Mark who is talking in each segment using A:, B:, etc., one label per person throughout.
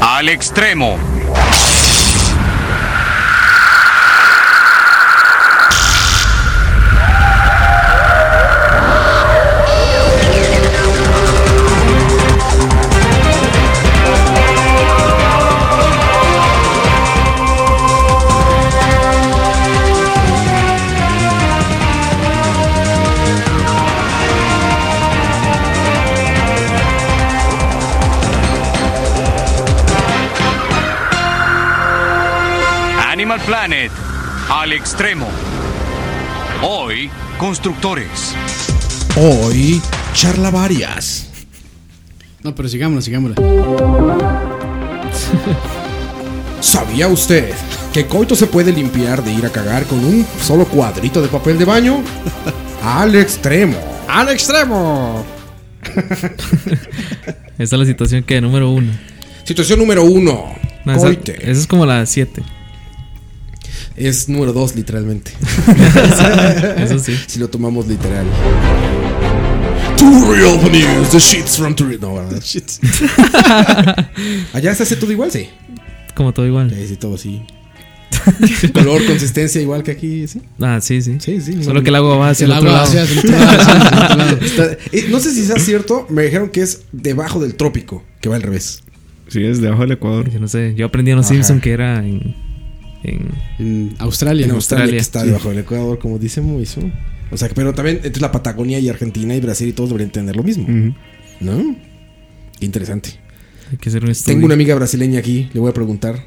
A: al extremo. Animal Planet al extremo. Hoy, constructores.
B: Hoy, charla varias.
C: No, pero sigámosla, sigámosla.
B: ¿Sabía usted que Coito se puede limpiar de ir a cagar con un solo cuadrito de papel de baño? Al extremo. Al extremo.
D: Esa es la situación que número uno.
B: Situación número uno.
D: No, esa,
B: Coite.
D: esa es como la siete.
B: Es número dos, literalmente. Eh,
D: Eso sí.
B: si lo tomamos literal. Two real news, the shits from two real- No, ¿verdad? Allá se hace todo igual, sí.
D: Como todo igual.
B: Sí, sí, todo así. Color, consistencia igual que aquí, sí.
D: Ah, sí, sí.
B: Sí, sí,
D: Solo
B: bueno.
D: que el agua va hacia el,
C: El
D: otro
C: agua
D: lado.
C: hacia el otro lado, hacia el otro lado.
B: Está- eh, no sé si sea cierto, me dijeron que es debajo del trópico, que va al revés.
E: Sí, es debajo del Ecuador.
D: Yo no sé. Yo aprendí en los
B: Ajá.
D: Simpsons que era en. en-
C: En Australia.
B: En Australia, que
C: ¿no?
D: Australia,
B: está
D: sí.
B: debajo del Ecuador, como dice Moiso. O sea, que- pero también entre la Patagonia y Argentina y Brasil y todos deberían entender lo mismo,
E: Ujú.
B: ¿no? Interesante.
D: hay que hacer un estudio.
B: Tengo una amiga brasileña aquí, le voy a preguntar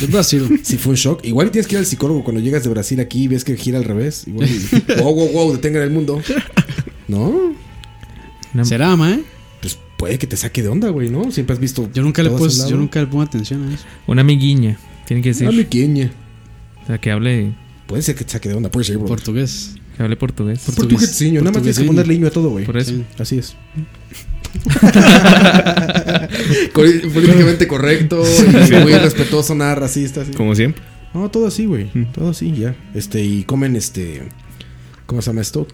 C: De Brasil.
B: si fue un shock. Igual tienes que ir al psicólogo cuando llegas de Brasil aquí y ves que gira al revés. Igual, y- wow, wow, wow, detengan el mundo. ¿No?
D: Una-
C: Será, ma, eh?
B: Pues puede que te saque de onda, güey, ¿no? Siempre has visto.
C: Yo nunca le
B: todo a su
C: puse, yo
B: lado.
C: nunca le pongo atención a eso.
D: Una amiguiña. Tiene que decir.
B: Ah, miqueña.
D: O sea, que hable,
B: Puede ser que te saque de onda, puede ser, bro.
C: Portugués.
D: que hable portugués.
C: Portugués.
B: Portuguesiño, nada más tienes que
C: Portuguesiño.
B: ponerle iño a todo, güey.
D: Por eso.
C: Sí.
B: Así es. Cor- Políticamente correcto, y muy respetuoso, nada racista. así.
E: Como siempre.
B: No, todo así, güey.
D: Mm.
B: Todo así, ya. Este, y comen este. ¿Cómo se llama esto?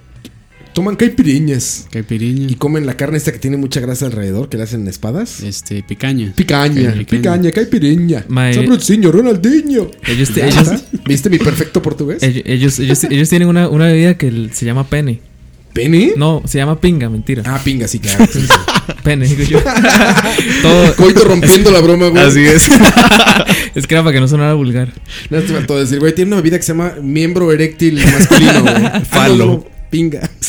B: Toman caipiriñas.
C: Caipiriña.
B: Y comen la carne esta que tiene mucha grasa alrededor, que le hacen en espadas.
C: Este, picaña.
B: Picaña,
C: Picaña.
B: picaña, caipiriña.
D: Mae.
B: Sabrosinho, Ronaldinho.
D: Ellos, te-
B: Ya
D: eh, este, ellos,
B: está. ¿Viste mi perfecto portugués?
D: ellos, ellos, ellos- ellos tienen una, una bebida que l- se llama pene.
B: ¿Pene?
D: No, se llama pinga, mentira.
B: Ah, pinga, sí, claro. Sí, sí.
D: Pene, digo yo. Todo.
B: Coito rompiendo la broma, güey.
E: Ah. Así es.
D: Es que era para que no sonara vulgar.
B: No te faltó decir, güey, tiene una bebida que se llama miembro eréctil masculino, güey.
E: Falo.
B: Ah, no, no, pinga.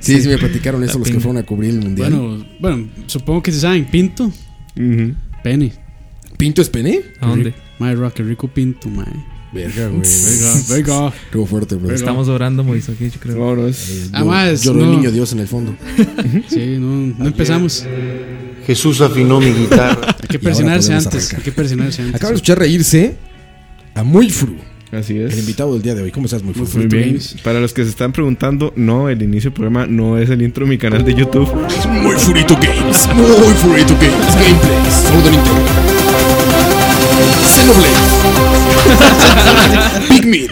B: Sí, sí, me platicaron eso los que fueron a cubrir el mundial.
C: Bueno, bueno, supongo que se saben. Pinto,
E: Ujú.
C: pene.
B: ¿Pinto es pene?
D: ¿A dónde?
C: My Rock, el rico pinto, ma.
B: Verga, güey.
C: Venga, venga.
B: Estuvo fuerte, bro.
D: Estamos orando, Moisés, aquí, yo creo.
E: No, no ah, es.
B: Lloró-
C: Además,
B: lloró
C: Ah, no.
B: el niño Dios en el fondo.
C: Sí, no, no empezamos. Hay
F: Jesús afinó mi guitarra.
C: que presionarse
B: podemos
C: antes.
B: arrancar.
C: Hay que presionarse antes.
B: Acabo de escuchar reírse a Moifru,
E: Así
B: el
E: es.
B: invitado del día de hoy. ¿Cómo estás, Moifru?
C: Moifru.
E: Muy bien.
C: Games.
E: Para los que se están preguntando, no, el inicio del programa no es el intro de mi canal de YouTube.
B: Moifurito Games, Moifurito Games, Gameplays, solo de Nintendo. Xenoblade. Pikmin.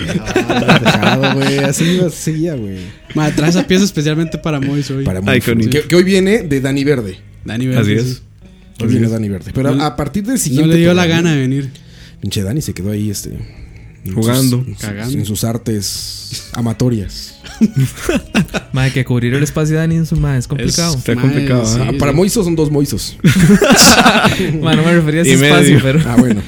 B: Ah, güey, así iba, seguía, güey.
C: Ma, trae esa pieza especialmente para Mois hoy.
B: Para
E: Iconic.
B: Moifru. Que, que hoy viene de Dani Verde.
C: Dani
E: Así
C: Verde,
E: es.
C: sí.
B: Hoy viene Dani Verde. Pero
C: No-
B: a, a partir del
C: No
B: siguiente.
C: le dio la
B: programa,
C: gana de venir.
B: Pinche Dani se quedó ahí, este. en sus-
E: Jugando.
B: en sus-
C: Cagando.
B: En sus artes amatorias.
D: Madre, que cubrir el espacio de Dani en su madre es complicado.
E: Pues, Está
C: Ma,
E: complicado,
C: sí,
E: ¿ah?
B: Ah,
C: sí.
B: para Moisos son dos Moisos.
D: Madre, no me refería a
E: Y
D: ese
E: medio.
D: espacio, pero
B: Ah, bueno.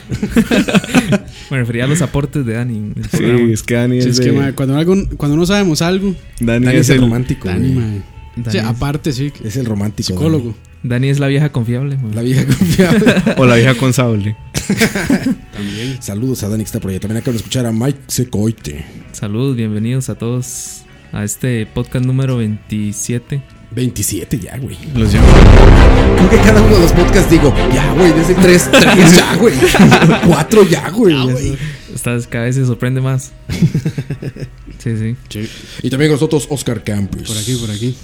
D: me refería a los aportes de Dani. en el
E: Sí,
D: programa.
E: es que Dani
C: Sí,
E: es,
C: es que,
E: de-
C: ma, cuando, algo, cuando no sabemos algo,
E: Dani
B: Dani
E: es
B: es el
E: el
B: romántico.
C: Dani,
B: güey.
C: ma.
D: Dani,
C: Sí,
D: es-
C: aparte, sí.
B: Es el romántico. Dani.
C: Psicólogo.
D: Dani es la vieja confiable. madre.
B: La vieja confiable.
E: o la vieja con sable.
B: Saludos a Dani que está por allá. También acabo de escuchar a Mike Secoite.
D: Saludos, bienvenidos a todos a este podcast número 27.
B: 27 ya, güey.
E: Los llamo.
B: Creo que cada uno de los podcasts digo, ya, güey, desde 3, 3 ya, güey. 4 ya, güey.
D: Estás, cada vez se sorprende más. Sí, sí.
B: Y también con nosotros Oscar Campos.
C: Por aquí, por aquí.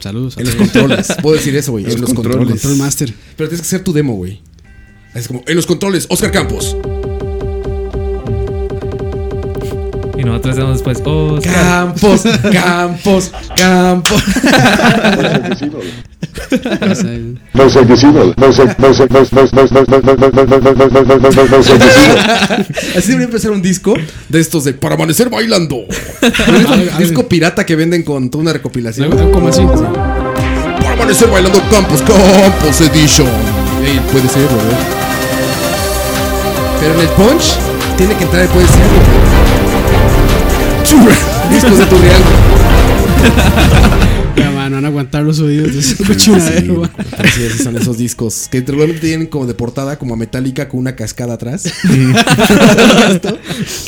C: Saludos.
B: En los controles. Puedo decir eso, güey. En los controles.
C: Control Master.
B: Pero tienes que hacer tu demo, güey. Es como, en los controles, Oscar Campos.
D: Y nosotros hacemos después. Oh,
B: Campos, Campos, Campos.
G: Insecticidas,
B: Así debería empezar un disco de estos de Para Amanecer Bailando. disco pirata que venden con toda una recopilación.
C: ¿Cómo así?
B: Oh. Para Amanecer Bailando Campos, Campos Edition. Ey, puede ser, ¿verdad? Pero en el punch tiene que entrar el puede ser. güey. Churra, Discos de tu real.
C: Ya, man, no van a aguantar los oídos. Es un cochinadero, man.
B: Así es, son esos discos que regularmente tienen como de portada, como a metálica con una cascada atrás. Sí,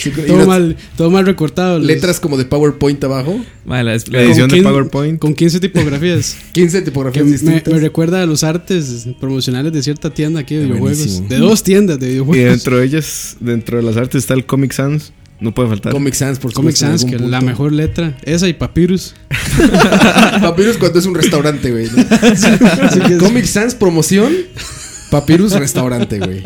B: y
C: Todo
B: las
C: mal, todo mal recortado. los-
B: Letras como de PowerPoint abajo.
D: Mae, la-
E: La
C: con
E: edición de
C: 15
E: PowerPoint.
C: Con 15 tipografías.
B: 15
C: Que
B: tipografías
C: me,
B: distintas.
C: me recuerda a los artes promocionales de cierta tienda aquí de videojuegos.
B: buenísimo.
C: De dos tiendas de
E: Y
C: videojuegos.
E: dentro de ellas, dentro de las artes está el Comic Sans. No puede faltar.
B: Comic Sans, por
C: Comic
B: supuesto, en
C: Sans, que
B: algún
C: la
B: punto.
C: mejor letra. Esa y Papyrus.
B: Papyrus cuando es un restaurante, güey. ¿no? Comic Sans promoción. Papyrus restaurante, güey.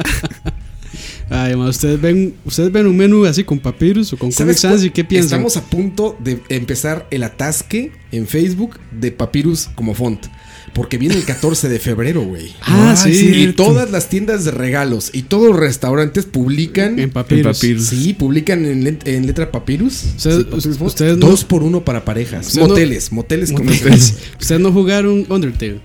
C: Además, Ah, ¿ustedes ven, ¿ustedes ven un menú así con Papyrus o con Comic
B: ¿Sabes
C: Sans
B: cuál?
C: y qué piensan?
B: Estamos a punto de empezar el atasque en Facebook de Papyrus como font. Porque viene el 14 de febrero, güey.
C: Ah, sí.
B: Y todas las tiendas de regalos y todos los restaurantes publican.
C: En Papyrus.
E: Papyrus.
B: Sí, publican en, let- en letra Papyrus.
C: Ustedes-
B: Sí, Papyrus Font.
C: ustedes no-
B: dos por uno para parejas.
C: Ustedes no-
B: Moteles, moteles, con
C: Ustedes ustedes no jugaron Undertale.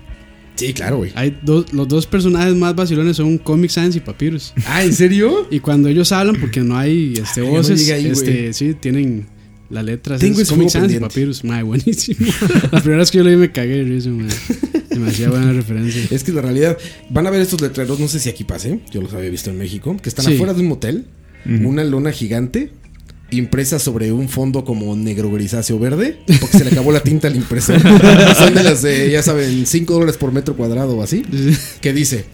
B: Sí, claro, güey.
C: Hay dos, los dos personajes más vacilones son Comic Sans y Papyrus.
B: Ah, ¿en serio?
C: Y cuando ellos hablan, porque no hay este,
B: Ay, no
C: voces,
B: llegué ahí,
C: este,
B: güey.
C: sí, tienen la letra.
B: Tengo
C: es
B: ese
C: Comic
B: juego
C: Sans y
B: pendiente.
C: Papyrus. Mae, buenísimo. Las primeras que yo leí me cagué de risa, mae. Demasiada buena referencia.
B: Es que la realidad, van a ver estos letreros, no sé si aquí pase, yo los había visto en México, que están
C: Sí.
B: afuera de un motel, una lona gigante, impresa sobre un fondo como negro grisáceo verde, porque se le acabó la tinta al impresor. Son de las de, ya saben, 5 dólares por metro cuadrado o así, que dice,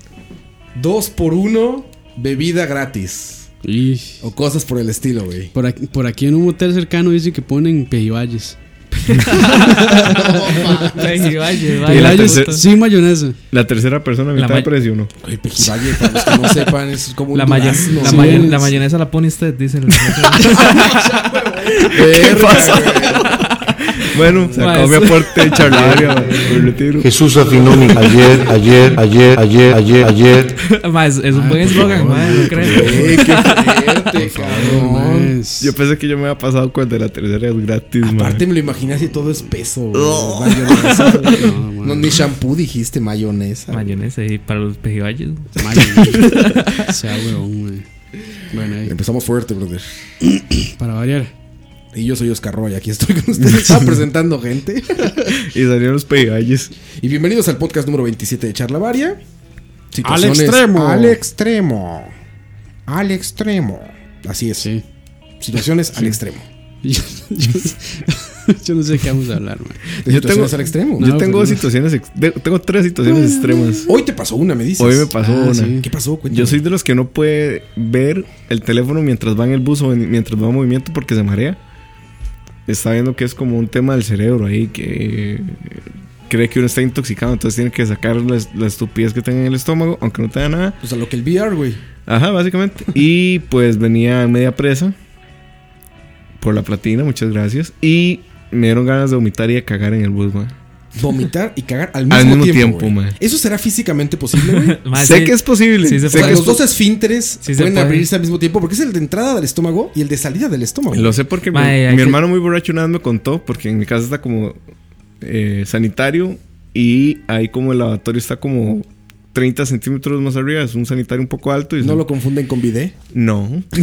B: 2 por 1 bebida gratis,
C: Y
B: o cosas por el estilo, güey.
C: por aquí, por aquí en un hotel cercano dicen que ponen Pejivalles.
D: Ay, vaya, vaya,
E: Y la
C: Pejivalles
E: tercera-
C: sin mayonesa.
E: La tercera persona a
D: La
E: mitad de
D: ma-
E: precio, ¿no?
B: Güey, Pejivalle, pues, para los que no sepan, es como un
D: La, mayo-
B: durazno,
D: la,
B: sí.
D: mayo-
C: sí.
D: la mayonesa la pone usted, dice el
B: Verga, güey.
E: Bueno, se acabó mi
D: Maestro.
E: aporte de charlavaria, ma, el retiro.
F: Jesús afinó mi ayer, ayer, ayer, ayer, ayer, ayer.
D: Mae, es, es un buen eslogan, mae, no creo.
B: Güey, Eh, qué fuerte, cabrón.
C: Más.
E: Yo pensé que yo me había pasado con el de la tercera es gratis, ma.
B: Aparte me lo imaginé así todo espeso. güey, mayonesa, güey. No, ni shampoo dijiste, mayonesa.
D: Mayonesa y para los pejivalles.
C: Mayo. sea huevón, güey. Bueno, ahí,
B: Empezamos fuerte, brother.
C: para variar.
B: Y yo soy Oscar Roy, aquí estoy con ustedes. Estaba presentando gente.
E: Y salieron los pegalles.
B: Y bienvenidos al podcast número 27 de Charla Varia.
C: Al extremo.
B: Al extremo. Al extremo. Así es.
C: Sí.
B: Situaciones al extremo.
C: Yo, yo- yo no sé qué vamos a hablar, man.
B: De
E: Yo tengo,
B: situaciones al extremo.
E: yo
C: No,
E: tengo
C: pero no.
E: situaciones, ex- de- tengo tres situaciones extremas.
B: Hoy te pasó una, me dices.
E: Hoy me pasó
C: Ah,
E: una.
C: sí.
B: ¿Qué pasó? Cuéntame.
E: Yo soy de los que no puede ver el teléfono mientras va en el bus o en- mientras va en movimiento porque se marea. Está viendo que es como un tema del cerebro ahí que eh, cree que uno está intoxicado, entonces tiene que sacar la, es- la estupidez que tenga en el estómago, aunque no tenga nada.
B: O sea, Pues lo que el VR, güey.
E: Ajá, básicamente. Y pues venía en media presa por la platina, muchas gracias. Y me dieron ganas de vomitar y de cagar en el bus, man.
B: Vomitar y cagar al mismo,
E: Al mismo
B: tiempo.
E: tiempo,
B: güey.
E: man.
B: ¿Eso será físicamente posible, güey?
D: Mae,
E: sé
D: sí,
E: que es posible.
D: sí se
E: sé
B: O sea,
E: que es
B: los dos esfínteres
D: Sí se
B: pueden
D: puede.
B: abrirse al mismo tiempo porque es el de entrada del estómago y el de salida del estómago.
E: Lo sé porque mi-
D: Mae,
E: mi,
D: hay que-
E: hermano muy borracho una vez me contó, porque en mi casa está como eh, sanitario y ahí como el lavatorio está como 30 centímetros más arriba, es un sanitario un poco alto. Y
B: no lo confunden con bidé.
E: No.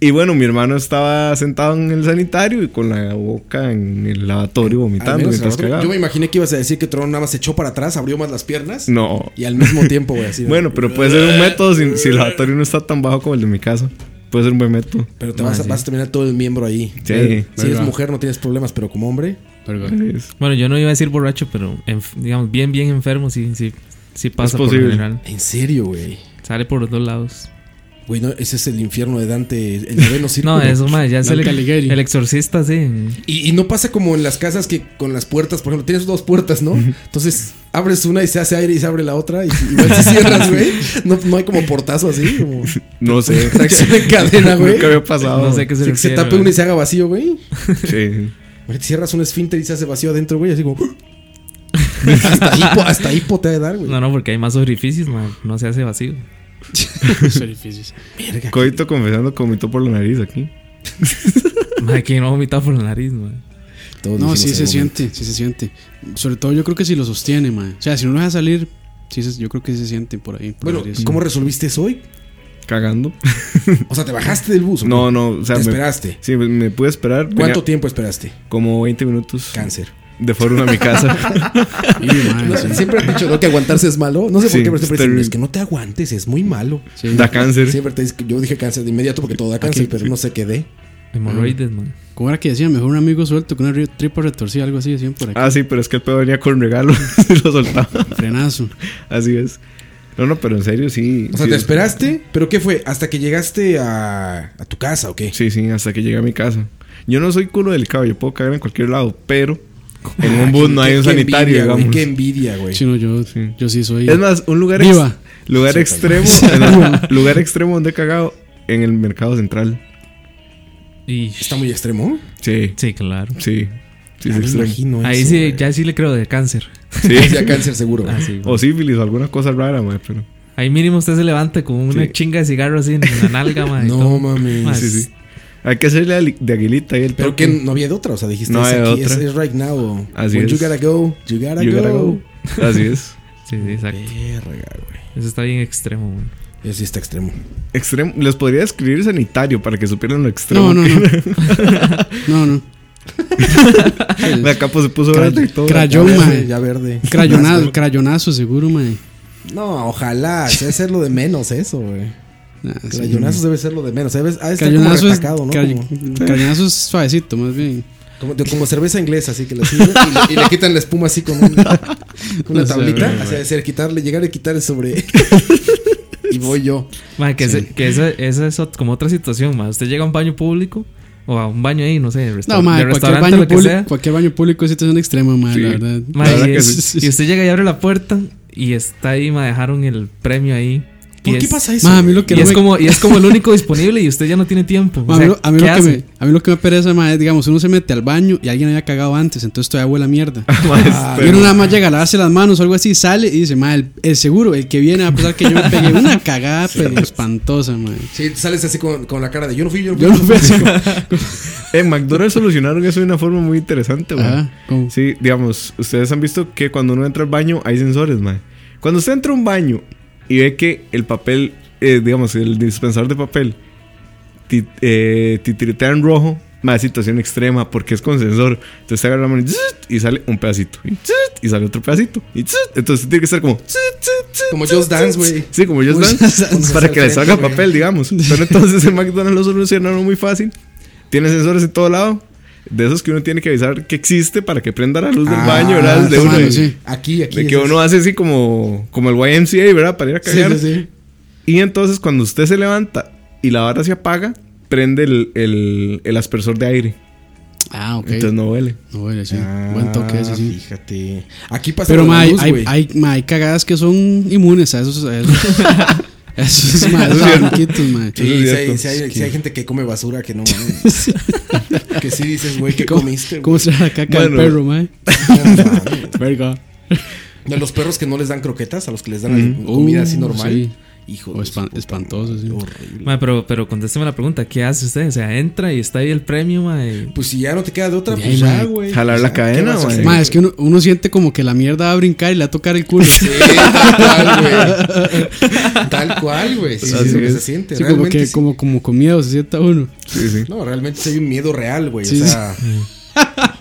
E: y bueno, mi hermano estaba sentado en el sanitario y con la boca en el lavatorio
B: Al
E: vomitando
B: menos
E: mientras
B: nosotros-
E: cagaba.
B: yo me imaginé que ibas a decir que Tron nada más se echó para atrás, abrió más las piernas
E: No.
B: y al mismo tiempo, güey, así.
E: Bueno, pero puede ser un método si, si el lavatorio no está tan bajo como el de mi casa. Puede ser un buen método.
B: Pero te vas, a, vas a terminar todo el miembro ahí. Eh,
E: Sí.
B: Si eres
C: Verga.
B: mujer no tienes problemas, pero como hombre,
C: Perdón.
E: Es-
D: Bueno, yo no iba a decir borracho, pero enf- digamos, bien, bien enfermo, sí, sí, sí pasa
E: Es
D: por lo
E: posible.
D: general.
B: en serio, güey.
D: Sale por los dos lados.
B: Güey, no, ese es el infierno de Dante, el noveno círculo.
D: No, eso, mae, ya es el,
C: Caligari.
D: el exorcista, sí.
B: Y, y no pasa como en las casas que con las puertas, por ejemplo, tienes dos puertas, ¿no? Entonces abres una y se hace aire y se abre la otra y igual si cierras, güey. No, no hay como portazo así, como
E: No sé.
B: reacción en cadena, güey.
E: Nunca había pasado.
D: No sé qué se
B: Sí, que se
D: refiere,
B: tape
D: mae.
B: una y se haga vacío, güey.
E: Sí.
B: Imagínate, Cierras un esfínter y se hace vacío adentro, güey, así como. "¡Ah!". hasta, hipo, hasta hipo te ha de dar, güey.
D: No, no, porque hay más orificios, man. No se hace vacío.
C: Los orificios.
B: Verga.
E: Coito confesando que vomitó por la nariz aquí.
D: Madre, que no vomita por la nariz, man.
B: Todos
C: No,
B: dijimos
C: sí
B: en
C: se
B: algún momento.
C: siente, sí se siente. Sobre todo yo creo que si lo sostiene, man. O sea, si no lo deja salir, sí se- yo creo que sí se siente por ahí. por
B: Bueno,
C: ahí, sí.
B: ¿cómo resolviste eso hoy?
E: Cagando.
B: O sea, ¿te bajaste del bus?
E: No, no, o sea,
B: ¿Te
E: me,
B: esperaste?
E: sí, me- me pude esperar. venía
B: ¿Cuánto tiempo esperaste?
E: Como 20 minutos
B: Cáncer.
E: de forma a mi casa.
C: Sí, mae,
B: No,
C: Ah, sí.
B: Siempre han dicho, ¿no? Que aguantarse es malo. No sé por
E: Sí,
B: qué, pero siempre dicen,
E: terrible.
B: es que no te aguantes, es muy malo.
C: Sí.
E: da cáncer.
B: Siempre te dicen, yo dije cáncer de inmediato porque todo da cáncer,
C: Aquí,
B: pero no sé qué dé.
E: Ah.
D: Hemorroides, man.
C: ¿Cómo era que decía? Mejor un amigo suelto que una ri- tripa retorcida, algo así, decían por aquí.
E: Ah, sí, pero es que el pedo venía con regalo y lo soltaba.
C: Frenazo.
E: Así es. No, no, pero en serio, sí.
B: O sea,
E: sí,
B: ¿te esperaste? ¿Pero qué fue? ¿Hasta que llegaste a, a tu casa o qué?
E: Sí, sí, hasta que llegué a mi casa. Yo no soy culo delicado, yo puedo cagar en cualquier lado, pero en un bus pues, no
B: Qué-
E: hay un
B: qué
E: sanitario,
B: envidia, güey,
E: digamos.
B: Qué envidia, güey.
C: Sí, no, yo,
E: Sí.
C: yo sí soy.
E: Es más, un lugar, ex-
C: Viva.
E: lugar
B: Sí,
E: extremo, en el- lugar extremo donde he cagado, en el mercado central.
D: Y...
B: Está muy extremo.
E: Sí,
D: Sí, claro.
E: sí. Sí,
B: Ya
E: es
B: me
E: extremo.
B: imagino
D: Ahí
B: eso,
D: sí,
B: güey.
D: ya sí le creo de cáncer.
E: Sí.
B: Sí, a cáncer seguro. güey.
D: Ah, sí, güey.
E: O sífilis o alguna cosa rara, madre, pero.
D: Ahí mínimo usted se levanta con una
E: Sí.
D: chinga de cigarro así en la nalga, man. y
B: No
D: todo.
B: mames.
D: Ma,
E: Sí, sí. Hay que hacerle ali- de aguilita ahí el
B: Pero que
E: toque.
B: no había de otra, o sea, dijiste
E: No
B: es,
E: había
B: aquí,
E: otra.
B: es- es right now. o
E: Así
B: When you
E: es.
B: gotta go, you gotta
E: You
B: go.
E: gotta go. Así es.
D: Sí, sí, exacto.
B: Verga, güey.
D: Eso está bien extremo, man.
B: Eso sí está extremo.
E: Extremo. Les podría escribir sanitario para que supieran lo extremo.
C: No, no, no. No, no.
E: La capa pues, se puso verde y todo.
C: Cray- Crayón,
B: ya verde,
C: mae.
B: ya verde.
C: Crayonazo, crayonazo seguro, mae.
B: No, ojalá. Debe ser lo de menos eso, güey.
C: Ah, sí.
B: Crayonazos debe ser lo de menos. Debe, ha de estar como
C: Crayonazo es,
B: retacado, ¿no?
C: cray-
B: Como-
C: crayonazo es suavecito, más bien.
B: Como, de- como cerveza inglesa, así que le sirven y, le, y le quitan la espuma así con un- una
C: No sé,
B: tablita.
C: güey,
B: Así de ser quitarle, llegar y quitar el sobre. y voy yo.
D: Ma, que, ese- que esa, esa es ot- como otra situación, ma. Usted llega a un baño público o a un baño ahí, no sé, de, resta-
C: Pues No, mae,
D: de
C: cualquier
D: restaurante,
C: baño,
D: lo que sea.
C: público, cualquier baño público es situación extrema, mae,
E: Sí.
C: la verdad.
D: Ma,
E: La verdad
D: y,
E: que
C: sí.
D: y usted llega y abre la puerta y está ahí, ma, dejaron el premio ahí. y
B: ¿Por qué
D: es,
B: pasa eso?
C: Ma, a mí
B: güey?
C: lo que
D: y
C: no
D: es
C: me-
D: como y es como el único disponible y usted ya no tiene tiempo. O
C: Ma, a, mí,
D: sea,
C: lo- a mí
D: ¿qué
C: lo que
D: hace?
C: me, a mí lo que me pereza, mae, es, digamos, uno se mete al baño y alguien había cagado antes, entonces todavía huele a mierda.
E: Ah, Maestro.
C: Y uno nada más llega a lavarse las manos o algo así, sale y dice, ma, el, el seguro, el que viene, a pesar que yo me pegué una cagada, pero espantosa, ma.
B: Sí, sales así con, con la cara de yo no fui, yo no fui.
C: Yo no fui así.
E: En Eh, McDonald's solucionaron eso de una forma muy interesante, güey.
C: Ajá, ¿cómo?
E: Sí, digamos, ustedes han visto que cuando uno entra al baño hay sensores, man. Cuando usted entra a un baño y ve que el papel, eh, digamos, el dispensador de papel ti- eh, titirita en rojo, más situación extrema porque es con sensor. Entonces se agarra la mano y, ¡zzt! y sale un pedacito. Y, ¡zzt! y sale otro pedacito. Y, ¡zzt! entonces tiene que estar como... ¡zzt!
B: Como Just Dance, güey.
E: Sí, como ellos
B: Uy,
E: dan.
B: sí,
E: para
B: sí,
E: que les
B: sí,
E: salga
B: güey.
E: papel, digamos. Pero entonces en McDonald's lo solucionaron muy fácil. Tiene sensores en todo lado. De esos que uno tiene que avisar que existe para que prenda la luz del
B: Ah,
E: baño, ¿verdad? El De,
C: está
E: uno,
C: bueno,
E: de-
C: sí.
B: Aquí, aquí.
E: de que
B: es-
E: uno hace así como, como el YMCA, ¿verdad? Para ir a
B: Sí,
E: cagar.
B: sí, sí.
E: Y entonces cuando usted se levanta y la vara se apaga, prende el, el- el aspersor de aire.
C: Ah, ok.
E: Entonces no huele.
C: No, bueno, sí.
B: Ah,
C: Buen toque ese, sí.
B: Fíjate. Aquí pasa
C: Pero,
B: con la
C: ma, hay,
B: luz,
C: hay,
B: güey.
C: hay- ma, hay cagadas que son inmunes a esos. A esos, a esos, ma, esos abaniquitos, ma.
B: Sí,
E: Eso es
B: sí,
E: cierto.
B: hay, sí hay- sí hay gente que come basura que no mames. que sí dices, güey, ¿qué
C: ¿Cómo-
B: comiste?
C: ¿Cómo será la caca del
E: Bueno.
C: perro, ma?
B: güey? No mames.
C: Verga.
B: A los perros que no les dan croquetas, a los que les dan
C: Uh,
B: comida así normal.
C: sí.
B: Hijo
C: O
B: de
C: espan-
B: su puta
C: espantoso,
B: madre,
C: sí.
B: Horrible.
D: Ma, pero pero contésteme la pregunta, ¿qué hace usted? O sea, entra y está ahí el premio, ma, y-
B: Pues si ya no te queda de otra,
C: Ya,
B: pues
C: ma,
B: ya, güey.
E: jalar la
B: O sea, ¿qué
E: cadena,
B: vas a
E: ma.
B: hacer?
C: Ma, es que uno, uno siente como que la mierda va a brincar y le va a tocar el culo.
B: Sí, tal cual, güey. Tal cual, güey. Sí, sí,
E: Así
B: es lo que
E: es.
B: se siente.
C: Sí, como
B: realmente.
C: que
B: sí.
C: como, como con miedo se sienta uno.
E: Sí, sí.
B: No, realmente sí hay un miedo real, güey.
C: Sí,
B: o sea.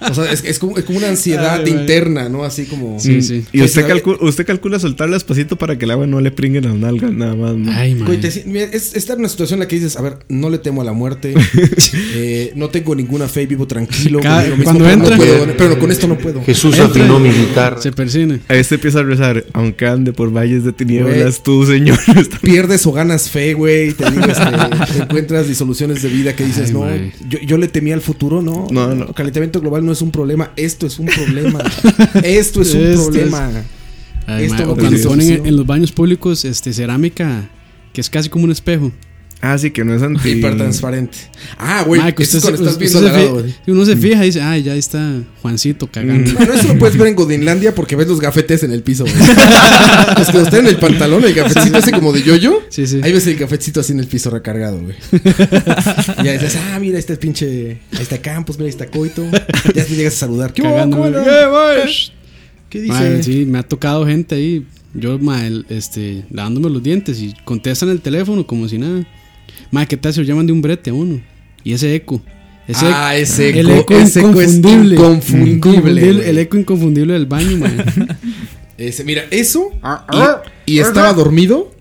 B: O sea, es, es como, es como una ansiedad
C: Ay, güey.
B: interna, ¿no? Así como. mm,
C: Sí, sí.
E: Y usted,
B: Sí,
E: calcu- usted calcula soltar despacito para que el agua no le pringue las nalgas, nada más. ma.
C: Ay, ma.
B: Güey, te si- mira, es estar en una situación en la que dices, a ver, no le temo a la muerte, eh, no tengo ninguna fe, vivo tranquilo.
C: Cada-
B: conmigo mismo,
C: cuando
B: pero no
C: entra-
B: puedo, pero con esto no puedo.
F: Jesús
C: Entra
F: afinó
C: y-
F: mi guitarra.
C: Se persine.
E: Ahí se empieza a rezar, aunque ande por valles de tinieblas,
B: Güey.
E: tú, Señor. estás-".
B: pierdes o ganas fe, güey. Te digo, este, te encuentras disoluciones de vida que dices,
C: Ay,
B: no,
C: mae.
B: yo, yo le temía al futuro, no.
E: No, no.
B: Calentamiento global no es un problema. Esto es un problema. Esto es un
C: Esto es-
B: problema.
C: Ay,
B: Esto
C: ma,
B: no
C: o cuando
B: tiene
C: ponen en,
B: solución.
C: en los baños públicos este, cerámica que es casi como un espejo.
E: Ah, sí, que no es anti.
B: Hipertransparente. Ah, güey.
C: Mae, que
B: eso
C: usted
B: es cuando
C: se-
B: estás
C: usted
B: viendo
C: se
B: al lado,
C: fi-
B: güey.
C: uno se fija y dice, ay, ya ahí está Juancito cagando.
B: Bueno, eso lo puedes ver en Godinlandia porque ves los gafetes en el piso, güey. Los que están en el pantalón, el gafetcito ese como de yoyo.
C: Sí, sí.
B: Ahí ves el gafetcito así en el piso recargado, güey. Y ya dices, ah, mira, ahí está el pinche. Ahí está Campos, mira, ahí está Coito. Ya te llegas a saludar. Mm. ¿Qué hubo, Eh.
C: Cagando,
B: cómo
C: güey.
B: andan? ¿Qué
C: Mae,
B: dice?
C: sí, me ha tocado gente ahí, yo mae, el- este, lavándome los dientes y contestan el teléfono como si nada. Mae, ¿qué tal si lo llaman de un brete a uno? Y ese eco. Ese
B: ah, ese
C: el
B: eco,
C: eco
B: ese eco es
C: inconfundible.
B: inconfundible.
C: Inconfundible,
B: güey.
C: el eco inconfundible del baño, mae.
B: Ese, mira, eso
G: Ah,
B: y, y estaba dormido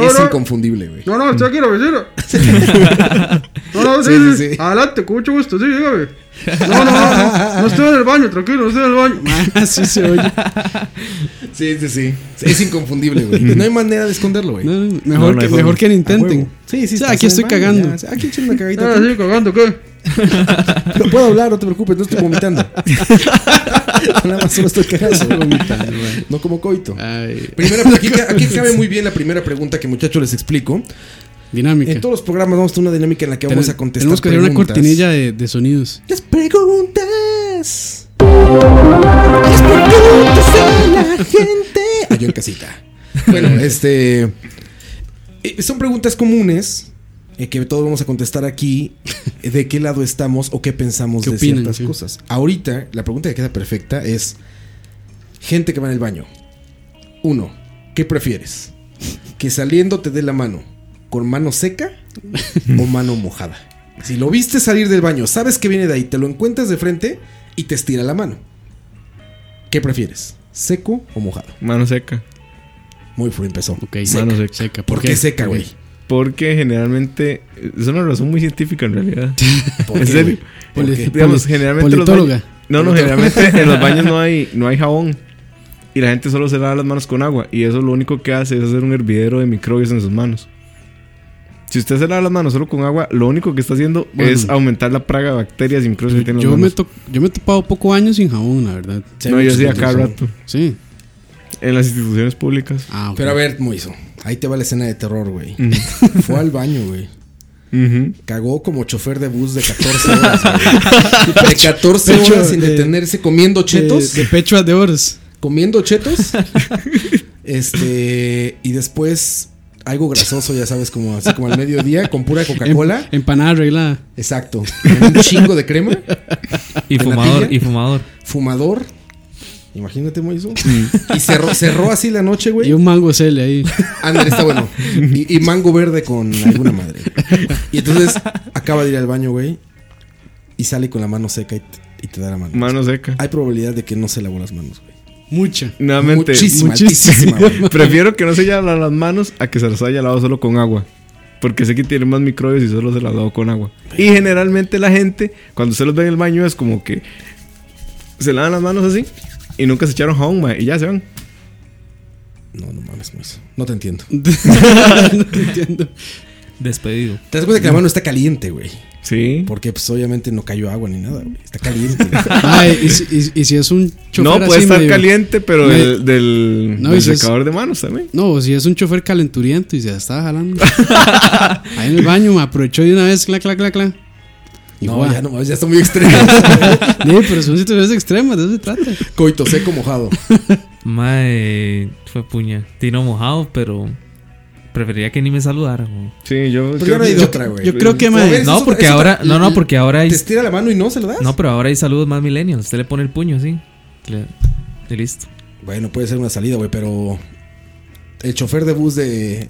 B: es inconfundible, güey.
G: No, no, estoy aquí, la vecina. No, no, sí,
B: Sí, sí,
G: sí, Ah.
B: sí.
G: Adelante, con mucho gusto, sí, dígame. No, no, no, no, no estoy en el baño, tranquilo, no estoy en el baño.
C: Así se oye.
B: Sí, sí, sí. Es inconfundible, güey. No hay manera de esconderlo, güey.
C: No, no, mejor,
E: no hay
C: que,
E: forma.
C: mejor que lo
B: A
C: intenten.
B: huevo. Sí, sí,
C: O
B: está
C: sea, aquí
B: haciendo
C: estoy
B: el baño,
C: cagando. Ah,
B: ya. Aquí echen una cagadita.
G: Ahora sí, cagando, ¿qué?
B: Pero puedo hablar, no te preocupes, no estoy vomitando. Nada más solo estoy cagando. No como coito.
C: Ay,
B: Primera, pues, aquí, ca- aquí cabe muy bien la primera pregunta que muchachos les explico.
C: dinámica.
B: En todos los programas vamos a tener una dinámica en la que vamos a
C: Tenemos-
B: contestar
C: Tenemos que hacer una
B: preguntas.
C: cortinilla de, de sonidos.
B: Las preguntas. la gente. yo en casita. Bueno, este. eh, Son preguntas comunes eh, que todos vamos a contestar aquí. eh, ¿De qué lado estamos o qué pensamos
C: ¿Qué
B: de
C: opinan,
B: ciertas
C: sí?
B: cosas? Ahorita, la pregunta que queda perfecta es: Gente que va en el baño. Uno, ¿qué prefieres? ¿Que saliendo te dé la mano con mano seca o mano mojada? Si lo viste salir del baño, sabes que viene de ahí, te lo encuentras de frente y te estira la mano. ¿Qué prefieres? ¿Seco o mojado?
E: Mano seca.
B: Muy frío empezó.
C: Ok,
E: Mano
C: seca,
E: seca.
C: seca.
B: Ah, ¿Por qué seca, güey?
E: Porque generalmente. Es una razón muy científica en realidad.
B: ¿Por
E: ¿En
B: qué,
E: serio?
B: güey?
C: Poli-
E: Porque, digamos,
C: poli-
E: generalmente. los
C: politóloga.
E: baños- no, no, generalmente en los baños no hay, no hay jabón. Y la gente solo se lava las manos con agua. Y eso lo único que hace es hacer un hervidero de microbios en sus manos. Si usted se lava las manos solo con agua, lo único que está haciendo
C: Bueno.
E: es aumentar la praga de bacterias y microbios que tiene en
C: Yo
E: las
C: me,
E: manos.
C: to- yo me he topado poco años sin jabón, la verdad.
E: no, yo sí,
B: muchos
E: a cada
B: otros,
E: rato.
C: Sí.
E: En las instituciones públicas.
C: Ah, ok.
B: Pero a ver, Moiso, ahí te va la escena de terror, güey. Fue al baño, güey.
E: Ujú.
B: Cagó como chofer de bus de 14 horas. güey. De 14
C: Pecho
B: horas sin
C: de-
B: detenerse comiendo chetos.
C: De, de pecho a de oros.
B: comiendo chetos. este. Y después algo grasoso, ya sabes, como así como al mediodía, con pura Coca-Cola.
C: Em- empanada arreglada.
B: Exacto. con un chingo de crema.
D: Y
B: ¿La
D: fumador,
B: natilla?
D: y fumador.
B: Fumador. Imagínate, Moiso. Y cerró, cerró así la noche,
C: Y
B: güey.
C: un mango cele ahí.
B: Ándale, está bueno. Y, y mango verde con alguna madre. Y entonces acaba de ir al baño, güey. Y sale con la mano seca y te, y te da la mano.
E: Mano seca.
C: Ah,
B: Hay probabilidad de que no se lavó las manos, güey.
C: Mucha.
E: Nuevamente.
B: Muchísima,
C: muchísima.
B: altísima, güey.
E: Prefiero que no se lave las manos a que se las haya lavado solo con agua. Porque sé que tiene más microbios y solo se las lavó con agua. Y generalmente la gente, cuando se los ve en el baño, es como que se lavan las manos así y nunca se echaron jabón, mae, y ya se van.
B: No, no mames, Moiso. No te entiendo.
C: no te entiendo.
D: Despedido.
B: Te das cuenta que la mano está caliente, güey.
E: Sí.
B: Porque pues obviamente no cayó agua ni nada, güey. Está caliente.
C: Ay, y, si- y- y si es un chofer.
E: No, puede
C: así
E: estar
C: medio-
E: caliente, pero
C: me-
E: del, del,
C: No,
E: del
C: y si es-
E: secador de manos también.
C: No, si es un chofer calenturiento y se la estaba jalando. ahí en el baño me aprovechó de una vez, clac, clac, clac, clac. Y
B: no,
C: fue.
B: ya no mames, ya está muy extremo.
C: Sí, pero son situaciones extremas, de eso se trata.
B: Coito seco mojado.
D: Mae, eh, fue puña. Tino mojado, pero preferiría que ni me saludara. güey.
E: Sí, yo.
B: Pero ya Pues
E: creo
B: no hay
E: que-
B: de otra, güey.
C: Yo creo que,
B: Como
C: mae,
B: ves,
D: No,
B: eso-
D: porque
B: eso
D: ahora, no, no, porque ahora hay,
B: Te estira la mano y no se lo das.
D: no, pero ahora hay saludos más millennials. Usted le pone el puño, sí. Le- Y listo.
B: Bueno, puede ser una salida, güey, pero el chofer de bus de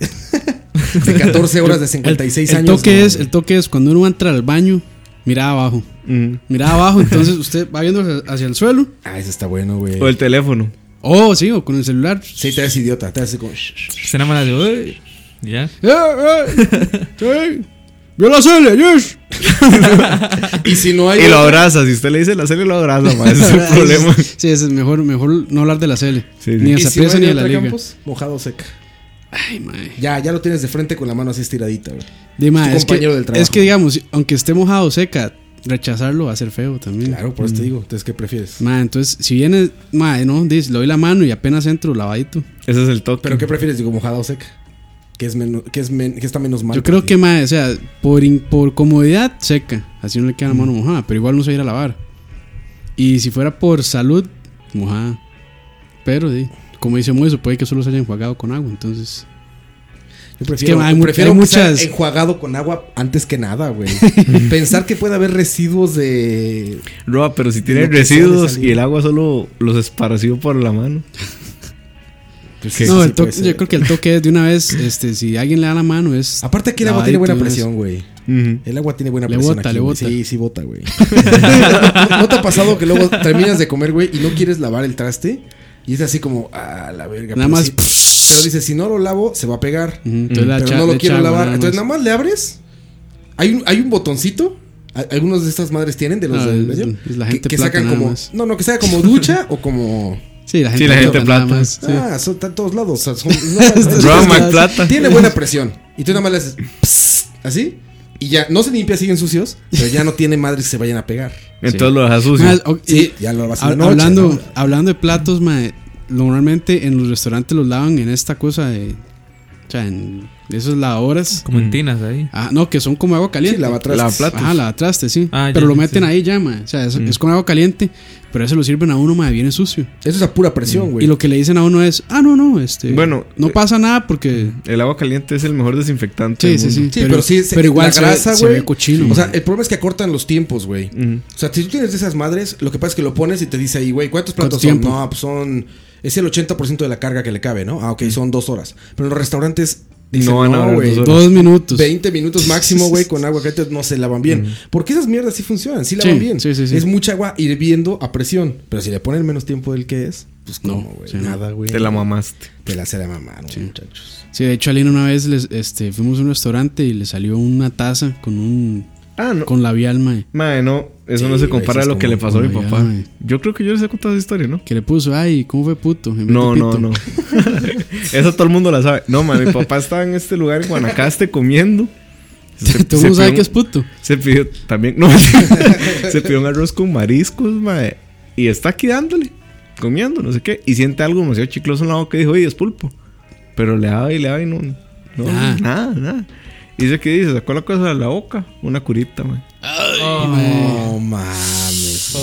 B: de 14 horas de 56
C: el,
B: años.
C: toque
B: no,
C: es,
B: güey.
C: el toque es cuando uno entra al baño, mira abajo.
E: Ujú.
C: Mira abajo, entonces usted va viendo hacia- hacia el suelo.
B: Ah, ese está bueno, güey.
E: O el teléfono.
C: Oh, sí, o con el celular.
B: Sí, te haces idiota, te haces como
D: Se nada más le digo, "Ey", y Ya.
C: ¡Eh, eh! ¡Sí! ¡Vio la cele, yes!
B: Y si no hay
E: Y lo abraza. Si usted le dice la serie, lo abraza, mae, Ese es el problema.
C: Sí, ese es mejor, mejor no hablar de la cele.
E: Sí, sí.
C: Ni
B: ¿Y
C: de
B: si no
C: Saprissa
B: hay
C: ni
B: de
C: de la
B: otra,
C: liga.
B: Campos? mojado seca.
C: Ay, mae.
B: Ya, ya lo tienes de frente con la mano así estiradita, güey.
C: Di, mae,
B: tu
C: es, que,
B: compañero del trabajo.
C: es que, digamos, aunque esté mojado o seca, rechazarlo va a ser feo también.
B: Claro, por eso te digo, entonces ¿qué prefieres?
C: Mae, entonces, si viene, mae, no, dice, le doy la mano y apenas entro lavadito.
E: Ese es el toque.
B: ¿Pero qué prefieres? Digo, mojada o seca. que, es menos, que, es men- que está menos mal.
C: Yo creo que, mae, o sea, por, in- por comodidad seca. Así no le queda la mano mojada, pero igual no se va a ir a lavar. Y si fuera por salud, mojada. Pero, sí, como dice Moiso, puede que solo se haya enjuagado con agua. Entonces,
B: Yo prefiero,
C: que hay mu-
B: prefiero
C: hay
B: estar
C: muchas-
B: enjuagado con agua antes que nada, güey. Pensar que puede haber residuos de.
E: Roa, pero si tiene
B: Lo que sea de
E: residuos
B: salir.
E: y el agua solo los esparció por la mano.
B: Sí,
C: no,
B: sí
C: el
B: puede
C: toque-
B: ser.
C: yo creo que el toque es de una vez, este, si alguien le da la mano, es.
B: Aparte aquí el agua tiene buena
C: lavadito de una vez.
B: presión, güey. El agua tiene buena
C: Le
B: presión.
C: bota,
B: aquí,
C: le
B: güey.
C: bota.
B: Sí, sí bota, güey. ¿No, no te ha pasado que luego terminas de comer, güey, y no quieres lavar el traste? Y es así como, ah, la verga.
C: Nada
B: pero
C: más-
B: sí- pero dices, si no lo lavo, se va a pegar.
C: Ujú, entonces la
B: pero
C: echa-
B: no lo
C: le
B: quiero
C: echa agua
B: lavar.
C: nada
B: Entonces
C: más.
B: nada más le abres. Hay un, hay un botoncito. A- Algunos de estas madres tienen de los
C: No,
B: del
C: Ah, es-
B: medio,
C: es la
B: que-
C: gente
B: que,
C: plata
B: sacan
C: nada
B: como
C: más.
B: no no que sea como ducha o como
C: Sí, la gente,
E: Sí, la gente
C: nada
E: plata.
C: más, sí. Este
B: ah son están todos lados o sea, son- no,
E: Roa McPlata.
B: tiene buena presión. Y tú nada más le haces pss, así. Y ya, no se limpia, siguen sucios. Pero ya no tiene madres que se vayan a pegar.
E: Entonces lo dejas sucio.
C: Más, o-
B: Sí,
C: y-
B: ya lo vas a
C: hab-
B: la noche,
C: hablando,
B: ¿no?
C: hablando de platos, mae, normalmente en los restaurantes los lavan en esta cosa de. O sea, en esas lavadoras.
E: Mm.
D: Como en tinas ahí.
C: Ah, no, que son como agua caliente.
B: Sí, lavatrastes.
E: Lavaplatos.
C: Ajá, lavatrastes, sí.
D: Ah,
C: pero
D: ya,
C: lo meten
D: sí. Mm.
C: ahí ya, mae. O sea, es, es con agua caliente, pero eso lo sirven a uno, mae, viene sucio.
B: Eso es a pura presión, güey.
C: Mm, Y lo que le dicen a uno es, ah, no, no, este.
E: Bueno,
C: no
E: eh,
C: pasa nada porque.
E: El agua caliente es el mejor desinfectante.
C: Sí,
E: del
C: sí, sí.
E: mundo.
B: Sí, pero, sí, se-
C: pero igual
B: la
C: se ve-
B: grasa,
C: se
B: güey.
C: ve cochino,
B: O sea,
C: güey.
B: el problema es que acortan los tiempos, güey.
E: Ujú.
B: O sea, si tú tienes de esas madres, lo que pasa es que lo pones y te dice ahí, güey, ¿cuántos
C: ¿Cuánto
B: platos son?
C: tiempo?
B: No, pues son. Es el 80% de la carga que le cabe, ¿no? Ah, ok, son dos horas. Pero en los restaurantes. Dicen,
E: No
B: no,
E: van a durar
B: güey,
E: dos horas".
C: Dos minutos.
B: 20 minutos máximo, güey, con agua caliente no se lavan bien. Porque esas mierdas sí funcionan, sí
C: Sí,
B: lavan bien.
C: sí, sí, sí.
B: Es mucha agua hirviendo a presión. Pero si le ponen menos tiempo del que es, pues
C: No,
B: no, güey.
C: sí, no.
B: nada, güey.
E: Te la mamaste.
B: Te la hace la mamá, ¿no, muchachos.
C: Sí, de hecho, Alina una vez les, este, fuimos a un restaurante y le salió una taza con un.
E: Ah, no.
C: con labial, mae.
E: Mae, no. Eso
B: Sí,
E: no se
B: güey,
E: compara a
B: eso
E: lo
B: es
E: que le
B: como-
E: pasó a mi
C: como
E: papá.
C: allá, güey.
E: Yo creo que yo les he contado esa historia, ¿no?
C: Que le puso, ay, ¿cómo fue puto? En vez de
E: No, no,
C: pito.
E: no. Eso todo el mundo la sabe. No, mae, mi papá estaba en este lugar en Guanacaste comiendo. Se-
C: Todo el
E: se
C: mundo sabe
E: pidió-
C: que es puto.
E: Se pidió también. No, se pidió un arroz con mariscos, mae. Y está aquí dándole, comiendo, no sé qué. Y siente algo demasiado chicloso en la boca y dijo, oye, es pulpo. Pero le daba y le daba y no. no
C: Ah.
E: Nada, nada. Y dice que dice, sacó la cosa de la boca. Una curita, mae.
B: No mames.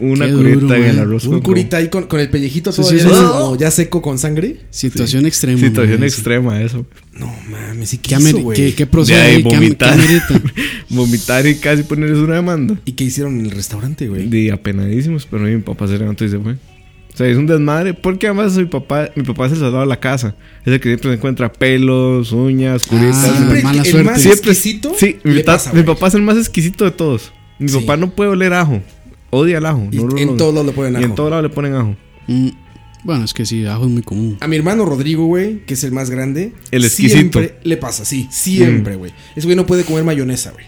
E: Una
C: Qué
E: curita
C: duro,
E: en el
C: mae.
E: arroz
B: Un
E: con
B: curita ahí con, con el pellejito
C: Pues Sí,
B: todavía
C: sí, sí.
B: como ya seco con sangre.
C: Situación extrema.
E: Situación
C: mae.
E: extrema eso.
B: No mames, ¿y qué
C: ¿Qué,
B: hizo,
C: amer-
B: güey?
C: qué, qué procede
E: De ahí,
C: ahí? ¿Qué am-
E: vomitar.
C: qué amerita?
E: Vomitar y casi ponerles una demanda.
B: ¿Y qué hicieron en el restaurante, güey?
E: Y apenadísimos, pero mi papá se levantó y se fue. O sea, es un desmadre, porque además mi papá, mi papá es el soldado de la casa. Es el que siempre se encuentra pelos, uñas, curitas.
C: Ah,
B: Siempre
C: mala
B: el
C: suerte.
B: más
E: Siempre-
B: exquisito
E: sí, mi,
B: le
E: ta-
B: pasa,
E: mi
B: güey.
E: papá es el más exquisito de todos. Mi
B: Sí.
E: papá no puede oler ajo. Odia el ajo.
B: Y
E: no lo-
B: en
E: no-
B: todos lados le ponen
E: y en
B: ajo.
E: todos lados le ponen ajo.
C: Mm, Bueno, es que sí, ajo es muy común.
B: A mi hermano Rodrigo, güey, que es el Mm. más grande.
E: El exquisito.
B: Siempre le pasa, sí. Siempre, güey. Ese güey no puede comer mayonesa, güey.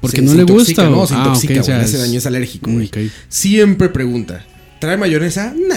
C: Porque
B: Se-
C: no
B: se
C: le
B: intoxica,
C: gusta.
B: No,
C: o-
B: se
C: ah,
B: intoxica,
C: ok,
B: güey.
C: o sea,
B: le hace
C: es-
B: daño, es alérgico,
C: Mm,
B: güey.
C: ok.
B: Siempre pregunta. ¿Trae mayonesa? Nah.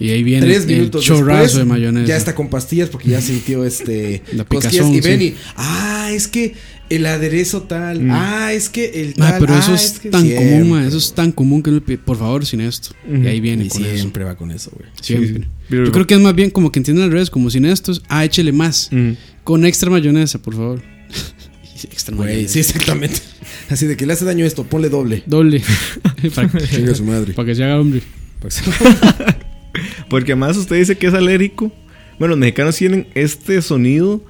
C: Y ahí viene
B: Tres
C: el
B: minutos
C: chorrazo
B: después,
C: de mayonesa.
B: Ya está con pastillas porque ya sintió este
C: La
B: cosquillas
C: picazón,
B: y ven
C: sí.
B: y ah, es que el aderezo tal, ah, es que el
C: Ma,
B: tal,
C: Mm. pero
B: ah,
C: eso es,
B: que
C: tan
B: siempre,
C: común, ma, eso es tan común que uno pide, por favor, sin esto. Y ahí viene
B: Y
C: con eso.
B: siempre va con eso, güey.
C: Siempre.
E: Sí, sí.
C: Yo creo que es más bien como que entienden al revés, como sin estos, ah, échele más.
E: Mm.
C: Con extra mayonesa, por favor. extra
B: Güey,
C: mayonesa.
B: sí, exactamente. Así de que le hace daño esto, ponle doble.
C: Doble. para, que,
B: Chinga su madre.
C: para que se haga hombre.
E: Pues, Porque además usted dice que es alérgico. Bueno, los mexicanos tienen este sonido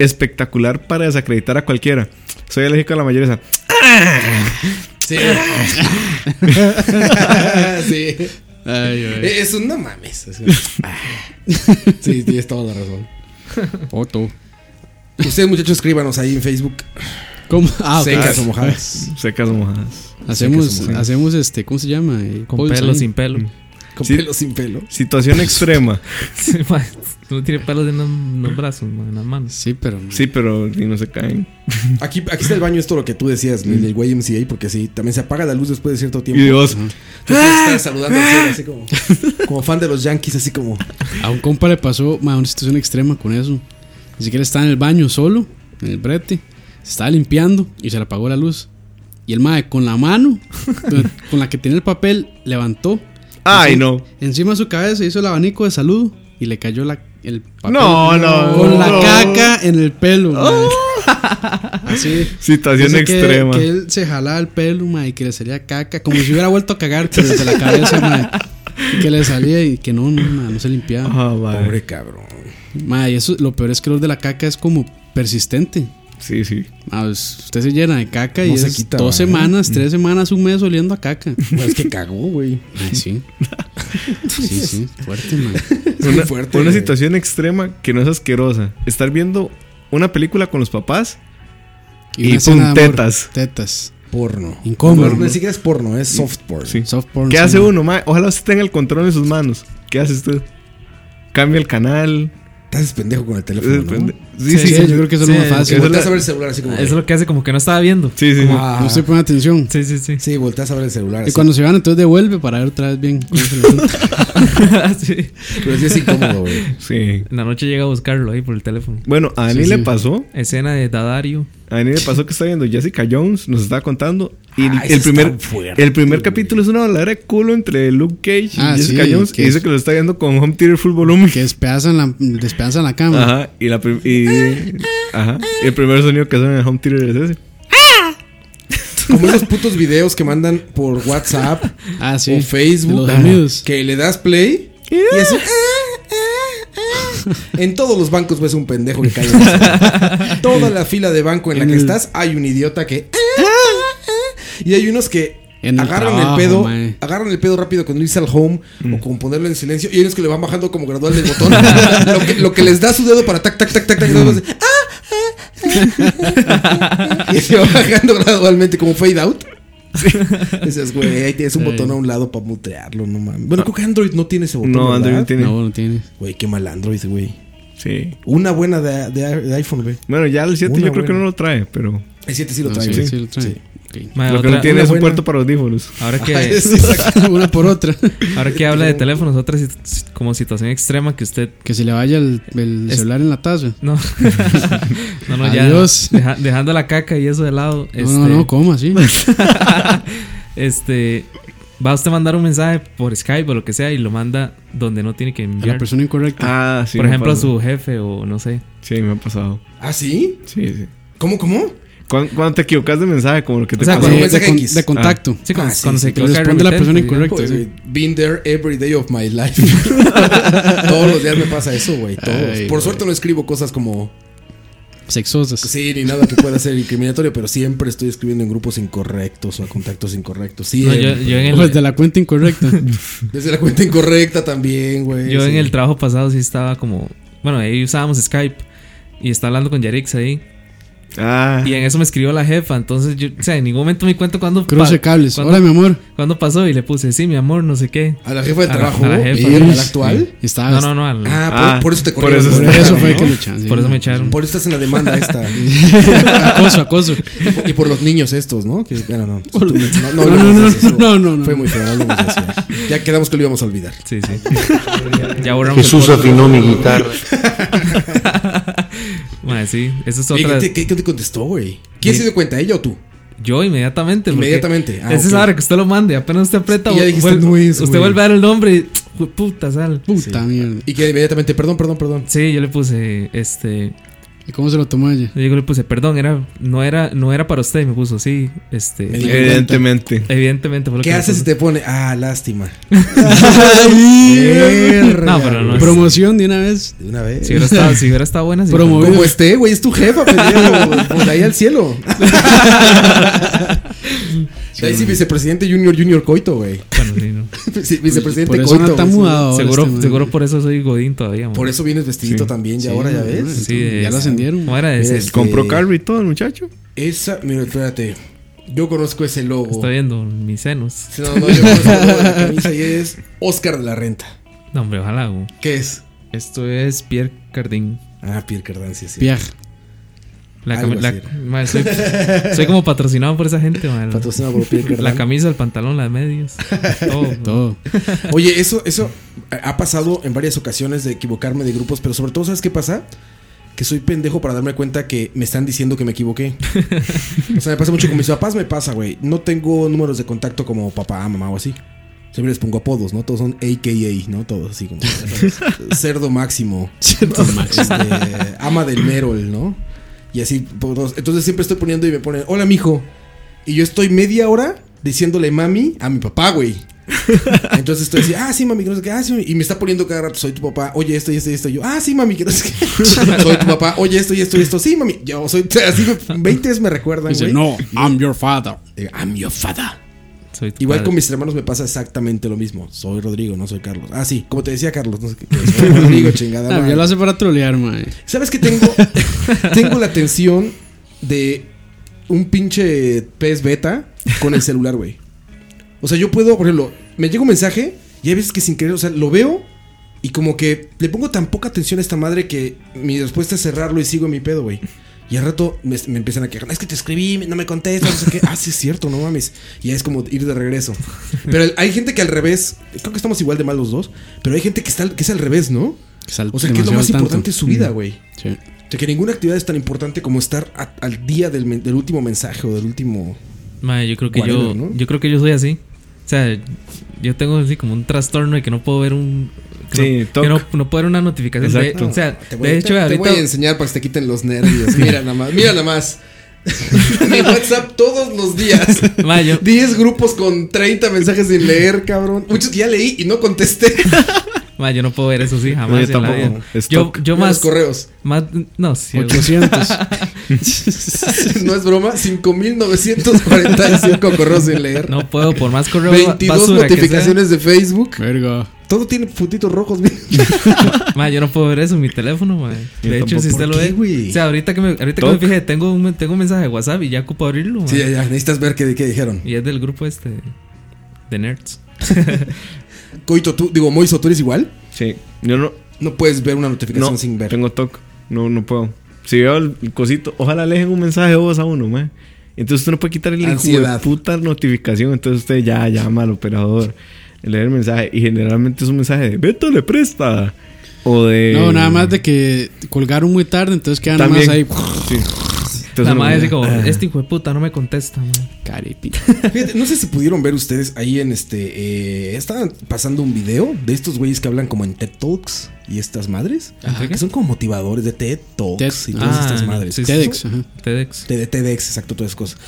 E: espectacular para desacreditar a cualquiera. Soy alérgico a la mayonesa.
B: Sí. sí.
C: Ay, ay.
B: Eh, Eso no mames. Eso- Ah. Sí, tienes toda la razón.
C: Otto.
B: Ustedes, muchachos, escríbanos ahí en Facebook.
C: ¿Cómo? Ah, ok.
B: Secas o mojadas.
E: Secas o mojadas.
C: Hacemos,
B: Secas o mojadas.
C: hacemos este, ¿cómo se llama? Eh,
D: Con
C: polls
D: pelo,
C: ahí.
D: sin pelo.
E: Mm.
B: Con
E: Sí.
B: pelo sin pelo.
E: Situación extrema.
D: Sí, ma, no tiene pelos en los, en los brazos, ma, en las manos.
C: Sí, pero.
E: Sí, pero ni no se caen.
B: Aquí, aquí está el baño, esto lo que tú decías, güey, del YMCA, porque sí, también se apaga la luz después de cierto tiempo.
E: Y Dios,
B: Tú puedes
E: Ah.
B: estar saludando así, así como, como fan de los Yankees, así como.
C: A un compa le pasó ma, una situación extrema con eso. Ni siquiera estaba en el baño solo, en el brete. Se estaba limpiando y se le apagó la luz. Y el mae con la mano, con la que tenía el papel, levantó.
E: Ay,
C: Encima-
E: no.
C: Encima de su cabeza hizo el abanico de saludo. y le cayó la, el papel
E: No, no,
C: con la
E: no. Oh.
C: caca en el pelo. mae. Así.
E: Situación
C: Dice que-
E: extrema.
C: Que, él se jalaba el pelo, mae, y que le salía caca, como si hubiera vuelto a cagar, pero desde la cabeza, mae. Y que le salía y que no, no, mae, no se limpiaba.
E: Ah, mae.
B: Pobre cabrón.
C: Mae, y eso, lo peor es que el olor de la caca es como persistente.
E: Sí, sí.
C: Ah, pues, usted se llena de caca
B: No
C: y
B: se
C: es
B: quita,
C: dos
B: ¿verdad?
C: semanas, tres semanas, un mes oliendo a caca.
B: Bueno, Es que cagó, güey.
C: Ay, sí. Sí, sí, fuerte, man.
B: Es muy
E: Una,
B: fuerte.
E: una
B: güey.
E: situación extrema que no es asquerosa. Estar viendo una película con los papás. Y
C: una
E: con
C: escena de amor.
E: tetas.
C: Tetas.
B: Porno.
C: Incómodo.
B: Porno, Ni siquiera es porno, es soft porn.
E: Sí.
C: Soft porn.
E: ¿Qué
C: sí,
E: hace
C: man.
E: uno, mae? Ojalá usted tenga el control en sus manos. ¿Qué hace usted? Cambia el canal.
B: Estás pendejo con el teléfono.
E: Es-
B: ¿no?
E: prende-
C: Pues, Sí,
E: Sí,
C: sí,
E: sí.
C: yo creo que eso
D: sí,
C: es lo más
E: sí,
C: fácil.
B: Y
E: eso es
B: volteas
E: la-
B: a ver el celular así como.
D: Eso es lo que hace como que no estaba viendo.
E: Sí, sí.
B: Ah,
C: No se pone atención.
D: Sí, sí, sí.
B: Sí, volteas a ver el celular
C: Y
B: así.
C: cuando se van, entonces devuelve para ver otra vez bien. cómo se lo hacen.
D: Sí.
B: Pero sí es incómodo, güey.
E: Sí.
D: En la noche llega a buscarlo ahí por el teléfono.
E: Bueno, a Dani
C: Sí,
E: le
C: sí.
E: pasó.
D: Escena de Dadario.
E: A Dani le pasó que está viendo Jessica Jones, nos estaba contando. Y
B: Ah, eso
E: el, primer,
B: está fuerte,
E: el primer
B: güey.
E: capítulo es una habladera de culo entre Luke Cage y
C: Ah,
E: Jessica
C: sí,
E: Jones.
C: que
E: Y dice
C: es-
E: que lo está viendo con Home Theater Full Volume.
C: que despedazan la, despedazan la cama.
E: Ajá. Y, la prim- y- ajá, y el primer sonido que suena en el Home Theater es ese.
B: Como esos putos videos que mandan por WhatsApp
C: Ah, sí.
B: o Facebook. Ah.
C: De
B: ajá,
C: los amigos.
B: Que le das play. Y así. ah, ah, ah. En todos los bancos ves un pendejo que cae. en eso. Toda la fila de banco en la
C: En
B: que
C: el-
B: estás, hay un idiota que. ah, ah, ah. Y hay unos que
C: En el
B: agarran
C: trabajo,
B: el pedo.
C: mae. Mm.
B: Agarran el pedo rápido con irse al home o con ponerlo en silencio. Y hay unos que le van bajando como gradual del botón. lo, que, lo que les da su dedo para tac, tac, tac, tac,
C: Mm.
B: tac. y luego hace, ah, ah, ah, ah, ah. y se va bajando gradualmente como fade out. Dices, güey, ahí tienes un botón a un lado para mutearlo, no mames. Bueno, creo que Android no tiene ese botón.
E: No,
B: ¿verdad?
E: Android no tiene.
C: Ah. No, no tiene.
B: Güey, qué mal Android, güey.
E: Sí.
B: Una buena de, de- de iPhone, güey.
E: Bueno, ya el 7
B: Una
E: yo creo que
B: buena.
E: no lo trae, pero
B: El 7 sí lo
C: No,
B: trae,
C: sí,
B: güey.
C: sí lo trae.
B: Sí.
C: Ok.
D: Mae,
E: lo que
D: Ah, otra-
E: no tiene es un
B: buena-
E: puerto para audífonos.
B: Ah,
D: Ahora que,
C: Una por otra.
D: ahora que habla de teléfonos, otra sit- como situación extrema que usted.
C: Que se le vaya el, el
D: Es-
C: celular en la taza.
D: No, no, no, ya.
C: Adiós.
D: deja- dejando la caca y eso de lado.
C: No, no, no, ¿cómo así?
D: este. Va usted a mandar un mensaje por Skype o lo que sea y lo manda donde no tiene que
C: A la
D: enviar.
C: persona incorrecta.
E: Ah, sí.
D: por
E: me
D: ejemplo, a
E: pasa.
D: su jefe o no sé.
E: Sí, me ha pasado.
B: ¿Ah, sí?
E: Sí, sí.
B: ¿Cómo, cómo?
E: Cuando, cuando te equivocas de mensaje, como lo que te
D: sea,
E: pasó.
B: cuando
C: de,
B: mensaje
C: de con-
B: X.
C: de contacto.
D: Sí, cuando,
B: Ah, sí,
D: cuando
C: sí,
D: se
C: que
D: coloca
C: responde la persona
D: digamos.
C: incorrecta.
B: Pues,
C: sí.
B: güey, Been there every day of my life. Todos los días me pasa eso, güey. Todos.
C: Ay,
B: Por
C: güey.
B: suerte no escribo cosas como
C: Sexosas.
B: sí ni nada que pueda ser incriminatorio, pero siempre estoy escribiendo en grupos incorrectos o a contactos incorrectos. Sí,
D: No, yo, yo en
C: O las
D: el,
C: de la cuenta incorrecta.
B: desde la cuenta incorrecta también, güey.
D: Yo
B: sí.
D: en el trabajo pasado sí estaba como. Bueno, ahí usábamos Skype y estaba hablando con Yarix ahí.
E: Ah,
D: Y en eso me escribió la jefa. Entonces, yo, o sea, en ningún momento me cuento cuándo,
C: Cruce
D: pa-
C: cables.
D: cuándo,
C: Hola, mi amor.
D: cuándo pasó y le puse, sí, mi amor, no sé qué.
B: A la jefa del
D: A la-
B: trabajo,
D: a la jefa. Mm.
B: verga, ¿la actual.
C: Estaba.
D: No, no, no. al-
B: Ah,
E: Ah,
B: por, por eso te
E: por
B: corrieron.
E: eso
C: Por eso fue
B: ¿no?
C: que lo echaron. sí.
D: por eso me echaron.
B: Por eso estás en la demanda esta.
C: acoso, acoso.
B: Y por- Y por los niños estos, ¿no? Que, bueno, no. tú- No, no
C: No, no,
B: hablemos de
C: no,
B: eso, eso
C: no, no, no.
B: Fue muy feo, no hablemos de eso. Ya quedamos que lo íbamos a olvidar.
D: Sí, sí. ya borramos. el
F: Jesús
D: podcast.
F: afinó mi guitarra.
D: Mae, sí, eso es
B: Oye,
D: otra.
B: ¿Qué, te- qué- qué te contestó, güey? ¿Quién
D: Sí.
B: se dio cuenta, ella o tú?
D: Yo inmediatamente. porque
B: Inmediatamente. Ah,
D: esa es
B: ok.
D: la hora que usted lo mande. Apenas usted aprieta.
B: Y ya
D: vuel-
B: dijiste, "No es,
D: usted
B: güey".
D: vuelve a dar el nombre y. "Jue- Puta sal.
C: Puta mierda.
B: Y que inmediatamente, perdón, perdón, perdón.
D: Sí, yo le puse. Este.
C: ¿Y cómo se lo tomó ella?
D: Yo le puse, perdón, era, no, era, no era para usted. Y me puso, sí. Este.
B: Me di
E: evidentemente.
D: Evidentemente fue lo
B: ¿Qué
D: que me
B: haces si
D: puso.
B: te pone? Ah, lástima.
D: No, pero no es-
C: Promoción de una vez.
B: De una vez.
D: Si hubiera estado, si hubiera estado buena, sí.
C: Promo-
B: Como esté, güey, es tu jefa, pendejo. Por ahí al cielo. ahí sí, vicepresidente Junior Junior Coito, güey.
D: Bueno, sí, no.
B: Sí, vicepresidente
C: Por eso
B: Coito.
C: no está
B: güey.
C: mudado. ahora
D: seguro,
C: este man.
D: seguro por eso soy Godín todavía. man.
B: Por eso vienes vestidito
E: Sí.
B: también, ya
C: Sí,
B: ahora ya
C: güey,
B: ves.
D: Sí,
C: ya
D: es-
C: lo ascendieron.
D: ¿Cómo era ese?
B: Mira,
E: Compró
B: Eh,
E: carro y todo el muchacho.
B: Esa, mira, espérate. Yo conozco ese logo.
D: Estoy viendo mis senos.
B: Sí, No, no, yo conozco el logo de la camisa y es Oscar de la Renta.
D: No, hombre, ojalá. güey.
B: ¿Qué es?
D: Esto es Pierre Cardin.
B: Ah, Pierre Cardin, sí, sí.
C: Piaj.
D: La
B: Algo
D: cami- la-
B: así era.
D: ma, soy, soy como patrocinado por esa gente, man.
B: Patrocinado por Pierre Cardin.
D: La camisa, el pantalón, las medias. Todo. man.
C: Todo.
B: Oye, eso, eso ha pasado en varias ocasiones de equivocarme de grupos, pero sobre todo, ¿sabes qué pasa? Que soy pendejo para darme cuenta que me están diciendo que me equivoqué. o sea, me pasa mucho con mis papás, me pasa, güey. No tengo números de contacto como papá, mamá o así. Siempre les pongo apodos, ¿no? Todos son AKA, ¿no? Todos así como. Cerdo máximo. Cerdo máximo. ama del Merol, ¿no? Y así. todos. Entonces siempre estoy poniendo y me ponen, hola mijo. Y yo estoy media hora diciéndole mami a mi papá, güey. Entonces estoy así, ah, sí, mami, que no sé qué, ah, sí, mami. Y me está poniendo cada rato, soy tu papá, oye, esto y esto y esto. Y yo, ah, sí, mami, que no sé qué. soy tu papá, oye, esto y esto y esto. Sí, mami, yo soy. Así, me- 20 veces me recuerdan,
C: Dice,
B: güey.
C: no, I'm your father.
B: Digo, "Ah, I'm your father.
D: Soy tu
B: Igual
D: padre.
B: con mis hermanos me pasa exactamente lo mismo. Soy Rodrigo, no soy Carlos. Ah, sí, como te decía Carlos, no sé qué. Soy Rodrigo, chingada.
C: Ah,
B: madre.
C: ya lo hace para trolear, mae.
B: ¿Sabes que tengo? tengo la tensión de un pinche pez beta con el celular, güey. O sea, yo puedo, por ejemplo, me llega un mensaje y hay veces que sin querer, o sea, lo veo y como que le pongo tan poca atención a esta madre que mi respuesta es cerrarlo y sigo en mi pedo, güey. Y al rato me, me empiezan a quejar, es que te escribí, no me contestas, no sé qué. Ah, sí es cierto, no mames. Y es como ir de regreso. Pero el- hay gente que al revés, creo que estamos igual de mal los dos, pero hay gente que, está, al- que es al revés, ¿no? O sea, que es lo más importante es su vida, güey.
C: Sí.
B: O sea, que ninguna actividad es tan importante como estar a- al día del, men- del último mensaje o del último...
D: Mae, yo creo que yo,
B: Whatever, ¿no?
D: yo creo que yo soy así. O sea, yo tengo así como un trastorno de que no puedo ver un que, no,
E: Sí, toc.
D: que no, no puedo ver una notificación. De-
E: Exacto.
D: o sea,
B: Te voy-
D: de hecho
B: te, te voy
D: ahorita
B: a enseñar para que se te quiten los nervios. Mira nada más, mira nada más. Mi WhatsApp todos los días.
D: mae, yo-
B: 10 grupos con 30 mensajes sin leer, cabrón. Muchos que ya leí y no contesté.
D: mae, yo no puedo ver eso sí,
E: No, yo
D: jamás. en la
E: tampoco.
D: vida.
E: Es
D: Yo,
E: toc.
D: yo
B: Mira Los
D: más,
B: correos.
D: más no, sí,
C: 800.
B: No es broma, 5.945 correos sin leer.
D: no puedo por más correo
B: 22
D: basura que sea.
B: notificaciones de Facebook.
C: Verga.
B: Todo tiene puntitos rojos. mira.
D: Mae, yo no puedo ver eso en mi teléfono, mae.
E: Yo
D: De hecho,
E: tampoco.
D: si usted
B: ¿Por
D: lo
B: qué,
D: ve,
B: güey?
D: o sea, ahorita que me ahorita que me
E: Toc.
D: fijé, tengo un tengo un mensaje de WhatsApp y ya ocupo abrirlo, mae.
B: Sí, ya, ya. Necesitas ver qué, qué dijeron.
D: Y es del grupo este de nerds.
B: Coito, tú, digo, Moiso, ¿tú eres igual?
E: Sí. Yo no.
B: No puedes ver una notificación
E: no
B: sin ver.
E: Tengo TOC. No, no puedo. Si veo el cosito, ojalá le dejen un mensaje de voz a uno, man. Entonces usted no puede quitarle la hijo de
B: Ansiedad.
E: puta notificación. Entonces usted ya llama al operador, lee el mensaje. Y generalmente es un mensaje de Beto le presta. O
B: Eh,
E: de.
C: No, nada más de que colgaron muy tarde, entonces quedan nada
E: También.
C: más ahí.
E: Sí. Entonces
D: La
E: uno
D: madre así
E: ya- "Ah,
D: como, eh, este hijo de puta no me contesta, mae.
C: Carepita.
B: Fíjate, no sé si pudieron ver ustedes ahí en este. eh, estaban pasando un video de estos güeyes que hablan como en TED Talks y estas madres. Que son como motivadores de TED Talks
C: TED.
B: y todas
D: Ah,
B: estas madres.
D: sí, sí.
C: TEDx, ajá.
D: TEDx.
B: De, de TEDx, exacto, todas esas cosas.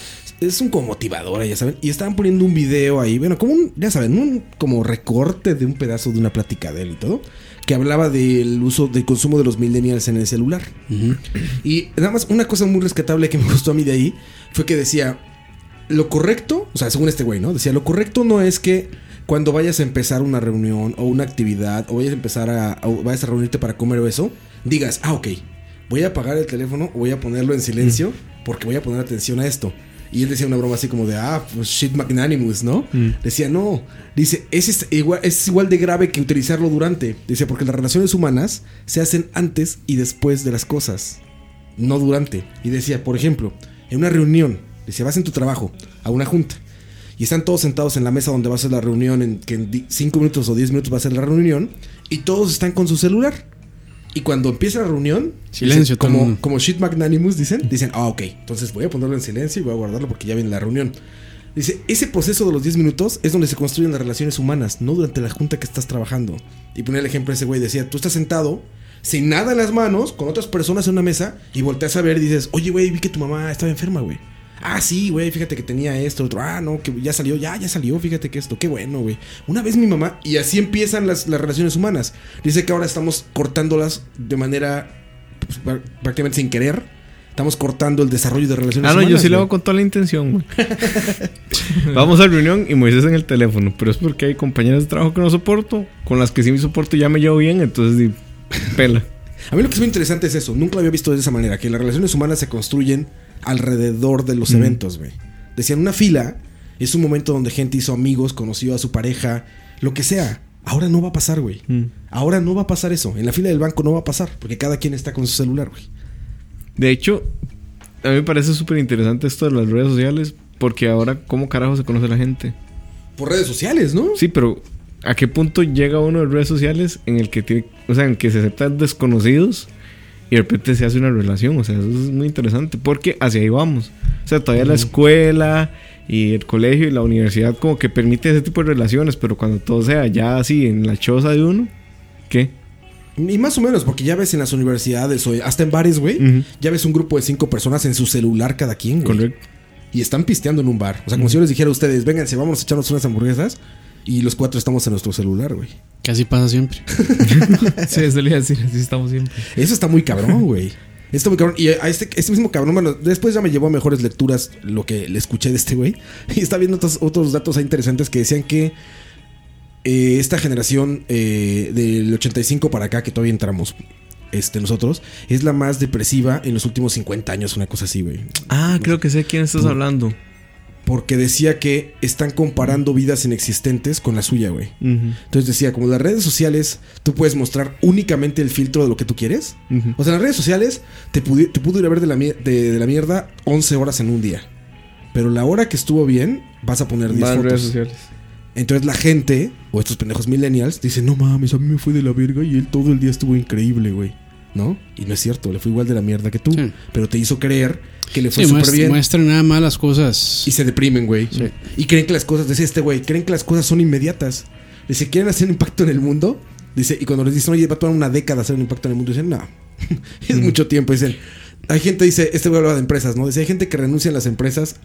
B: Es un como motivadora, ya saben. Y estaban poniendo un video ahí, bueno, como un, ya saben, un como recorte de un pedazo de una plática de él y todo, que hablaba del uso, del consumo de los millennials en el celular. Y nada más, una cosa muy rescatable que me gustó a mí de ahí fue que decía, lo correcto, o sea, según este güey, ¿no? Decía, lo correcto no es que cuando vayas a empezar una reunión o una actividad o vayas a empezar a, o vayas a reunirte para comer o eso, digas, ah, ok, voy a apagar el teléfono o voy a ponerlo en silencio porque voy a poner atención a esto. Y él decía una broma así como de, ah, pues shit magnanimous, ¿no? Decía, no, dice, es, es igual, es igual de grave que utilizarlo durante. Dice, porque las relaciones humanas se hacen antes y después de las cosas no durante. Y decía, por ejemplo, en una reunión, decía, vas en tu trabajo a una junta y están todos sentados en la mesa donde va a ser la reunión, en que en 5 minutos o 10 minutos va a ser la reunión, y todos están con su celular. Y cuando empieza la reunión,
C: Silencio,
B: dicen,
C: todo el
B: como,
C: mundo.
B: como shit magnanimous, dicen, dicen, ah, ok, entonces voy a ponerlo en silencio y voy a guardarlo porque ya viene la reunión. Dice, ese proceso de los 10 minutos es donde se construyen las relaciones humanas, no durante la junta que estás trabajando. Y poner el ejemplo ese güey, decía, tú estás sentado, sin nada en las manos, con otras personas en una mesa, y volteas a ver y dices, oye, güey, vi que tu mamá estaba enferma, güey. Ah, sí, güey, fíjate que tenía esto, otro, ah, no, que ya salió, ya, ya salió, fíjate que esto, qué bueno, güey. Una vez mi mamá, y así empiezan las, las relaciones humanas. Dice que ahora estamos cortándolas de manera pues, pra- prácticamente sin querer. Estamos cortando el desarrollo de relaciones
E: Ah, no,
B: humanas.
E: yo sí lo
B: güey.
E: hago con toda la intención, güey. Vamos a reunión y Moisés en el teléfono. Pero es porque hay compañeras de trabajo que no soporto. Con las que sí me soporto y ya me llevo bien. Entonces, di, pela.
B: A mí lo que es muy interesante es eso. Nunca lo había visto de esa manera. Que las relaciones humanas se construyen alrededor de
E: Mm.
B: los eventos, güey. Decían, una fila es un momento donde gente hizo amigos, conoció a su pareja, lo que sea. Ahora no va a pasar, güey.
E: Mm.
B: Ahora no va a pasar eso. En la fila del banco no va a pasar. Porque cada quien está con su celular, güey.
E: De hecho, a mí me parece súper interesante esto de las redes sociales. Porque ahora, ¿cómo carajo se conoce la gente?
B: Por redes sociales, ¿no?
E: Sí, pero ¿a qué punto llega uno de redes sociales en el que tiene, o sea, en que se aceptan desconocidos y de repente se hace una relación? O sea, eso es muy interesante porque hacia ahí vamos. O sea, todavía la escuela Y el colegio y la universidad como que permite ese tipo de relaciones, pero cuando todo sea ya así en la choza de uno, ¿qué?
B: Y más o menos, porque ya ves en las universidades o hasta en bares, güey,
E: Ujú.
B: ya ves un grupo de cinco personas en su celular cada quien, güey.
E: Correcto.
B: Y están pisteando en un bar. O sea, como si yo les dijera a ustedes, vénganse, vamos a echarnos unas hamburguesas. Y los cuatro estamos en nuestro celular, güey.
C: Casi pasa siempre.
D: Sí, eso le iba a decir, así estamos siempre.
B: Eso está muy cabrón, güey. Está muy cabrón. Y a este, este mismo cabrón, bueno, después ya me llevó a mejores lecturas lo que le escuché de este güey. Y está viendo otros, otros datos ahí interesantes que decían que eh, esta generación eh, del 85 para acá, que todavía entramos este, nosotros, es la más depresiva en los últimos 50 años, una cosa así, güey.
H: Ah, creo que sé quién estás hablando.
B: Porque decía que están comparando vidas inexistentes con la suya, güey. Entonces decía, como las redes sociales, tú puedes mostrar únicamente el filtro de lo que tú quieres. O sea, en las redes sociales te, pudi- te pudo ir a ver de la, mie- de, de la mierda 11 horas en un día. Pero la hora que estuvo bien, vas a poner 10
E: Van redes
B: fotos.
E: sociales.
B: Entonces la gente, o estos pendejos millennials, dicen, no mames, a mí me fue de la verga y él todo el día estuvo increíble, güey. ¿No? Y no es cierto, le fue igual de la mierda que tú.
C: Sí.
B: Pero te hizo creer que le fue
C: Sí,
B: súper
C: muest-
B: bien.
C: muestran nada más las cosas.
B: Y se deprimen, güey. Y creen que las cosas, decía este güey, creen que las cosas son inmediatas. Dice, ¿quieren hacer un impacto en el mundo? Dice, y cuando les dicen, oye, va a tomar una década hacer un impacto en el mundo, dicen, no, es
C: Mm.
B: mucho tiempo. Dicen, hay gente, dice, este güey hablaba de empresas, ¿no? Dice, hay gente que renuncia a las empresas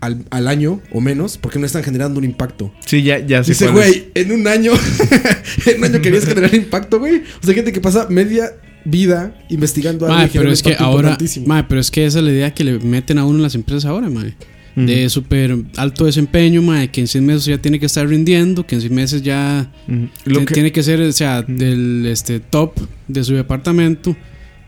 B: al, al año o menos porque no están generando un impacto.
E: Sí, ya, ya sé
B: Dice,
E: cuál es.
B: güey, en un año, en un año querías generar impacto, güey. O sea, hay gente que pasa media vida investigando algo y
C: Mae,
B: genera
C: pero
B: un
C: es que
B: impacto
C: ahora,
B: importantísimo.
C: mae, pero es que esa es la idea que le meten a uno en las empresas ahora, mae. De súper alto desempeño, mae, que en seis meses ya tiene que estar rindiendo, que en seis meses ya
E: Lo
C: ti-
E: que-
C: tiene que ser, o sea, del este top de su departamento,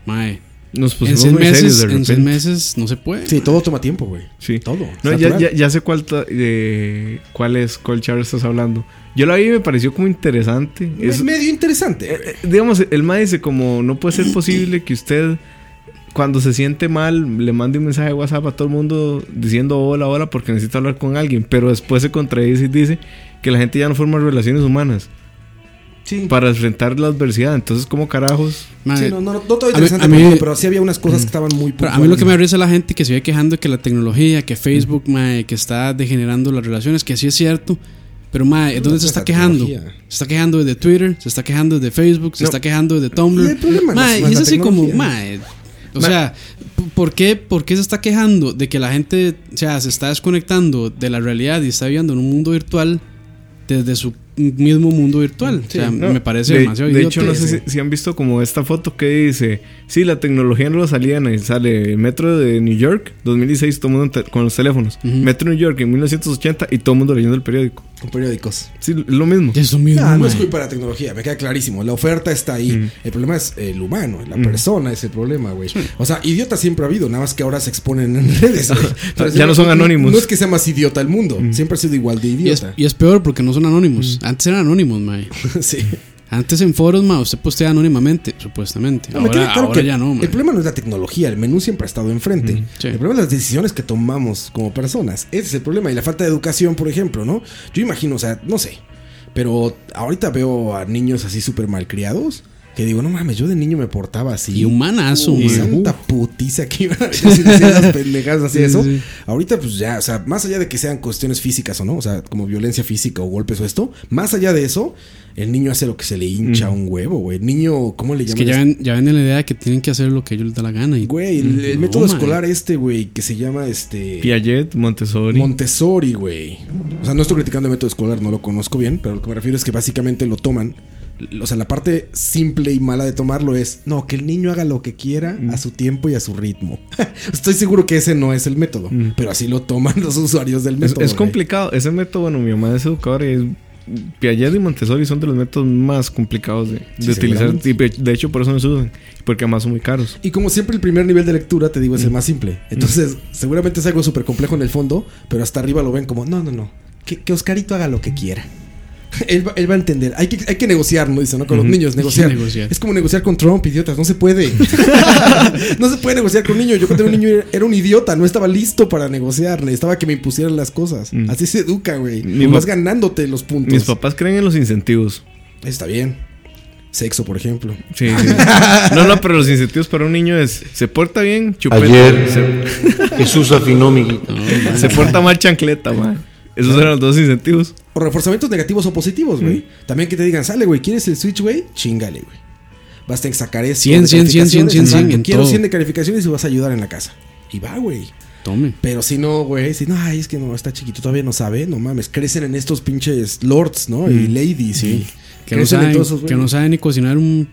C: mae.
E: Nos
B: Pues
C: en seis
E: pusimos muy serios
C: meses,
E: de
C: en
E: repente.
C: seis meses no se puede.
B: Sí,
C: mae.
B: todo toma tiempo, güey.
E: Sí.
B: Todo.
E: No,
B: es
E: ya,
B: natural.
E: ya, ya sé cuál, ta- de, cuál es, cuál Charles estás hablando. Yo la vi y me pareció como interesante.
B: Es
E: Es-
B: medio interesante. güey.
E: eh, eh, digamos, el MAE dice como, no puede ser posible que usted, cuando se siente mal, le mande un mensaje de WhatsApp a todo el mundo diciendo hola, hola, porque necesita hablar con alguien. Pero después se contradice y dice que la gente ya no forma relaciones humanas
B: Sí.
E: para enfrentar la adversidad. Entonces, ¿cómo carajos?
C: Mae,
B: Sí, no, no, no todo
C: A mí-
B: interesante,
C: a mí- Mm.
B: pero- pero sí había unas cosas que estaban muy
C: pero a mí lo que me
B: puntuales.
C: arriesga la gente que se ve quejando que la tecnología, que Facebook, mae, que está degenerando las relaciones, que sí es cierto. Pero, mae, ¿dónde se
B: es
C: está
B: la
C: quejando? Se
B: tecnología.
C: está quejando desde Twitter, se está quejando desde Facebook, se está quejando desde Tumblr.
B: Y el problema no
C: Mae,
B: es- no
C: y
B: es
C: es
B: la
C: así como,
B: tecnología.
C: mae. O sea, p- ¿por qué, ¿por qué se está quejando de que la gente, o sea, se está desconectando de la realidad y está viviendo en un mundo virtual desde su mismo mundo virtual? o sea,
E: No,
C: me parece
E: de,
C: demasiado
E: De
C: idiota.
E: hecho, no sé si, si han visto como esta foto que dice: Sí, la tecnología no lo salía. y Sale el metro de New York, 2016, todo el mundo te- con los teléfonos. Metro de New York en 1980 y todo el mundo leyendo el periódico.
B: Con periódicos.
E: Sí, lo mismo.
C: Eso mismo,
B: Ah, no es
C: mae.
B: culpa de la tecnología, me queda clarísimo. La oferta está ahí.
C: Mm.
B: El problema es el humano, la persona es el problema, güey. O sea, idiota siempre ha habido, nada más que ahora se exponen en redes. güey. Pero
E: Ya no son anónimos.
B: No es que sea más idiota el mundo, siempre ha sido igual de
C: Mm. Y es,
B: idiota. Mm.
C: y es peor porque no son anónimos. Antes eran anónimos, mae.
B: sí.
C: Antes en foros, ma, usted postea anónimamente, supuestamente.
B: No, me
C: ahora
B: queda claro
C: ahora
B: que
C: ya no, ma.
B: El problema no es la tecnología, el menú siempre ha estado enfrente.
C: sí.
B: El problema es las decisiones que tomamos como personas. Ese es el problema. Y la falta de educación, por ejemplo, ¿no? Yo imagino, o sea, no sé. Pero ahorita veo a niños así súper malcriados. Que digo, no mames, yo de niño me portaba así.
C: Y un manazo,
B: Uy,
C: man.
B: Santa putiza que iban a meter si decían las pendejadas así
C: Sí,
B: eso.
C: sí, sí.
B: Ahorita, pues ya, o sea, más allá de que sean cuestiones físicas o no, o sea, como violencia física o golpes o esto, más allá de eso, el niño hace lo que se le hincha un huevo, güey. El niño, ¿cómo le
C: Es
B: llaman?
C: que ya
B: esto?
C: ven, ya ven la idea de que tienen que hacer lo que ellos les da la gana. Y,
B: Güey,
E: Mm,
B: el, el
C: No,
B: método
C: man.
B: escolar este, güey, que se llama este
E: Piaget, Montessori.
B: Montessori, güey. O sea, no estoy criticando el método escolar, no lo conozco bien, pero lo que me refiero es que básicamente lo toman. O sea, la parte simple y mala de tomarlo es, no, que el niño haga lo que quiera
E: Mm.
B: a su tiempo y a su ritmo. Estoy seguro que ese no es el método, pero así lo toman los usuarios del
E: Mm. es,
B: método.
E: es
B: güey.
E: complicado. Ese método, bueno, mi mamá es educadora y es. Piaget y Montessori son de los métodos más complicados de, de
B: Sí,
E: utilizar.
B: seguramente.
E: Y pe- de hecho, por eso no se usan. Porque además son muy caros.
B: Y como siempre, el primer nivel de lectura, te digo, es el
E: Mm.
B: más simple. Entonces, seguramente es algo súper complejo en el fondo, pero hasta arriba lo ven como, no, no, no, que, que Oscarito haga lo que quiera. Él va, él va a entender. Hay que, hay que negociar, ¿no? Dice, ¿no? Con los niños, negociar.
C: negociar.
B: Es como negociar con Trump, idiotas. No se puede. no se puede negociar con un niño. Yo cuando era un niño era- era un idiota. No estaba listo para negociar. Necesitaba que me impusieran las cosas. Así se educa, güey.
E: Mm. Mi
B: Vas
E: pap-
B: ganándote los puntos.
E: Mis papás creen en los incentivos.
B: Está bien. Sexo, por ejemplo.
E: Sí, sí. No, no, pero los incentivos para un niño es: se porta bien, chupete.
F: Ayer
E: Se,
F: Jesús afinó mi guitarra.
E: se porta mal, chancleta, ma. Esos eran los dos incentivos.
B: O reforzamientos negativos o positivos, güey. También que te digan, sale, güey, ¿quieres el Switch, güey? Chingale, güey. Vas a tener que sacar eso.
C: 100, 100, 100, 100, 100, en
B: Quiero
C: todo.
B: 100 de calificaciones y vas a ayudar en la casa. Y va, güey.
C: Tome.
B: Pero si no, güey, si no, ay, es que no, está chiquito, todavía no sabe, no mames. Crecen en estos pinches lords, ¿no? Y ladies, sí.
C: Que no, saben, que no saben ni cocinar un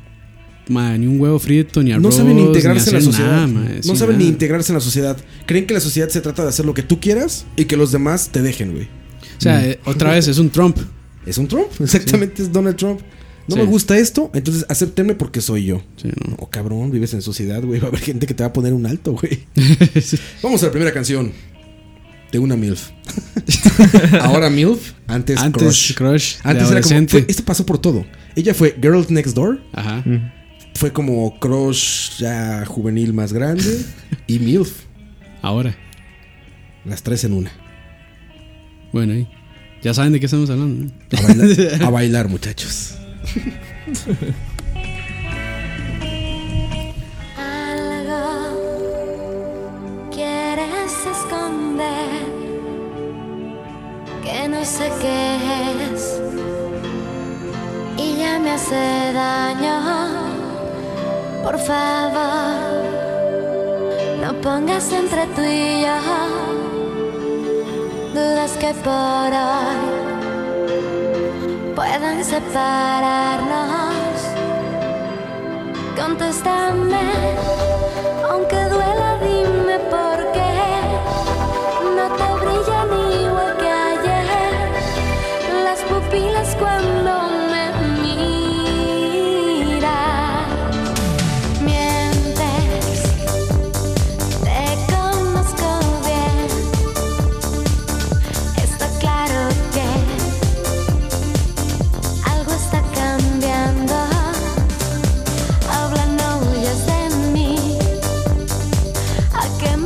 C: ma, ni un huevo frito, ni arroz.
B: No saben ni integrarse en la
C: hacer
B: sociedad.
C: nada, ma,
B: no
C: sí,
B: saben ni
C: nada.
B: integrarse en la sociedad. Creen que la sociedad se trata de hacer lo que tú quieras y que los demás te dejen, güey.
C: O sea, eh, otra vez es un Trump.
B: Es un Trump, exactamente es Donald Trump. No
C: Sí.
B: me gusta esto, entonces acéptenme porque soy yo.
C: Sí, no.
B: Oh, cabrón, vives en sociedad, güey. Va a haber gente que te va a poner un alto, güey. Vamos a la primera canción. De una MILF. Ahora MILF, antes,
C: Antes
B: Crush.
C: Crush, de
B: Antes era como.
C: adolescente.
B: fue- Mm. esto pasó por todo. Ella fue Girls Next Door.
C: Ajá.
B: Fue como Crush ya juvenil más grande. y MILF.
C: Ahora.
B: Las tres en una.
C: Bueno, ahí. Ya saben de qué estamos hablando. ¿no?
B: A bailar, a bailar, muchachos.
I: Algo quieres esconder que no sé qué es y ya me hace daño. Por favor, no pongas entre tú y yo dudas que por hoy puedan separarnos. Contéstame, aunque duela, dime por qué no te brillan igual que ayer las pupilas cuando me miras. Mientes, te conozco bien. Está claro que algo está cambiando. Hablan no huyas de mí, este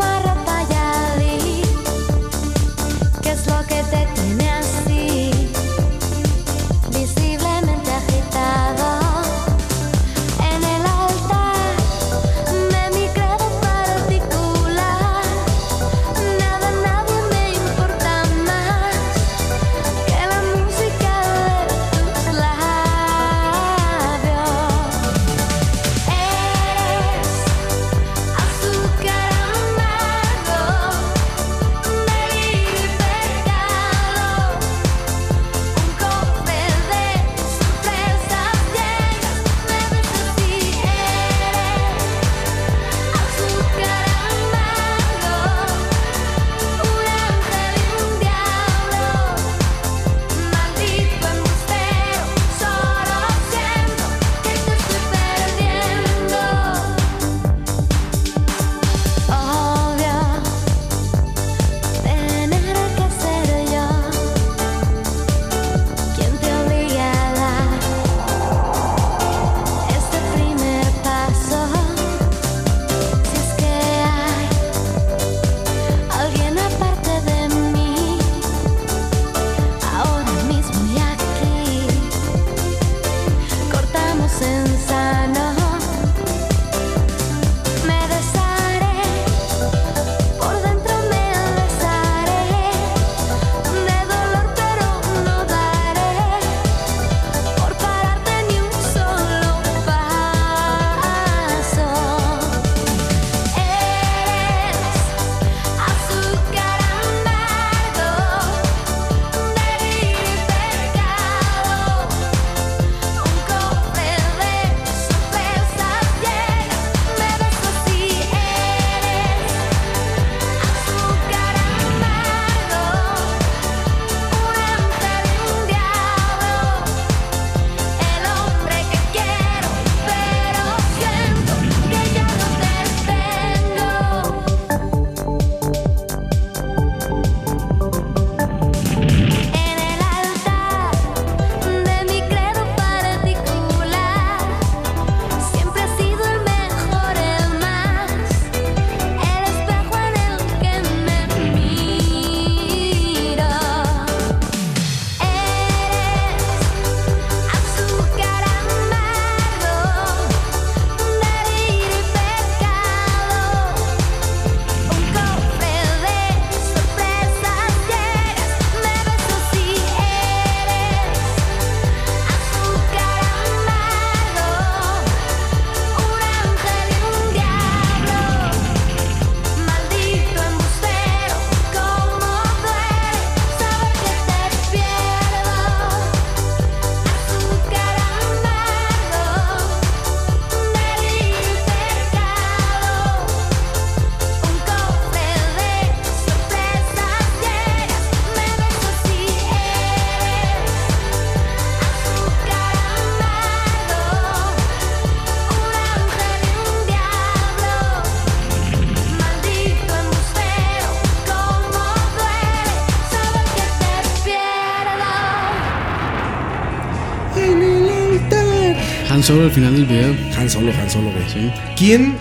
C: Solo al final del video.
B: Han Solo, Han Solo, güey.
C: Sí.
B: ¿Quién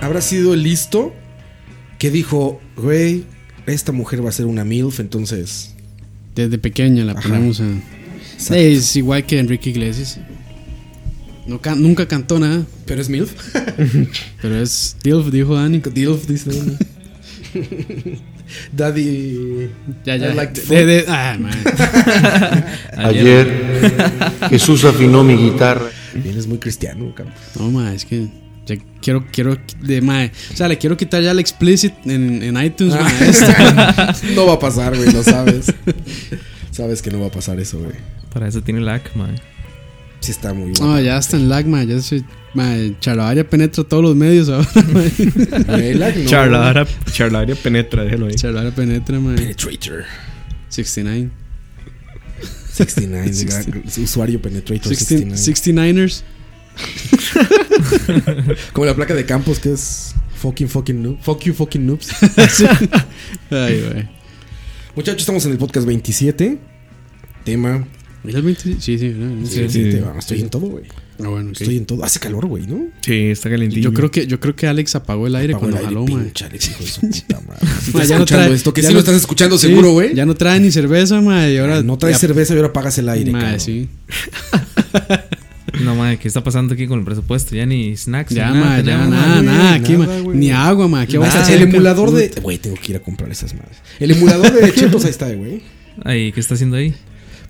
B: habrá sido el listo que dijo, güey, esta mujer va a ser una MILF, entonces...
C: Desde pequeña la
B: Ajá.
C: ponemos a. Sí, Es igual que Enrique Iglesias. No can- nunca cantó nada,
B: ¿Pero es MILF?
C: pero es DILF, dijo Dani.
B: DILF, dice uno. Daddy...
C: Ya, ya.
B: I like the
C: de, de- ah, man.
F: Ayer Jesús afinó mi guitarra.
B: Bien, es muy cristiano, cabrón.
C: No, ma, es que ya quiero, quiero, de, ma, o sea, le quiero quitar ya el explicit en, en iTunes, ma, ¿eh? esto.
B: Ah. no va a pasar, güey, lo sabes. sabes que no va a pasar eso, güey.
D: Para eso tiene lag, man.
B: Sí está muy bueno.
C: No, ya está en lag, ma, ya soy, ma, Charlavaria penetra todos los medios ahora, ma.
B: Relax, no.
E: Charlavaria, charlavaria penetra, déjalo ahí.
C: Charlavaria penetra, ma,
B: Penetrator.
C: 69.
B: 69, gran- usuario Penetrator
C: 69.
B: 69.
C: 69ers.
B: Como la placa de Campos que es fucking fucking noob. Fuck you fucking noobs.
C: Ay, güey.
B: Muchachos, estamos en el podcast 27. Tema.
C: ¿Era 20? Sí, sí, ¿verdad? Sí.
B: Sí, te- Estoy en todo, güey.
C: Ah, bueno, ok.
B: Estoy en todo. Hace calor, güey, ¿no?
E: Sí, está calentillo.
C: Yo creo que yo creo que Alex apagó el aire
B: Apagó el
C: cuando
B: aire,
C: jaló, ma.
B: pinche Alex, hijo de su puta madre. Si
C: Ma,
B: estás
C: ya no
B: escuchando
C: trae-
B: esto, que
C: ya
B: sí lo
C: no-
B: estás escuchando
C: Sí,
B: seguro, güey. Ah,
C: Ya no trae ni cerveza, ma, y ahora
B: No traes
C: ya-
B: cerveza y ahora pagas el aire,
C: ma,
B: cabrón.
C: sí.
D: No, madre, ¿qué está pasando aquí con el presupuesto? Ya ni snacks,
C: Ya,
D: ni nada.
C: ma, ya,
D: tenemos,
C: nada,
B: güey,
C: nada, aquí, ma.
B: nada, güey.
C: Ni agua, ma, aquí vamos a
B: Nada,
C: hacer
B: Ah, el
C: acá.
B: emulador de. Güey, tengo que ir a comprar esas madres. El emulador de Chetos, ahí está, güey.
D: Ay, ¿qué está haciendo ahí?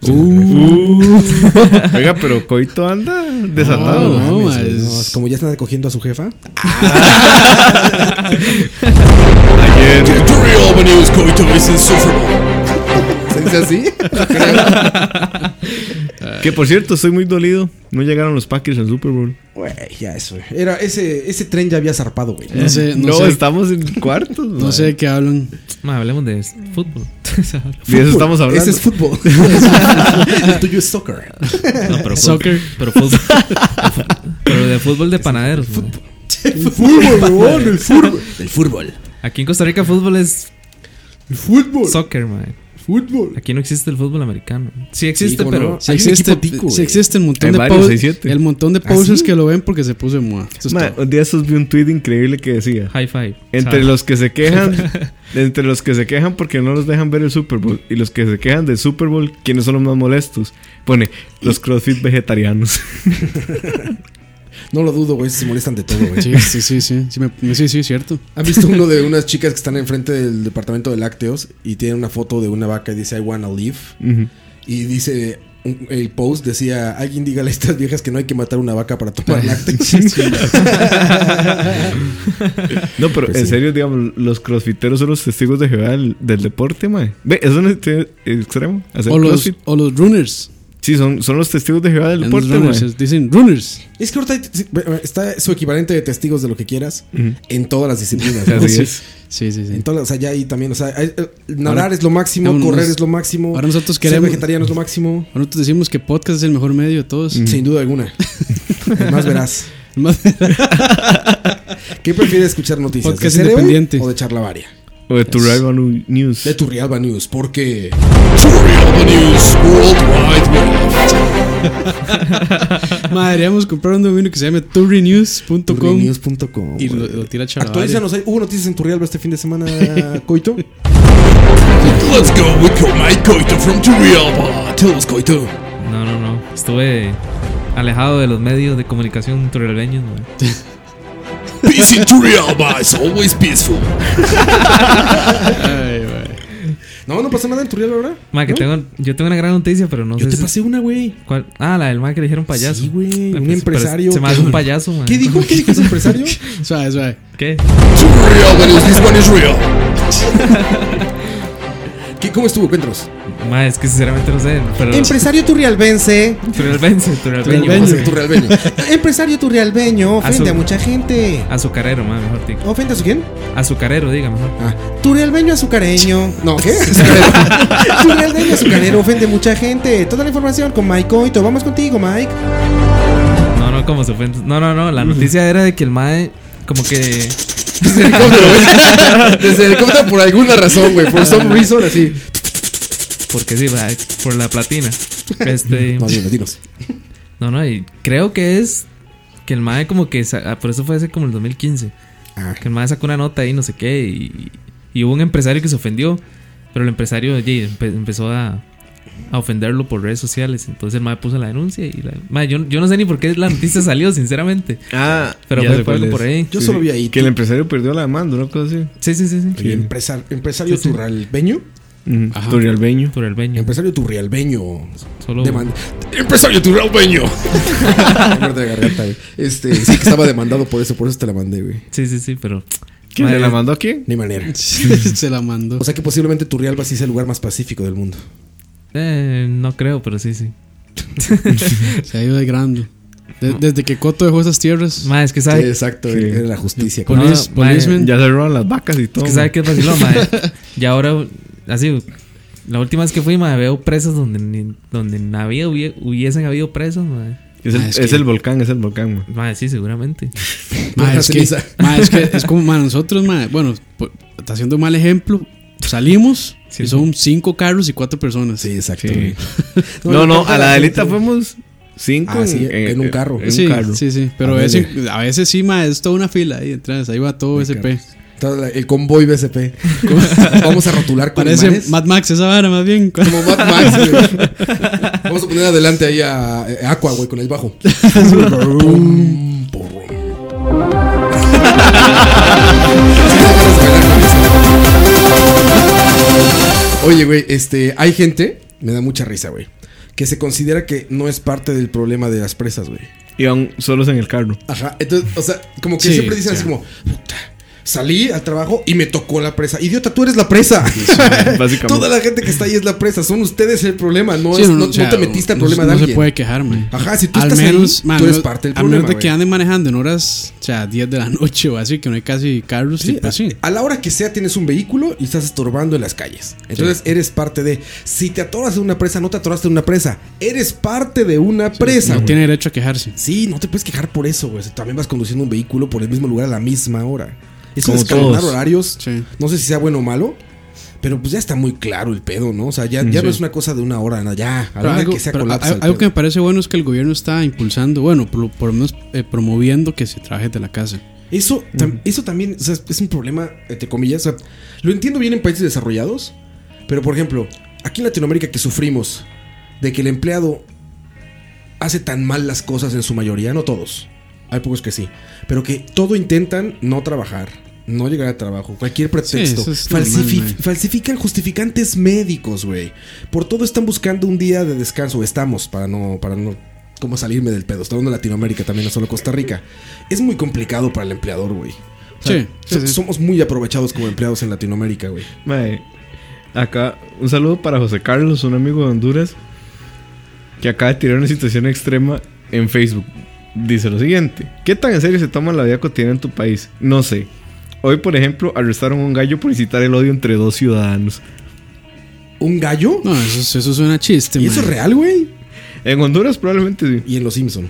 C: Uh.
E: Oiga, pero Coito anda desatado.
C: Oh, No,
B: mames,
C: ma,
B: güey,
C: es-
B: no, es como ya están cogiendo a su jefa.
E: Ayer,
B: ¿Se dice así?
E: que por cierto, estoy muy dolido. No llegaron los Packers al Super Bowl.
B: Güey, ya eso. Era ese, ese tren ya había zarpado, güey.
C: No sé, no,
E: No,
C: sé,
E: estamos en cuartos.
C: no sé de qué hablan.
D: Ma, hablemos de fútbol.
E: De eso estamos hablando.
B: Ese es fútbol. El tuyo es soccer.
D: No, pero fútbol-
C: Soccer.
D: Pero fútbol. pero de fútbol de panaderos. ma.
B: El fútbol, weón, el fútbol. El fútbol.
D: Aquí en Costa Rica fútbol es
B: El fútbol.
D: soccer, man.
B: fútbol.
D: Aquí no existe el fútbol americano. Sí existe,
B: cómo
D: pero
B: no. Este,
C: Si
B: Hay un
C: existe,
B: equipo tico,
C: si
B: güey.
C: existe el montón
E: Hay
C: de
E: varios,
C: pos-
E: hay siete.
C: el montón de
B: ¿Ah,
C: posers
B: sí?
C: que lo ven porque se puso de moda. Eso es
E: Ma,
C: todo.
E: un día esos vi un tweet increíble que decía:
D: high five.
E: Entre los que se quejan, entre los que se quejan porque no los dejan ver el Super Bowl y los que se quejan del Super Bowl, ¿quiénes son los más molestos? Pone los CrossFit vegetarianos.
B: No lo dudo, güey. Se molestan de todo, güey.
C: Sí, sí, sí, sí. Sí, me- sí, sí, cierto.
B: ¿Han visto uno de unas chicas que están enfrente del departamento de lácteos y tienen una foto de una vaca y dice I wanna live? Y dice un- el post decía alguien dígale a estas viejas que no hay que matar una vaca para tomar lácteos.
E: No, pero
B: Pues
E: en
B: sí.
E: serio, digamos, los crossfiteros son los testigos de Jehová del, del deporte, mae. Ve, eso no es te- extremo. Hacer
C: O los,
E: crossfit.
C: o los runners.
E: Sí, son, son los testigos de Jehová del
C: Eran los
E: deporte,
C: runners,
E: mae.
C: es- Dicen runners.
B: es que ahorita hay- sí, bueno, está su equivalente de testigos de lo que quieras en todas las disciplinas. ¿no?
E: Así
B: Sí.
E: es.
C: Sí, sí, sí.
B: En todas, las- o sea, ya ahí también, o sea, hay- eh, nadar
C: Ahora-
B: es lo máximo,
C: ahora
B: correr
C: nos-
B: es lo máximo,
C: ahora nosotros
B: ser
C: queremos-
B: vegetariano es lo máximo,
C: Ahora nosotros decimos que podcast es el mejor medio de todos.
B: sin duda alguna. El más verás.
C: Más-
B: ¿Qué prefieres escuchar noticias?
C: Podcast
B: ¿De Cerebro
C: independiente.
B: o de Charlavaria?
E: O de tu rival nu- news.
B: De Turrialba News, porque
C: Madre, deberíamos comprar un dominio que se llame turrinews.com
B: turrialbanews.com.
C: y lo,
B: güey.
C: lo tira Charlavaria.
B: Actualízanos, ¿hay- ¿hubo noticias en Turrialba este fin de semana, Coito?
A: Let's go with my coito from Turrialba. Tell us, coito.
D: No, no, no. Estuve alejado de los medios de comunicación turrialbeños, man.
A: Peace in Turrialba is always peaceful.
C: Ay, güey.
B: No, no pasó nada en Turrialba, ¿verdad?
D: Ma, que
B: ¿No?
D: tengo, yo tengo una gran noticia, pero no
B: ¿Eh? Yo
D: sé
B: te
D: si-
B: pasé una, güey.
D: cuál. Ah, la del ma que le dijeron payaso.
B: Sí, güey,
D: Ah,
B: un
D: pues,
B: empresario.
D: pero Se me hace un payaso, man.
B: ¿Qué dijo? ¿Qué dijo ese empresario?
C: Suave, suave.
D: ¿Qué?
A: Turrialba news, this one is real.
B: ¿Qué- ¿Cómo estuvo, Cuentros?
D: Ma, es que sinceramente no sé. Pero
B: Empresario turrialbense.
D: turrialbense, turrialbeño.
C: Turrialbeño.
B: Turrialbeño. Empresario turrialbeño
D: A
B: ofende
D: su-
B: a mucha gente.
D: Azucarero, ma, mejor digo.
B: ¿Ofende a su quién?
D: Azucarero, diga mejor.
B: Ah, turrialbeño azucareño. No, ¿qué? Azucarero. turrialbeño azucarero ofende a mucha gente. Toda la información con Mike Coito. Vamos contigo, Mike.
D: No, no, como se fue. No, no, no. La noticia era de que el mae, como que.
B: Desde el helicóptero, güey. Desde el helicóptero por alguna razón, güey. Por some reason, así.
D: Porque sí, mae, por la platina. Este.
B: dinos.
D: El No, no, y creo que es que el MAE como que... sa- ah, Por eso fue hace como el 2015.
B: Ah.
D: Que el MAE sacó una nota ahí, no sé qué, y, y hubo un empresario que se ofendió, pero el empresario oye, empe- empezó a, a ofenderlo por redes sociales. Entonces el MAE puso la denuncia y la... mae, yo, yo no sé ni por qué la noticia salió, sinceramente.
E: Ah,
D: Pero
E: ya
D: fue
E: sé
D: por
E: cuál
D: algo
E: es.
D: por ahí.
B: Yo solo vi ahí.
E: Que el empresario perdió la demanda, una cosa así.
D: Sí, sí, sí, sí.
B: El empresar- empresario turralbeño.
E: Ujú.
C: Ajá.
E: Turrialbeño.
D: Por el beño.
B: Empresario turrialbeño.
D: Solo...
B: Demanda- Empresario turralbeño. Muerte de garganta, güey. este, sí que estaba demandado por eso, por eso te la mandé, güey.
D: Sí, sí, sí, pero...
E: ¿Quién
D: Mae,
E: le la mandó a quién?
B: Ni manera.
C: Se la mandó.
B: O sea que posiblemente Turrialba sí sea el lugar más pacífico del mundo.
D: eh, no creo, pero sí, sí.
C: Se ha ido de grande. De- desde que Coto dejó esas tierras.
D: Mae, es que
B: Sí,
D: sabe...
B: exacto,
E: Sí.
B: era la justicia.
D: Por-
C: Police-
D: No, mae.
C: policeman.
E: Ya se roban las vacas y
D: Es
E: todo.
D: que sabe que es vacilón, mae. Y ahora, así, la última vez que fui, mae, veo presas donde ni- donde no había, hubie- hubiesen habido presas, mae.
E: Es, el,
C: Ah, es
E: es
C: que-
E: el volcán, es el volcán, man.
D: Mae, sí, seguramente.
C: Ma,
B: Una
C: es, que,
B: ceniza.
C: ma, es que es como ma, nosotros, ma, bueno, po- está haciendo un mal ejemplo. Salimos y son cinco carros y cuatro personas.
B: Sí, exacto.
E: Sí.
B: güey.
E: No, no, a la delita
B: fue
E: fuimos cinco
B: Ah, sí, en un carro.
E: En
C: sí,
E: un carro.
C: sí, sí. Pero
B: A
C: a
B: ver,
C: veces, a veces sí, ma, es toda una fila ahí detrás. Ahí va todo SP.
B: Todo la- El convoy BSP. Vamos a rotular con
C: Parece
B: imanes.
C: Mad Max esa vara, más bien.
B: Como Mad Max, güey. Vamos a poner adelante ahí a a Aqua, güey, con el bajo. Pum, pum. Oye, güey, este, hay gente, me da mucha risa, güey, que se considera que no es parte del problema de las presas, güey.
E: Iban solos en el carro.
B: Ajá, entonces, o sea, como que
C: Sí,
B: siempre dicen así
C: ya.
B: como, puta, salí al trabajo y me tocó la presa. Idiota, tú eres la presa.
E: básicamente.
B: Toda la gente que está ahí es la presa, son ustedes el problema, no,
C: Sí,
B: es, no,
C: o sea,
B: no te metiste al
C: no-
B: problema
C: no
B: de
C: se
B: alguien.
C: puede quejar, ma.
B: Ajá, si tú
C: Al
B: estás
C: menos,
B: ahí,
C: ma,
B: tú eres
C: no-
B: parte del
C: a menos
B: problema.
C: de que
B: güey.
C: anden manejando en horas, o sea, 10 de la noche o así, que no hay casi carros, pues
B: Sí, eh,
C: tipo así.
B: a, a la hora que sea tienes un vehículo y estás estorbando en las calles. Entonces eres parte de. Si te atoras de una presa, no te atoraste de una presa. Eres parte de una presa.
C: No
B: güey.
C: tiene derecho a quejarse.
B: Sí, no te puedes quejar por eso, güey. O sea, También vas conduciendo un vehículo por el mismo lugar a la misma hora. Eso de
E: Como
B: escalonar
E: todos.
B: horarios,
C: Sí.
B: no sé si sea bueno o malo, pero pues ya está muy claro el pedo, ¿no? O sea, ya, ya no es una cosa de una hora, no, ya. A
C: Pero
B: la hora
C: algo,
B: que sea
C: pero
B: colapsa.
C: a-
B: el
C: algo que me
B: pedo.
C: parece bueno es que el gobierno está impulsando, bueno, por, lo- por lo menos eh, promoviendo que se trabaje de la casa.
B: Eso, tam- eso también o sea, es un problema, entre comillas. o sea, lo entiendo bien en países desarrollados, pero por ejemplo, aquí en Latinoamérica que sufrimos de que el empleado hace tan mal las cosas en su mayoría, no todos, hay pocos que sí, pero que todo intentan no trabajar. No llegar a trabajo, cualquier pretexto.
C: eso es
B: Falsifi-
C: normal, güey.
B: falsifican justificantes médicos, güey. Por todo están buscando un día de descanso. Estamos, para no, para no, cómo salirme del pedo. Estamos hablando de Latinoamérica también, no solo Costa Rica. Es muy complicado para el empleador, güey. O sea,
C: Sí, sí,
B: so-
C: sí.
B: Somos muy aprovechados como empleados en Latinoamérica, güey.
E: Mae, acá, un saludo para José Carlos, un amigo de Honduras, que acaba de tirar una situación extrema en Facebook. Dice lo siguiente: ¿Qué tan en serio se toma la vida cotidiana en tu país? No sé. Hoy, por ejemplo, arrestaron a un gallo por incitar el odio entre dos ciudadanos.
B: ¿Un gallo?
C: No, eso, es- eso suena a chiste,
B: ¿Y eso es
C: mae.
B: real, güey?
E: En Honduras, probablemente sí.
B: Y en Los Simpson.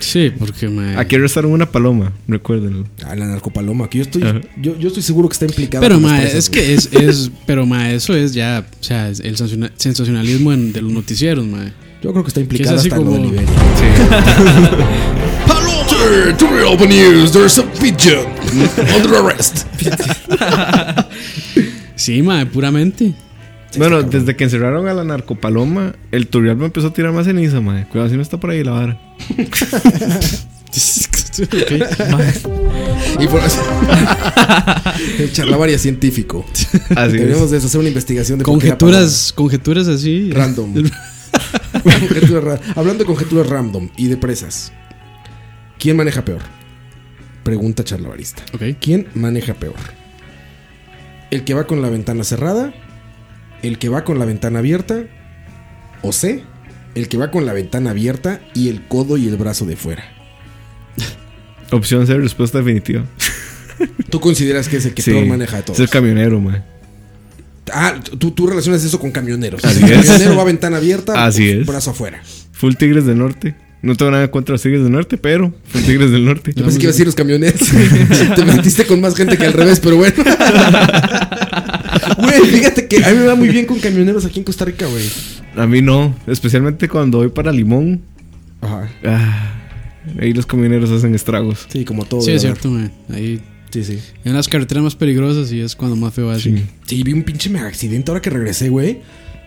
C: Sí, porque, mae.
E: Aquí arrestaron una paloma, recuérdenlo.
B: Ah, la narcopaloma, que yo estoy,
E: Ajá.
B: yo, yo estoy seguro que está implicado.
C: Pero, mae, es que es, es- Pero, mae, eso es ya. O sea, es el sanciona- sensacionalismo en- de los noticieros, mae.
B: Yo creo que está implicado
C: es así
B: hasta lo de
C: como-
B: Liberia.
A: Paloma! Turrialba News, there's a pigeon under arrest.
C: Sí, mae, puramente.
E: bueno, desde que encerraron a la narcopaloma, el tutorial me empezó a tirar más ceniza, madre. Cuidado si no está por ahí la vara.
C: Ok.
B: Y por eso. El charlavaria científico.
E: Así
B: Deberíamos
E: es.
B: de hacer una investigación de por qué la
C: Conjeturas, conjeturas así.
B: palabra. random. Conjeturas ra- Hablando de conjeturas random y de presas. ¿Quién maneja peor? Pregunta charlavarista.
C: Ok.
B: ¿Quién maneja peor? ¿El que va con la ventana cerrada? ¿El que va con la ventana abierta? ¿O C? El que va con la ventana abierta y el codo y el brazo de fuera.
E: Opción C, respuesta definitiva.
B: ¿Tú consideras que es el que
E: Sí.
B: peor maneja de todos?
E: Es el camionero, madre.
B: Ah, tú, tú relacionas eso con camioneros.
E: Así
B: el
E: es.
B: camionero va a ventana abierta,
E: Así
B: pues,
E: es.
B: brazo afuera.
E: Full Tigres del Norte. No tengo nada contra los Tigres del Norte, pero Full Tigres del Norte.
B: Yo pensé que iba a decir los camioneros. Te metiste con más gente que al revés, pero bueno. Güey, fíjate que a mí me va muy bien con camioneros aquí en Costa Rica, güey.
E: A mí no. Especialmente cuando voy para Limón.
B: Ajá.
E: Ah, ahí los camioneros hacen estragos.
B: Sí, como todo.
C: Sí, es
B: ¿verdad?
C: cierto, mae. Ahí
B: Sí, sí.
C: en las carreteras más peligrosas y es cuando más feo hace.
B: Sí, vi un pinche mega accidente ahora que regresé, güey.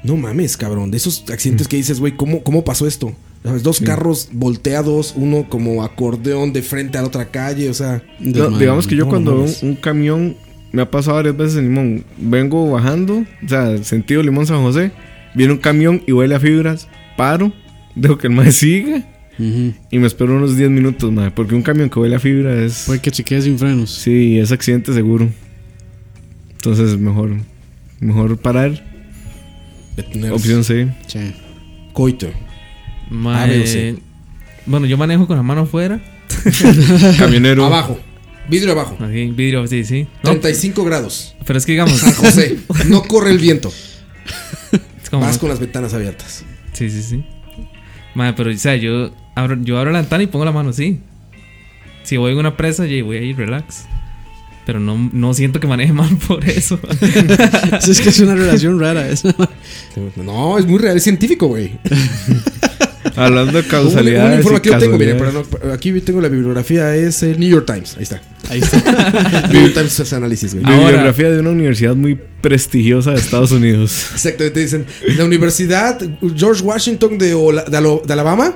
B: No mames, cabrón. De esos accidentes que dices, güey, ¿cómo, ¿cómo pasó esto? ¿Sabes? Dos carros volteados, uno como acordeón de frente a la otra calle, o sea.
C: Entonces,
E: No,
C: mae,
E: digamos que yo
B: no,
E: cuando
B: no
E: veo
B: mames.
E: un, un camión, me ha pasado varias veces en Limón, vengo bajando, o sea, sentido Limón San José, viene un camión y huele a fibras, paro, dejo que el mae siga
C: ujú.
E: y me espero unos 10 minutos, mae, porque un camión que huele a fibra es...
B: Pues-
C: Puede que se quede sin frenos.
E: Sí, es accidente seguro. Entonces, mejor, mejor parar,
B: Detenerse.
E: opción C.
C: Che.
B: Coito.
D: Ma,
B: A, B o
D: eh,
B: C.
D: bueno, yo manejo con la mano afuera.
E: Camionero.
B: Abajo. Vidrio abajo.
D: Así, en vidrio, sí, sí. No,
B: 35 grados.
D: pero es que digamos,
B: San José. No corre el viento.
D: es como-
B: Vas con las ventanas abiertas.
D: Sí, sí, sí. Madre, pero, o sea, yo abro, yo abro la ventana y pongo la mano así. Si voy en una presa, ya voy ahí, relax. Pero no, no siento que maneje mal por eso.
C: es que es una relación rara esa.
B: Ah, No, es muy real, es científico, güey.
E: Hablando de
B: Un,
E: causalidades.
B: un informe
E: y
B: que yo tengo, mira,
E: casualidades.
B: para no- aquí tengo la bibliografía, es el New York Times. Ahí está.
C: Ahí está. Ah.
B: New York Times hace análisis, güey.
D: Ahora-
E: Bibliografía de una universidad muy prestigiosa de Estados Unidos.
B: Exactamente, dicen, la universidad George Washington de, Ola- de Alo- de Alabama.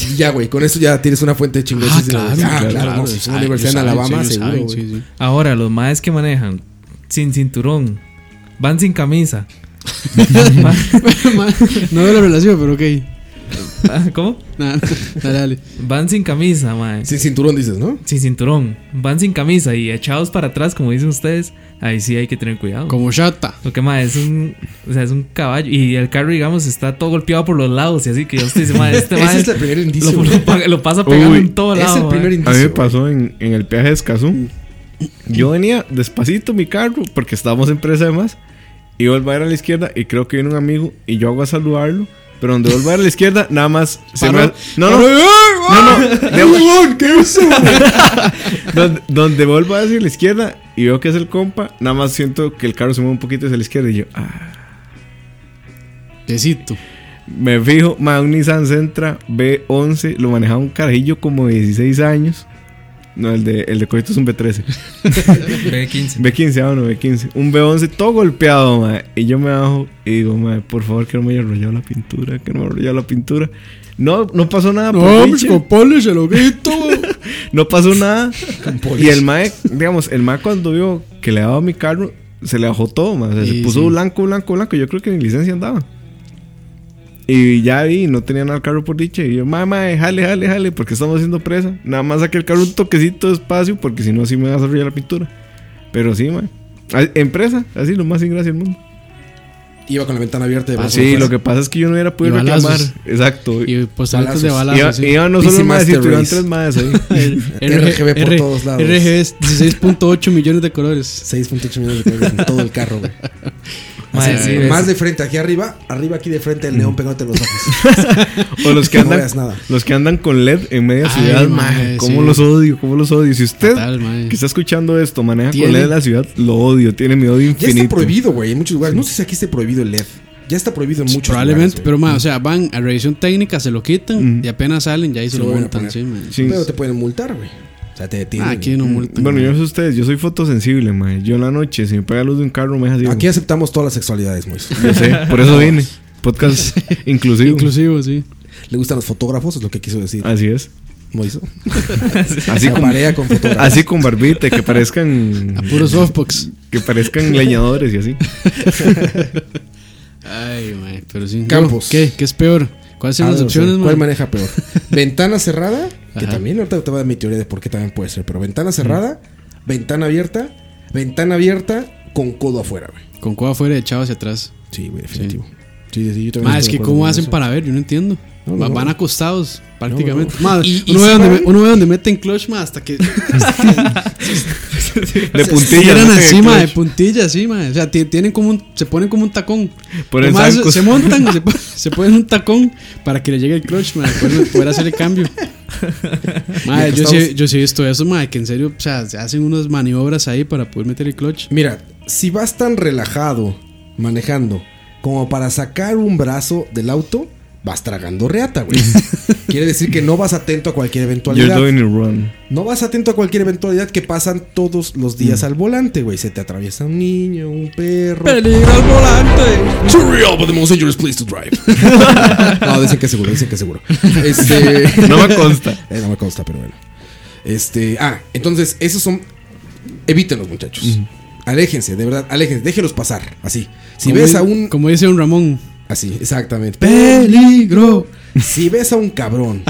B: Y ya, güey, con eso ya tienes una fuente chingona.
C: Ah,
B: Sí, sí,
C: claro,
B: ah, claro, no,
C: sí,
B: es una
C: saben,
B: universidad en
C: saben,
B: Alabama,
C: sí,
B: seguro.
C: saben,
B: güey.
C: sí, sí.
D: Ahora, los maes que manejan sin cinturón, van sin camisa.
C: no veo la relación, pero ok.
D: Ah, ¿Cómo?
C: Nah, dale, dale.
D: Van sin camisa, mae.
B: Sin cinturón dices, ¿no?
D: Sin cinturón. Van sin camisa y echados para atrás, como dicen ustedes. Ahí sí hay que tener cuidado.
C: Como chata.
D: Lo que más es un, o sea, es un caballo. Y el carro, digamos, está todo golpeado por los lados. Y así que ya usted dice, madre, este
B: Ese
D: madre
B: es el primer indicio,
D: Lo,
B: güey.
D: lo pa- lo pasa pegando
E: Uy,
D: en todo
B: es
D: lado.
B: el primer
D: mae.
B: indicio.
E: A mí me pasó en, en el peaje de Escazú. Yo venía despacito mi carro, porque estábamos en presa además. Y vuelvo a ir a la izquierda y creo que viene un amigo y yo hago a saludarlo. Pero donde vuelvo a ir a la izquierda, nada más se me hace- No, no, no, no. de- donde, donde vuelvo hacia la izquierda y veo que es el compa, nada más siento que el carro se mueve un poquito hacia la izquierda y yo, ah.
C: Tecito.
E: Me fijo, ma, un Nissan Sentra B11, lo manejaba un carajillo como de 16 años. No, el de, el de Coito es un B13.
D: B15.
E: B15, ah, no, B15. Un B11 todo golpeado, ma. Y yo me bajo y digo, ma, por favor, que no me haya arrollado la pintura, que no me haya arrollado la pintura. No, no pasó nada, por dicha.
C: ponle se lo grito.
E: No pasó nada. y el mae, digamos, el mae cuando vio que le daba mi carro, se le bajó todo, mae. O sea,
C: Sí,
E: se puso
C: sí.
E: blanco, blanco, blanco. Yo creo que ni licencia andaba. Y ya vi, no tenía nada el carro por dicha. Y yo, mae, mae, jale, jale, jale, porque estamos haciendo presa. Nada más saqué el carro un toquecito de espacio, porque si no, así me vas a arruinar la pintura. Pero sí, mae. Ah, En presa, así lo más sin gracia del mundo.
B: Iba con la ventana abierta de
C: Ah,
B: brazo
E: sí,
B: atrás.
E: lo que pasa es que yo no hubiera podido
C: Y
E: reclamar.
C: balazos.
E: Exacto.
C: Y postalitos de
B: Balazos.
C: balazos.
E: Iba,
C: sí.
E: iba no solo
B: Dice
E: el mae, si
B: Master
E: tuvieron
B: Race.
E: tres maes ahí.
B: RGB por
C: R-
B: todos lados.
C: RGB es 16.8 millones de colores.
B: 6.8 millones de colores en todo el carro, güey.
D: Mae,
B: Así,
D: sí,
B: güey,
D: es-
B: más de frente, aquí arriba, arriba aquí de frente el
C: Mm.
B: neón pegándote en los ojos.
E: O los que
B: No
E: andan,
B: veas nada.
E: los que andan con LED en media
C: Ay,
E: ciudad,
C: mae,
E: mae, cómo
C: sí.
E: los odio, cómo los odio. Si usted
C: Fatal, mae.
E: que está escuchando esto maneja
C: Tiene-
E: con LED en la ciudad, lo odio, tiene mi odio
B: Ya
E: infinito.
B: está prohibido, güey, en muchos lugares. No sé si aquí esté prohibido el LED. Ya está prohibido en muchos
C: Probablemente,
B: lugares, Mm.
C: pero más, o sea, van a revisión técnica, se lo quitan y apenas salen, ya ahí se,
B: Se
C: lo
B: lo van a
C: montan.
B: poner.
C: Sí, mae.
E: Sí.
B: Pero te pueden multar, güey. O sea, te detienen.
C: Ah, aquí no multan.
E: Bueno, yo no sé ustedes, yo soy fotosensible, mae. Yo en la noche, si me pega la luz de un carro, me deja así.
B: Aquí aceptamos todas las sexualidades, Moisés.
E: Yo sé, por eso vine. Podcast inclusivo.
C: Inclusivo, sí.
B: Le gustan los fotógrafos, es lo que quiso decir
C: Ah.
E: Así es.
B: Moisés.
E: Así
B: Se
E: con,
B: aparea con fotógrafos.
E: así con barbita, que parezcan
B: Mm.
C: Puro softbox.
E: que parezcan leñadores y así.
C: Ay, mae, pero sí.
B: Campos.
C: No, ¿Qué? ¿Qué es peor? ¿Cuáles son
B: Ah,
C: las
B: no sé,
C: opciones,
B: ¿Cuál
C: mae?
B: maneja peor? ¿Ventana cerrada? Que
C: Ajá. Mm.
B: también ahorita te voy a dar mi teoría de por qué también puede ser. Pero ventana cerrada, ventana abierta, ventana abierta con codo afuera, güey.
C: Con cueva afuera echado hacia atrás.
B: Sí, güey, definitivo. Sí, sí, sí, yo también
C: Mae, Ah, es
B: estoy
C: que
B: de acuerdo
C: cómo
B: con
C: hacen
B: eso.
C: para ver, yo no entiendo.
B: No,
C: Va-
B: no.
C: Van acostados, prácticamente.
B: No, no.
C: Mae,
B: Y- y
C: uno,
B: si
C: ve donde,
B: van-
C: me- uno ve donde meten clutch, mae, hasta que.
E: De puntillas.
C: Tiran
E: no Eh, sé,
C: así, mae, de
E: clutch.
C: puntillas, sí, mae. O sea, ti- tienen como un, se ponen como un tacón.
E: Por
C: Los
E: el
C: maes
E: zanco.
C: se montan, se, pon- se ponen un tacón para que le llegue el clutch, mae, poder, poder hacer el cambio. Mae, yo sí,
B: acostados.
C: yo sí he visto eso, mae, que en serio, o sea, se hacen unas maniobras ahí para poder meter el clutch.
B: Mira, si vas tan relajado manejando como para sacar un brazo del auto, vas tragando reata, güey. Quiere decir que no vas atento a cualquier
E: You're
B: eventualidad.
E: doing it wrong.
B: No vas atento a cualquier eventualidad que pasan todos los días al volante, güey. Se te atraviesa un niño, un perro.
D: al volante!
A: To Realba, the most dangerous place to drive.
B: No, dicen que seguro, dicen que seguro. Este,
E: No me consta.
B: eh, no me consta, pero bueno. Este, ah, entonces, esos son. Evítenlos, muchachos. Aléjense, de verdad, aléjense, déjenlos pasar, así. Si
C: Como
B: ves
C: di-
B: a un.
C: Como dice un Ramón.
B: Así, exactamente.
C: Peligro.
B: Si ves a un cabrón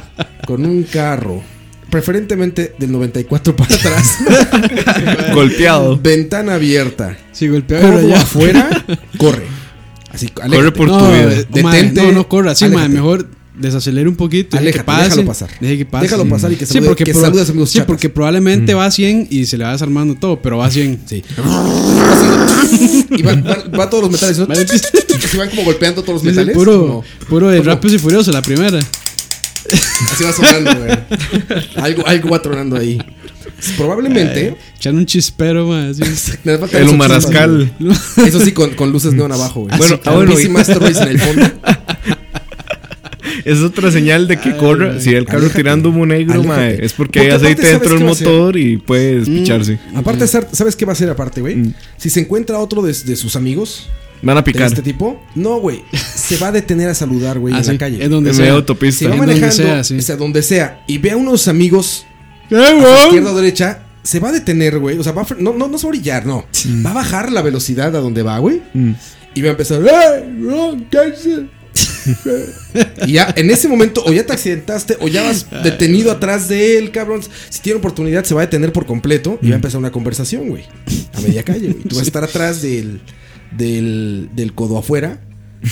B: con un carro, preferentemente del 94 para atrás,
E: Golpeado.
B: ventana abierta,
C: Sí, golpeado
B: codo
C: allá.
B: afuera, corre. Así, aléjate.
E: Corre por tu
C: No,
E: vida.
C: eh, mae,
B: Detente,
C: no, no corra. Sí,
B: aléjate.
C: mae, mejor desacelere un poquito. deje
B: Aléjate,
C: que pase,
B: déjalo pasar.
C: Deje que pase.
B: Déjalo pasar y que salude- que
C: proba-
B: salude a sus amigos
C: Sí,
B: chacas.
C: porque
E: Mm.
C: probablemente va a 100 y se le va desarmando todo, pero va a 100.
B: Sí. Y van, van- van todos los metales. ¿no?
C: Vale.
B: Así van como golpeando todos los
C: Sí, sí,
B: metales.
C: puro,
B: como-
C: puro de
B: ¿Cómo?
C: rápidos y furiosos la primera.
B: así va sonando, güey. Algo, algo va tronando ahí. Probablemente.
C: Echan un chispero, mae. así.
B: nada más
E: El
B: tenemos
E: humarascal.
B: un chispas, güey. Eso sí, con, con luces neón abajo, güey.
E: Bueno,
B: Bueno,
E: ah, bueno, y-
B: Master Race en el fondo.
E: Es otra señal de que corra. Si el carro
B: Aléjate.
E: tirando humo negro,
B: Aléjate.
E: mae, es
B: Porque
E: porque hay
B: aparte,
E: aceite dentro
B: ¿sabes
E: del
B: qué va a hacer? Mm.
E: motor y puede despicharse.
B: Aparte, Sar- ¿sabes qué va a hacer aparte, güey? Si se encuentra otro de, de sus amigos
E: Van a
B: de
E: picar.
B: este tipo, no, güey. Se va a detener a saludar, güey,
C: Ah,
B: en
C: sí,
B: la calle.
C: en donde
E: En
C: sea.
E: medio
B: Si
E: autopista.
B: va
C: En donde
B: manejando,
C: sea, sí.
B: o sea, donde sea, y ve a unos amigos
C: ¡Eh,
B: a su
C: weón!
B: izquierda o derecha, se va a detener, güey. O sea, va a fre- no, no, no se va a orillar, no. Va a bajar la velocidad a donde va, güey. Y va a empezar. "Ey, no, cállense". y ya, en ese momento, o ya te accidentaste, o ya vas detenido atrás de él, cabrón. Si tiene oportunidad, se va a detener por completo y va a empezar una conversación, güey. A media calle, güey. Tú vas a estar atrás del, del, del codo afuera,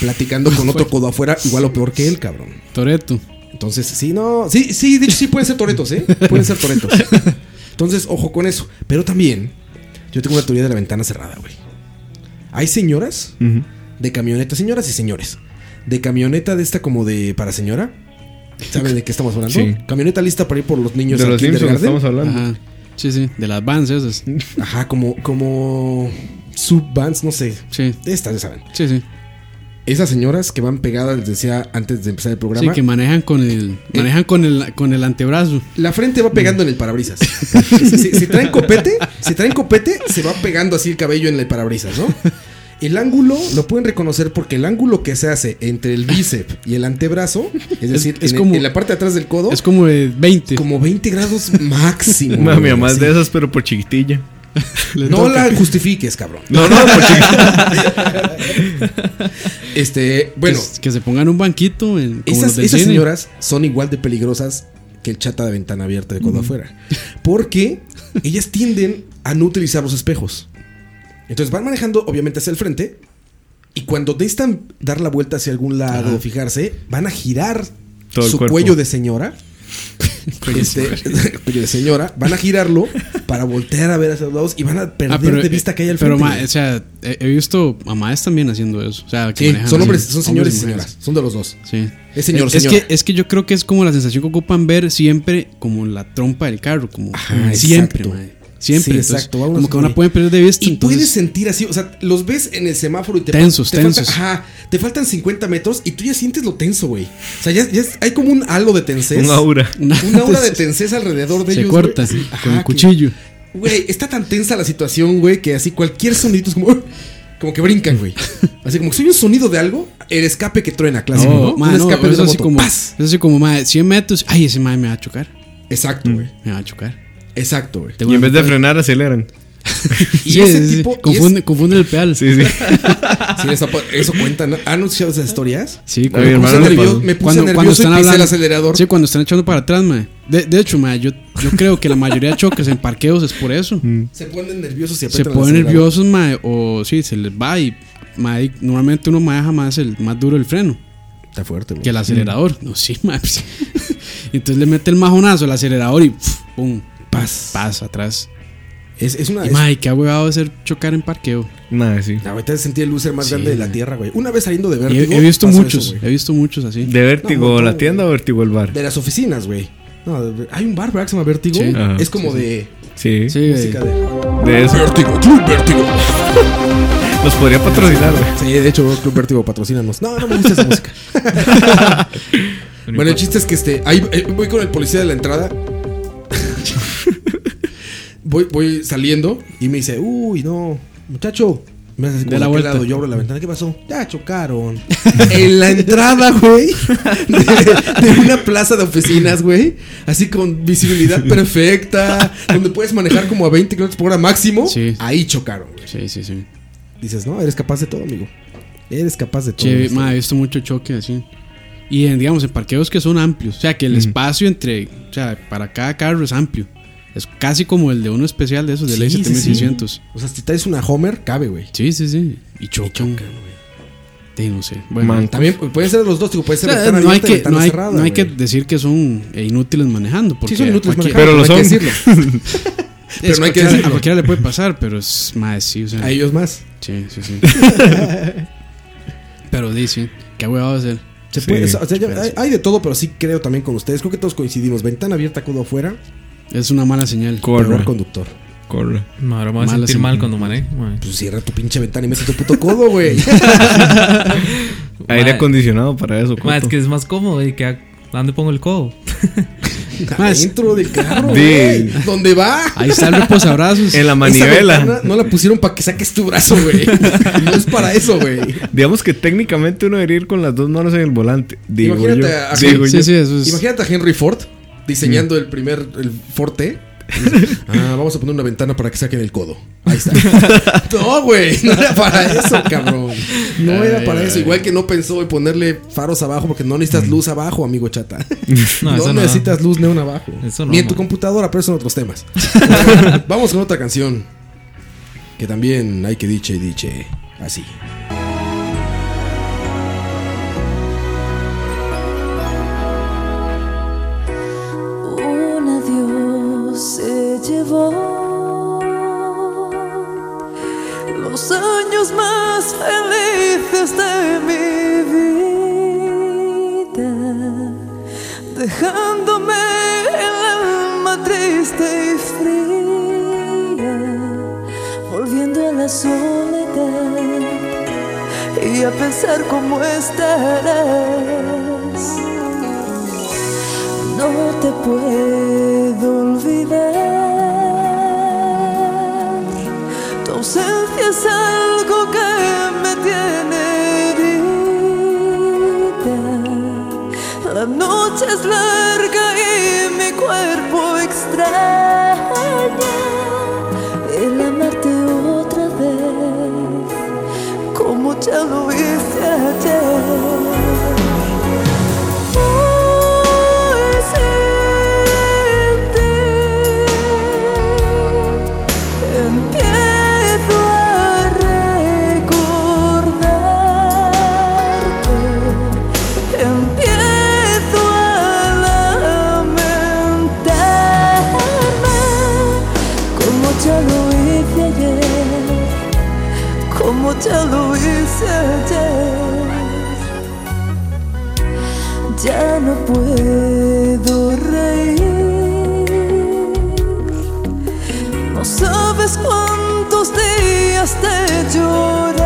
B: platicando con otro codo afuera, igual o peor que él, cabrón.
C: Toreto.
B: Entonces, sí, no. Sí, sí, de hecho, sí pueden ser toretos, ¿eh? Pueden ser toretos. Entonces, ojo con eso. Pero también, yo tengo una teoría de la ventana cerrada, güey. Hay señoras de camioneta, señoras y señores, de camioneta de esta como de para señora. ¿Saben de qué estamos hablando?
E: Sí.
B: Camioneta lista para ir por los niños
E: De
B: al
E: los Simpsons
B: kindergarten.
E: estamos hablando.
C: Ajá. Sí, sí. De las vans esas.
B: Ajá, como, como subbands, no sé.
C: Sí.
B: Estas, ya saben.
C: Sí, sí.
B: Esas señoras que van pegadas, les decía antes de empezar el
C: Sí,
B: programa.
C: que manejan con el, manejan con el, con el antebrazo.
B: La frente va pegando en el parabrisas. Si, si- si traen copete, si traen copete, se va pegando así el cabello en el parabrisas, ¿no? El ángulo lo pueden reconocer porque el ángulo que se hace entre el bíceps y el antebrazo, es decir,
C: es
B: en, el-
C: como-
B: en la parte de atrás del codo,
C: Es como de 20.
B: ¿Oh? como 20 grados máximo.
E: Ma, Mi
B: güey,
E: mamá es
B: sí.
E: de esas, pero por chiquitilla.
C: Le
B: No
C: toca.
B: la justifiques, cabrón.
E: No, no, por chiquitilla.
B: Este,
C: Que
B: bueno,
C: s- que, se pongan un banquito en, como los
B: Esas,
C: del
B: esas
C: cine.
B: señoras son igual de peligrosas que el chata de ventana abierta de cuando afuera. Porque ellas tienden a no utilizar los espejos. Entonces van manejando, obviamente, hacia el frente. Y cuando necesitan dar la vuelta hacia algún lado o fijarse, van a girar
E: Todo el
B: su
E: cuerpo.
B: cuello de señora. Este, cuello de señora. Van a girarlo para voltear a ver hacia los lados y van a perder
C: Ah, pero,
B: de vista que hay al
C: pero,
B: frente.
C: ma, o sea, he, he visto a maes también haciendo eso. O sea, que
B: Sí,
C: manejan
B: son
C: así,
B: hombres, son señores y
C: mujeres.
B: señoras. Son de los dos.
C: Sí.
B: Es señor,
C: es,
B: señora.
C: que, es que yo creo que es como la sensación que ocupan ver siempre como la trompa del carro. Como
B: Ajá,
C: siempre,
B: exacto.
C: ma. Siempre.
B: Sí,
C: Entonces,
B: exacto, vamos
C: como que
B: por
C: una
B: ahí.
C: pueden perder de vista.
B: Y
C: entonces-
B: puedes sentir así, o sea, los ves en el semáforo y te
C: Tensos,
B: te falta-
C: tensos.
B: ajá, te faltan 50 metros y tú ya sientes lo tenso, güey. O sea, ya, ya es- hay como un halo de tensez.
E: Un aura.
B: Una aura de tensez alrededor de
C: Se
B: ellos.
C: corta
B: güey. Sí,
C: con
B: ajá,
C: el
B: que-
C: cuchillo.
B: Güey, está tan tensa la situación, güey, que así cualquier sonidito es como. "Ugh", Como que brincan, güey. Así como que soy un sonido de algo, el escape que truena, clásico, ¿no?
C: ma,
B: un
C: no,
B: escape de
C: Oh, eso
B: una
C: así
B: moto.
C: como,
B: ¡Paz!
C: eso así como, ma, 100 metros. Ay, ese madre me va a chocar.
B: Exacto, güey.
C: Me va a chocar.
B: Exacto, güey.
E: Y en vez de frenar, aceleran.
B: Y
C: Sí,
B: ese
C: sí, sí,
B: tipo. y ese-
C: Confunde, confunde el pedal.
E: Sí, sí.
B: sí, esa- eso cuenta, ¿no? ¿Han anunciado esas historias?
C: Sí,
E: A mi
C: cuando-
E: hermano
B: puse
E: le
B: nervioso-
E: pasó.
B: me puse nervioso y pisé el acelerador.
C: Sí, cuando están echando para atrás, mae. De, de hecho, mae, yo, yo creo que la mayoría de choques en parqueos es por eso.
B: Se ponen nerviosos y
C: Se
B: aprietan el
C: ponen
B: acelerador.
C: nerviosos, mae, o sí, se les va y mae, normalmente uno maneja más el más duro el freno
B: Está fuerte, güey.
C: que el acelerador. No, sí, mae. pues. Entonces le mete el majonazo al acelerador y pf, pum,
B: Paz.
C: pasa atrás.
B: Es, es una.
C: Y
B: es- Ah,
C: mae, qué huevado de ser chocar en parqueo.
E: Nada, sí.
B: Ahorita sentí el loser más grande de la tierra, güey. Una vez saliendo de
C: Y
B: vértigo.
C: He, he visto
B: pasó
C: muchos,
B: eso, güey.
C: he visto muchos así.
E: ¿De vértigo
B: No, no,
E: la
B: no,
E: tienda o vértigo el bar?
B: de las oficinas, güey. No, de- hay un bar, ¿verdad? Que se llama Vértigo.
C: Sí.
E: Ajá,
B: es como
E: sí,
B: de
E: Sí.
C: sí,
B: música de.
E: De eso.
A: Vertigo, true vertigo.
E: Nos podría patrocinar, güey.
B: Sí, de hecho, Club Vértigo, patrocínanos. No, no me gusta esa música. bueno, el chiste es que este. Ahí eh, voy con el policía de la entrada. voy, voy saliendo y me dice, uy, no, muchacho. Me hace así como
C: De la
B: de aquel
C: vuelta.
B: lado, yo abro la ventana, ¿qué pasó? Ya chocaron. en la entrada, güey. De, de una plaza de oficinas, güey. Así con visibilidad perfecta. donde puedes manejar como a 20 kilómetros por hora máximo.
C: Sí.
B: Ahí chocaron, güey.
C: Sí, sí, sí.
B: Dices, no, eres capaz de todo, amigo. Eres capaz de todo. este".
C: Che,
B: Dices,
C: ma, he visto mucho choque así. Y en, digamos, en parqueos que son amplios. O sea, que el espacio entre. O sea, para cada carro es amplio. Es casi como el de uno especial de esos, del
B: Sí, sí,
C: A7600.
B: O sea, si traes una Homer, cabe, güey.
C: Sí, sí, sí. Y chocan. Sí, no sé. Bueno,
E: Man,
B: También pu- pueden ser los dos, tipo, puede
C: o
B: ser
C: sea,
B: ventana
C: eh, no hay,
B: abierta y
C: que,
B: ventana
C: no, hay,
B: cerrada,
C: no hay que
B: güey.
C: decir que son eh, inútiles manejando. Porque
B: Sí, son inútiles
C: a cualquier-
B: manejando,
E: Pero lo
B: hay que
E: son.
B: decirlo. pero no hay
C: es
B: que
C: cualquiera-
B: decirlo.
C: A cualquiera le puede pasar, pero es más, sí, o sea.
B: A ellos más.
C: Sí, sí, sí. pero dice, ¿qué huevado va a hacer?
B: Se
E: Sí.
B: puede, o sea, yo- hay, hay de todo, pero sí creo también con ustedes. Creo que todos coincidimos. Ventana abierta, codo afuera,
C: Es una mala señal.
E: Corre,
B: peor conductor.
E: corre.
D: No, ahora me voy a
C: Mala
D: sentir
C: sin-
D: mal cuando maneje. mae.
B: Pues cierra tu pinche ventana y mete tu puto codo, güey.
E: Aire
D: Mae,
E: acondicionado para eso,
D: mae, es
E: Coto.
D: que es más cómodo. ¿y que, ¿Dónde pongo el codo?
C: Más.
B: Dentro del carro,
E: De-
B: güey. ¿Dónde va?
C: Ahí está el reposabrazos.
E: En la
B: Esa
E: manivela.
B: ventana No la pusieron para que saques tu brazo, güey. No es para eso, güey.
E: Digamos que técnicamente uno debería ir con las dos manos en el volante. Digo
B: Imagínate
E: yo.
B: a-
E: Digo
C: sí,
E: yo.
C: sí, eso es.
B: Imagínate a Henry Ford diseñando el primer el Forte. Ah, vamos a poner una ventana para que saquen el codo. Ahí está. No, güey. No era para eso, cabrón. No era para eso. Igual que no pensó en ponerle faros abajo porque no necesitas luz abajo, amigo chata. Mm. No,
D: No, eso no.
B: necesitas luz neón abajo.
D: Eso no,
B: Ni en tu
D: man.
B: computadora, pero son otros temas. Pero bueno, vamos con otra canción. Que también hay que diche y diche así.
I: Un adiós se llevó los años más felices de mi vida, dejándome el alma triste y fría, volviendo a la soledad y a pensar cómo estarás. No te puedo olvidar. Tu ausencia es algo que me tiene herida. La noche es larga y mi cuerpo extraña el amarte otra vez, como ya lo hice ayer. Hoy sin ti empiezo a recordarte, empiezo a lamentarme como ya lo hice ayer, como ya lo hice ayer. Ya no puedo reír. No sabes cuántos días te he llorado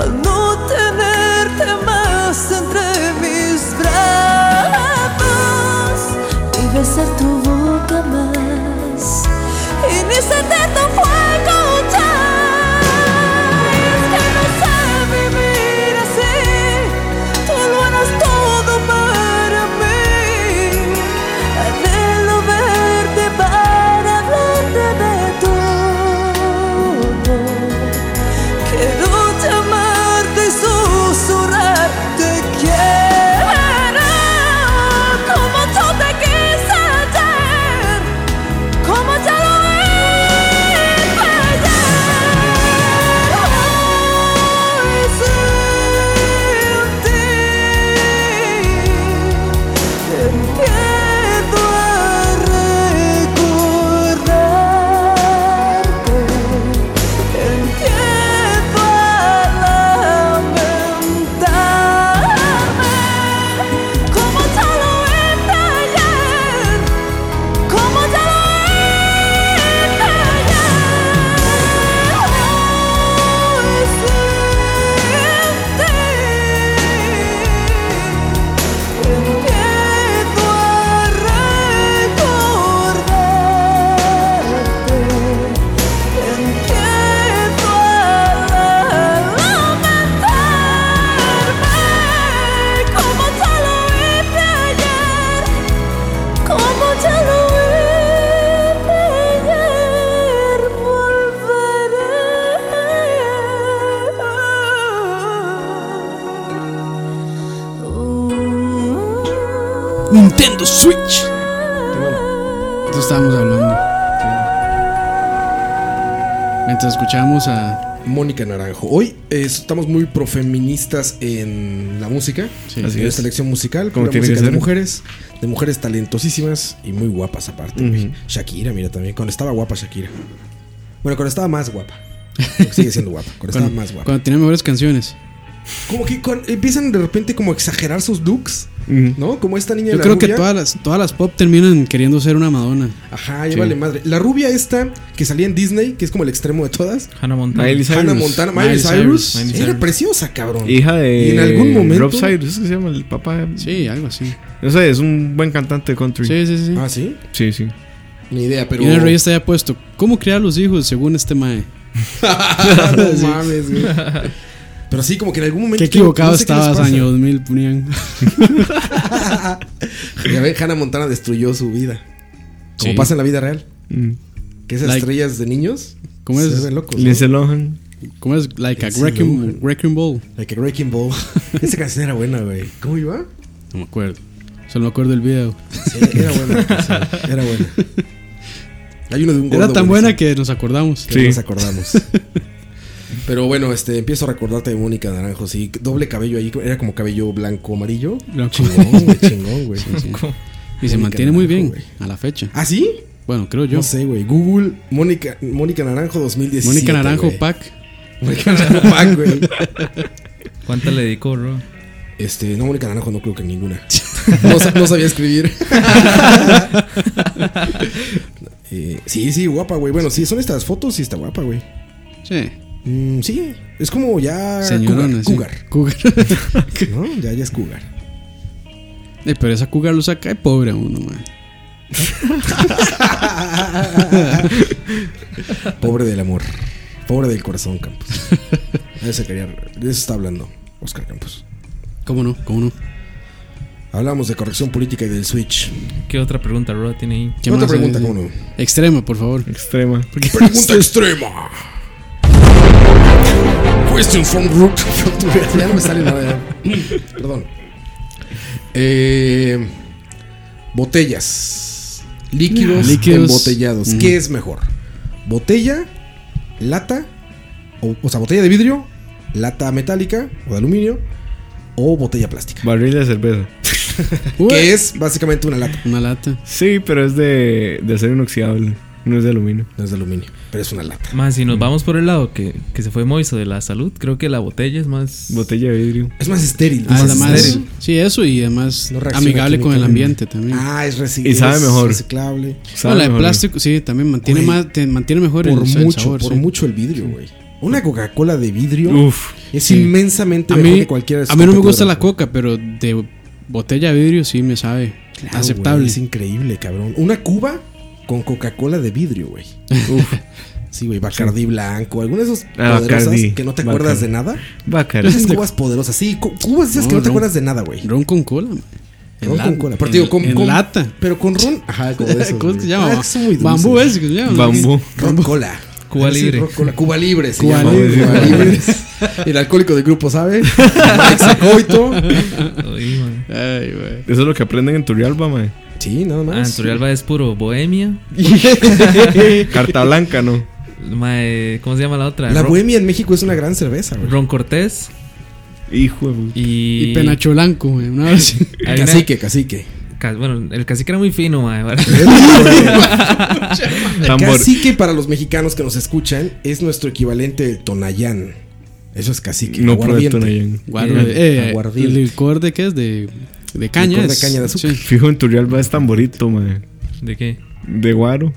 I: al no tenerte más entre mis brazos y besar tu boca más y ni sentir tu fuego ya. Es que no sé vivir así, tú lo eras todo para mí. Anhelo verte para hablarte de todo. Quiero llamarte y susurrar te quiero Como yo te quise ayer Como ya lo hice
A: Nintendo Switch.
C: Eso estábamos hablando. Mientras escuchábamos a.
B: Mónica Naranjo. Hoy eh, estamos muy profeministas en la música,
E: así
B: en
E: es.
B: esta elección musical,
E: Como
B: pura
E: tiene que
B: música de
E: ser.
B: mujeres, de mujeres talentosísimas y muy guapas aparte. güey.
E: Ujú.
B: Shakira, mira también, cuando estaba guapa Shakira. Bueno, cuando estaba más guapa. Porque Sigue siendo guapa, cuando estaba
C: Cuando,
B: más guapa.
C: cuando tenía mejores canciones.
B: Como que cuan- empiezan de repente como a exagerar sus looks,
E: Ujú.
B: ¿no? Como esta niña de
C: Yo
B: la
C: creo que
B: rubia.
C: todas las, todas las pop terminan queriendo ser una Madonna.
B: Ajá, ya vale madre. La rubia esta que salía en Disney, que es como el extremo de todas.
H: Hannah Montana.
E: Miley Cyrus.
B: Hannah Montana, Miley
C: Miley Cyrus.
B: Cyrus.
H: Miley
B: Era
H: Cyrus.
B: preciosa, cabrón.
E: Hija
B: Y
E: de.
B: en algún momento-
E: Rob Cyrus, ¿es que se llama el papá? de-
C: Sí, algo así.
E: No sé, es un buen cantante de country.
C: Sí, sí, sí.
B: Ah, sí.
E: sí. sí.
B: Ni idea, pero.
C: Y en el rey está ya puesto. ¿Cómo criar a los hijos según este mae?
B: Ah, No mames, güey. Pero sí, como que en algún momento.
C: Qué equivocado
B: no sé qué les
C: estabas,
B: pasa.
C: año 2000, ponían.
B: Ya ven, Hannah Montana destruyó su vida. Como
C: Sí.
B: pasa en la vida real.
E: Mm.
B: Que esas
C: Like-
B: estrellas de niños.
C: ¿Cómo
B: Se
C: es?
B: ven locos. ¿no?
E: Lindsay Lohan.
C: ¿Cómo es? Like a
B: Sí,
C: wrecking, wrecking Ball.
B: Like a Wrecking Ball. Esa canción era buena, güey. ¿Cómo iba?
C: No me acuerdo. Solo me acuerdo del video.
B: Sí, era buena. la canción, Era buena. Hay uno de un
C: Era
B: gordo buenísimo.
C: tan buena que nos acordamos.
B: que no nos acordamos. Pero bueno, este, empiezo a recordarte de Mónica Naranjo, sí, doble cabello ahí, era como cabello blanco amarillo.
C: Blanco.
B: Chingón, güey, chingón, güey.
C: Y se
B: Mónica
C: mantiene muy bien
B: Naranjo, güey.
C: a la fecha.
B: ¿Ah, sí?
C: Bueno, creo yo.
B: No sé, güey. Google Mónica Mónica Naranjo 2017.
C: Mónica Naranjo
B: güey.
C: Pac.
B: Mónica Naranjo Pac, güey.
D: ¿Cuánta le dedicó, bro?
B: Este, no Mónica Naranjo no creo que ninguna. No, sa- no sabía escribir. Eh, sí, sí, guapa, güey. Bueno, sí, son estas fotos y está guapa, güey.
C: Sí.
B: Mm, sí, es como ya
C: Señorona. sí.
B: Ah, cougar,
C: Cougar.
B: cougar, ¿no? Ya ya es cougar.
C: Eh, pero esa cougar lo saca de pobre a uno, mae.
B: Pobre del amor. Pobre del corazón, Campos. De eso, quería- de eso está hablando Oscar Campos.
C: ¿Cómo no? ¿Cómo no?
B: Hablamos de corrección política y del Switch.
D: ¿Qué otra pregunta, bro, tiene ahí?
C: ¿Qué
B: Otra
C: más?
B: pregunta,
C: Eh,
B: ¿cómo no?
C: Extrema, por favor.
E: Extrema.
A: Pregunta extrema.
B: Question from Rook. ya no me sale nada. ya. Perdón. Eh, botellas. Líquidos,
C: Líquidos.
B: embotellados. ¿Qué es mejor? ¿Botella? ¿Lata? O, o sea, botella de vidrio, lata metálica o de aluminio o botella plástica.
E: Barril de cerveza.
C: Ué.
B: Que es básicamente una lata.
C: Una lata.
E: Sí, pero es de, de acero inoxidable. No es de aluminio.
B: No es de aluminio, pero es una lata.
D: Más, si nos vamos por el lado que, que se fue Moiso de la salud, creo que la botella es más.
E: Botella de vidrio.
B: Es más estéril.
C: Ah,
B: es
C: además,
B: estéril.
C: sí, eso y además
B: No reacciona
C: amigable con el
B: químicamente.
C: ambiente también.
B: Ah, es reci-
E: Y sabe
B: es
E: mejor.
B: reciclable.
E: Sabe
C: no, la de
E: mejor.
C: plástico, sí, también mantiene
B: Güey.
C: más, te mantiene mejor
B: Por
C: el, el
B: mucho,
C: sabor.
B: por
C: sí.
B: mucho el vidrio, güey. Una Coca-Cola de vidrio
E: Uf.
B: es
C: sí.
B: inmensamente
C: A
B: mejor
C: mí,
B: que cualquiera de
C: a
B: sus
C: mí no me gusta la
B: competidoras,
C: coca, pero de botella de vidrio sí me sabe
B: güey. Claro,
C: aceptable.
B: güey, es increíble, cabrón. Una Cuba con Coca-Cola de vidrio, güey. Uf. Sí, güey, Bacardi blanco, alguna de esas
E: Ah,
B: poderosas
E: Bacardí,
B: que no te acuerdas de
E: Bacardi.
B: nada.
E: Bacardi.
B: Esas cubas poderosas, sí, cu- cubas de esas que
C: No,
B: no te
C: no.
B: acuerdas de nada, güey.
C: Ron con cola, man.
B: Ron con
C: la-
B: cola. Pero te digo, con,
C: en
B: con-
C: lata.
B: Pero con ron. Ajá, como esos,
C: ¿Cómo se
B: güey.
C: llama?
B: Ah, son muy dulces.
C: Bambú ese que se llama.
E: Bambú.
B: Ron cola.
D: Cuba
B: Sí,
D: Libre.
B: ron cola. Cuba libre. se
C: Cuba
B: llama, güey.
E: Libre.
B: Cuba libre. El alcohólico del grupo sabe. Exacoito.
D: Ay, man.
C: Ay, güey.
E: Eso es lo que aprenden en Turrialba, mae.
B: Sí, nada
D: Ah,
B: más.
D: Turrialba es puro bohemia.
E: Carta blanca, ¿no?
D: Mae, ¿Cómo se llama la otra?
B: La
D: Ron-
B: bohemia en México es una gran cerveza, güey.
D: Ron Cortés
E: Hijo de puta.
D: y.
C: Y penacho blanco, güey. Una vez.
D: hay una-
B: Cacique, cacique.
D: ca- Bueno, el cacique era muy fino, mae. ¿verdad?
E: Tambor.
B: Cacique para los mexicanos que nos escuchan es nuestro equivalente del Tonayán. Eso es cacique.
E: No por el
B: aguardiente.
E: Tonayán.
C: Guaro de- eh,
B: Aguardiente.
C: el licor de qué es? De, de caña.
B: Licor de
C: es-
B: caña de azúcar.
C: sí.
E: Fijo en Turrialba es tamborito, mae.
D: ¿De qué?
E: De guaro.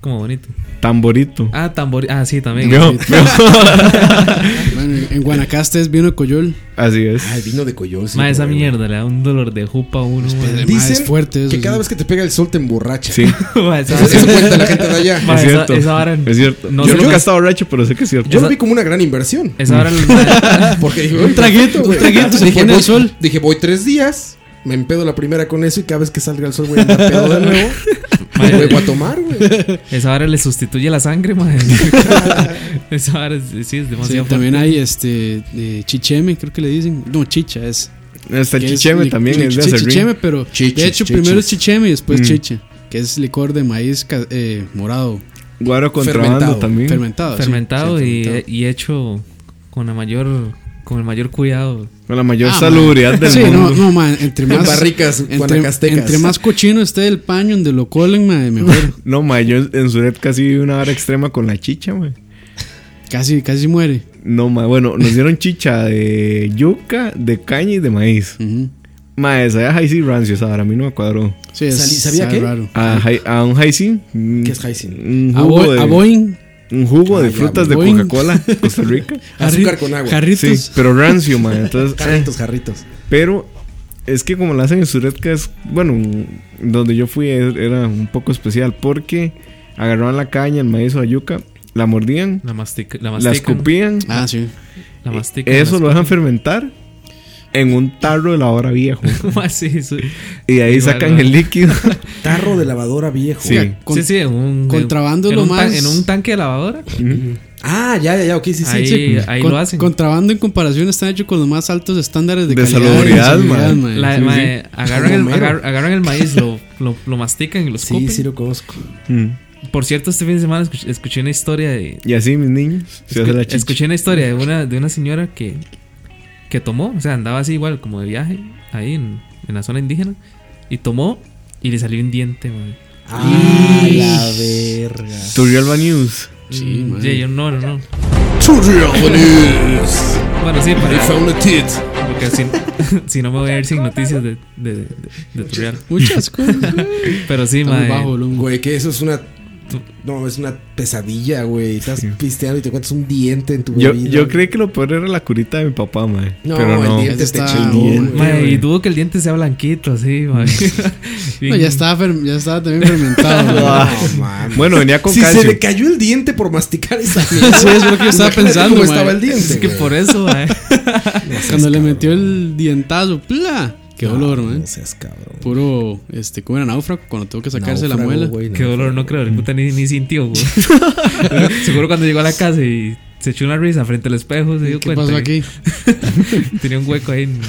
D: Como bonito.
E: Tamborito.
D: Ah, tambor. Ah, sí, también.
E: Veo, veo.
C: Bueno, en- en Guanacaste es vino coyol.
E: Así es.
B: Ah, el vino de Coyol. sí,
D: Mae, esa
B: güey.
D: mierda le da un dolor de jupa a uno, mae.
C: Mae,
B: Dicen
C: es fuerte eso,
B: que cada
C: sí.
B: vez que te pega el sol te emborracha.
E: Sí.
D: Mae, esa-
B: Eso cuenta la gente de allá.
D: Mae,
E: Es
D: esa-
E: cierto.
D: esa vara-
E: Es cierto.
D: no
E: yo
D: sé-
E: nunca he estado borracho, pero sé que es cierto.
B: Yo lo vi como una gran inversión.
D: Esa vara. mae,
B: Porque dije,
C: Un traguito, un traguito, se
B: dije,
C: pone
B: voy,
C: el sol.
B: Dije, voy tres días, me empedo la primera con eso y cada vez que salga el sol voy a andar pedo de nuevo. Me vuelvo a tomar, güey.
D: Esa vara le sustituye la sangre, mae. Esa vara es- Oh, sí es
C: Sí,
D: demasiado.
C: también hay este de chicheme, creo que le dicen. No, chicha es.
E: Está el
C: que es
E: chicheme
C: li-
E: también,
C: li-
E: es de
C: sí,
E: acerrín.
C: chicheme, pero
B: Chiche,
C: de hecho
B: chiche.
C: primero es chicheme y después
E: Mm.
C: chicha, que es licor de maíz ca- eh, morado,
E: Guaro contrabando
B: Fermentado,
E: también.
C: fermentado. sí,
D: fermentado
C: sí,
D: y, eh,
C: fermentado.
D: y hecho con la mayor con el mayor cuidado.
E: Con la mayor
C: Ah,
E: salubridad
C: man.
E: del
C: sí,
E: mundo.
C: no, no, man, entre
B: En
C: más
B: barricas
C: entre,
B: guanacastecas.
C: entre más cochino esté el paño donde lo colen, man, mejor.
E: No, ma, yo en Suret casi viví una hora extrema con la chicha, ma.
C: casi casi muere.
E: No, ma, bueno, nos dieron chicha de yuca, de caña y de maíz.
C: Ujú.
E: Ma, esa era High rancio, esa vara, a mí no me cuadró.
C: Sí, es-
B: Salí- ¿sabía
C: sabe
B: qué?
C: raro.
E: A, hi- a un Haisin.
B: ¿Qué es Haisin?
E: Un
C: A,
E: jugo
C: Bo-
E: de,
C: a Boeing,
E: un jugo de
B: Ah, ya,
E: frutas de
C: Boing.
E: Coca-Cola, Costa Rica.
B: Azúcar con agua.
E: Sí,
C: jarritos.
E: pero rancio, ma. Entonces, eh,
B: Jarritos, jarritos.
E: Pero es que como la hacen en Suretka es, bueno, donde yo fui er- era un poco especial porque agarraban la caña, el maíz o la yuca, la mordían,
D: La mastica, la
E: la
D: mastican,
E: escupían, eh,
C: Ah, sí.
D: la mastican,
E: eso
D: la
E: lo dejan fermentar en un tarro de la hora viejo.
D: escupan. sí, eso-
E: Y de ahí
D: Igual,
E: sacan
D: ¿no?
E: el líquido.
B: Tarro de lavadora viejo.
E: Sí.
C: Con-
D: sí, sí, en un
C: contrabando
D: en
C: lo
D: un tan-
C: más-
D: en un tanque de lavadora.
B: Ah, ya, ya, ya, ok, sí, sí.
D: ahí
B: sí.
D: ahí
C: Con-
D: lo hacen.
C: Contrabando en comparación está hecho con los más altos estándares de,
E: De
C: calidad y
E: salubridad,
C: seguridad,
E: man.
C: man.
D: La-
E: sí,
D: mae, Agarran,
B: Como
D: el,
B: Homero.
D: agar- agarran el maíz, lo, lo, lo mastican y lo escupen.
B: Sí, sí lo conozco.
E: Mm.
D: Por cierto, este fin de semana escuch- escuché una historia de,
E: Y así, mis niños, se hace la chicha.
D: Escuché una historia de una, de una señora que, que tomó, o sea, andaba así igual como de viaje ahí en, en la zona indígena y tomó y le salió un diente, man.
B: Ah, la verga.
E: Turrialba News.
C: Sí,
D: Mm,
C: man.
D: yeah, yo no, no, no.
A: Two real news.
D: Bueno, sí,
A: I
D: para,
A: found a tit.
D: porque si, si no me voy a ir sin noticias de, de, de, de Turrialba.
C: Muchas cosas. güey.
D: Pero sí,
C: Está muy
D: man.
C: bajo, loco.
B: Güey, que eso es una. No, es una pesadilla, güey. Estás pisteando y te cuentas un diente en tu
E: Yo,
B: bebida.
E: yo creí que lo peor era la curita de mi papá, mae.
B: No,
E: pero
B: el
E: no.
B: diente
C: Está-
B: te chingó. güey.
D: Mae, y dudo que el diente sea blanquito, sí, man.
C: No, ya estaba, fer- ya estaba también fermentado. güey.
B: No, mames.
E: Bueno, venía con
B: Si
E: calcio.
B: se le cayó el diente por masticar esa mierda.
C: Sí, eso es lo que yo estaba
B: Imagínate
C: pensando,
B: cómo
C: mae.
B: estaba el diente.
D: Es que
B: güey.
D: por eso, man.
C: Cuando le metió el dientazo, ¡pla! Qué dolor, man.
B: No seas cabrón.
C: Puro, este, ¿cómo era náufrago? Cuando tuvo que sacarse la
B: Náufrago,
C: muela.
B: güey,
D: Qué
B: náufrago.
D: dolor, no creo, el puta ni, ni sintió, güey. Seguro cuando llegó a la casa y se echó una risa frente al espejo, se dio
C: ¿Qué
D: cuenta.
C: pasó
D: que
C: aquí?
D: Tenía un hueco ahí. en-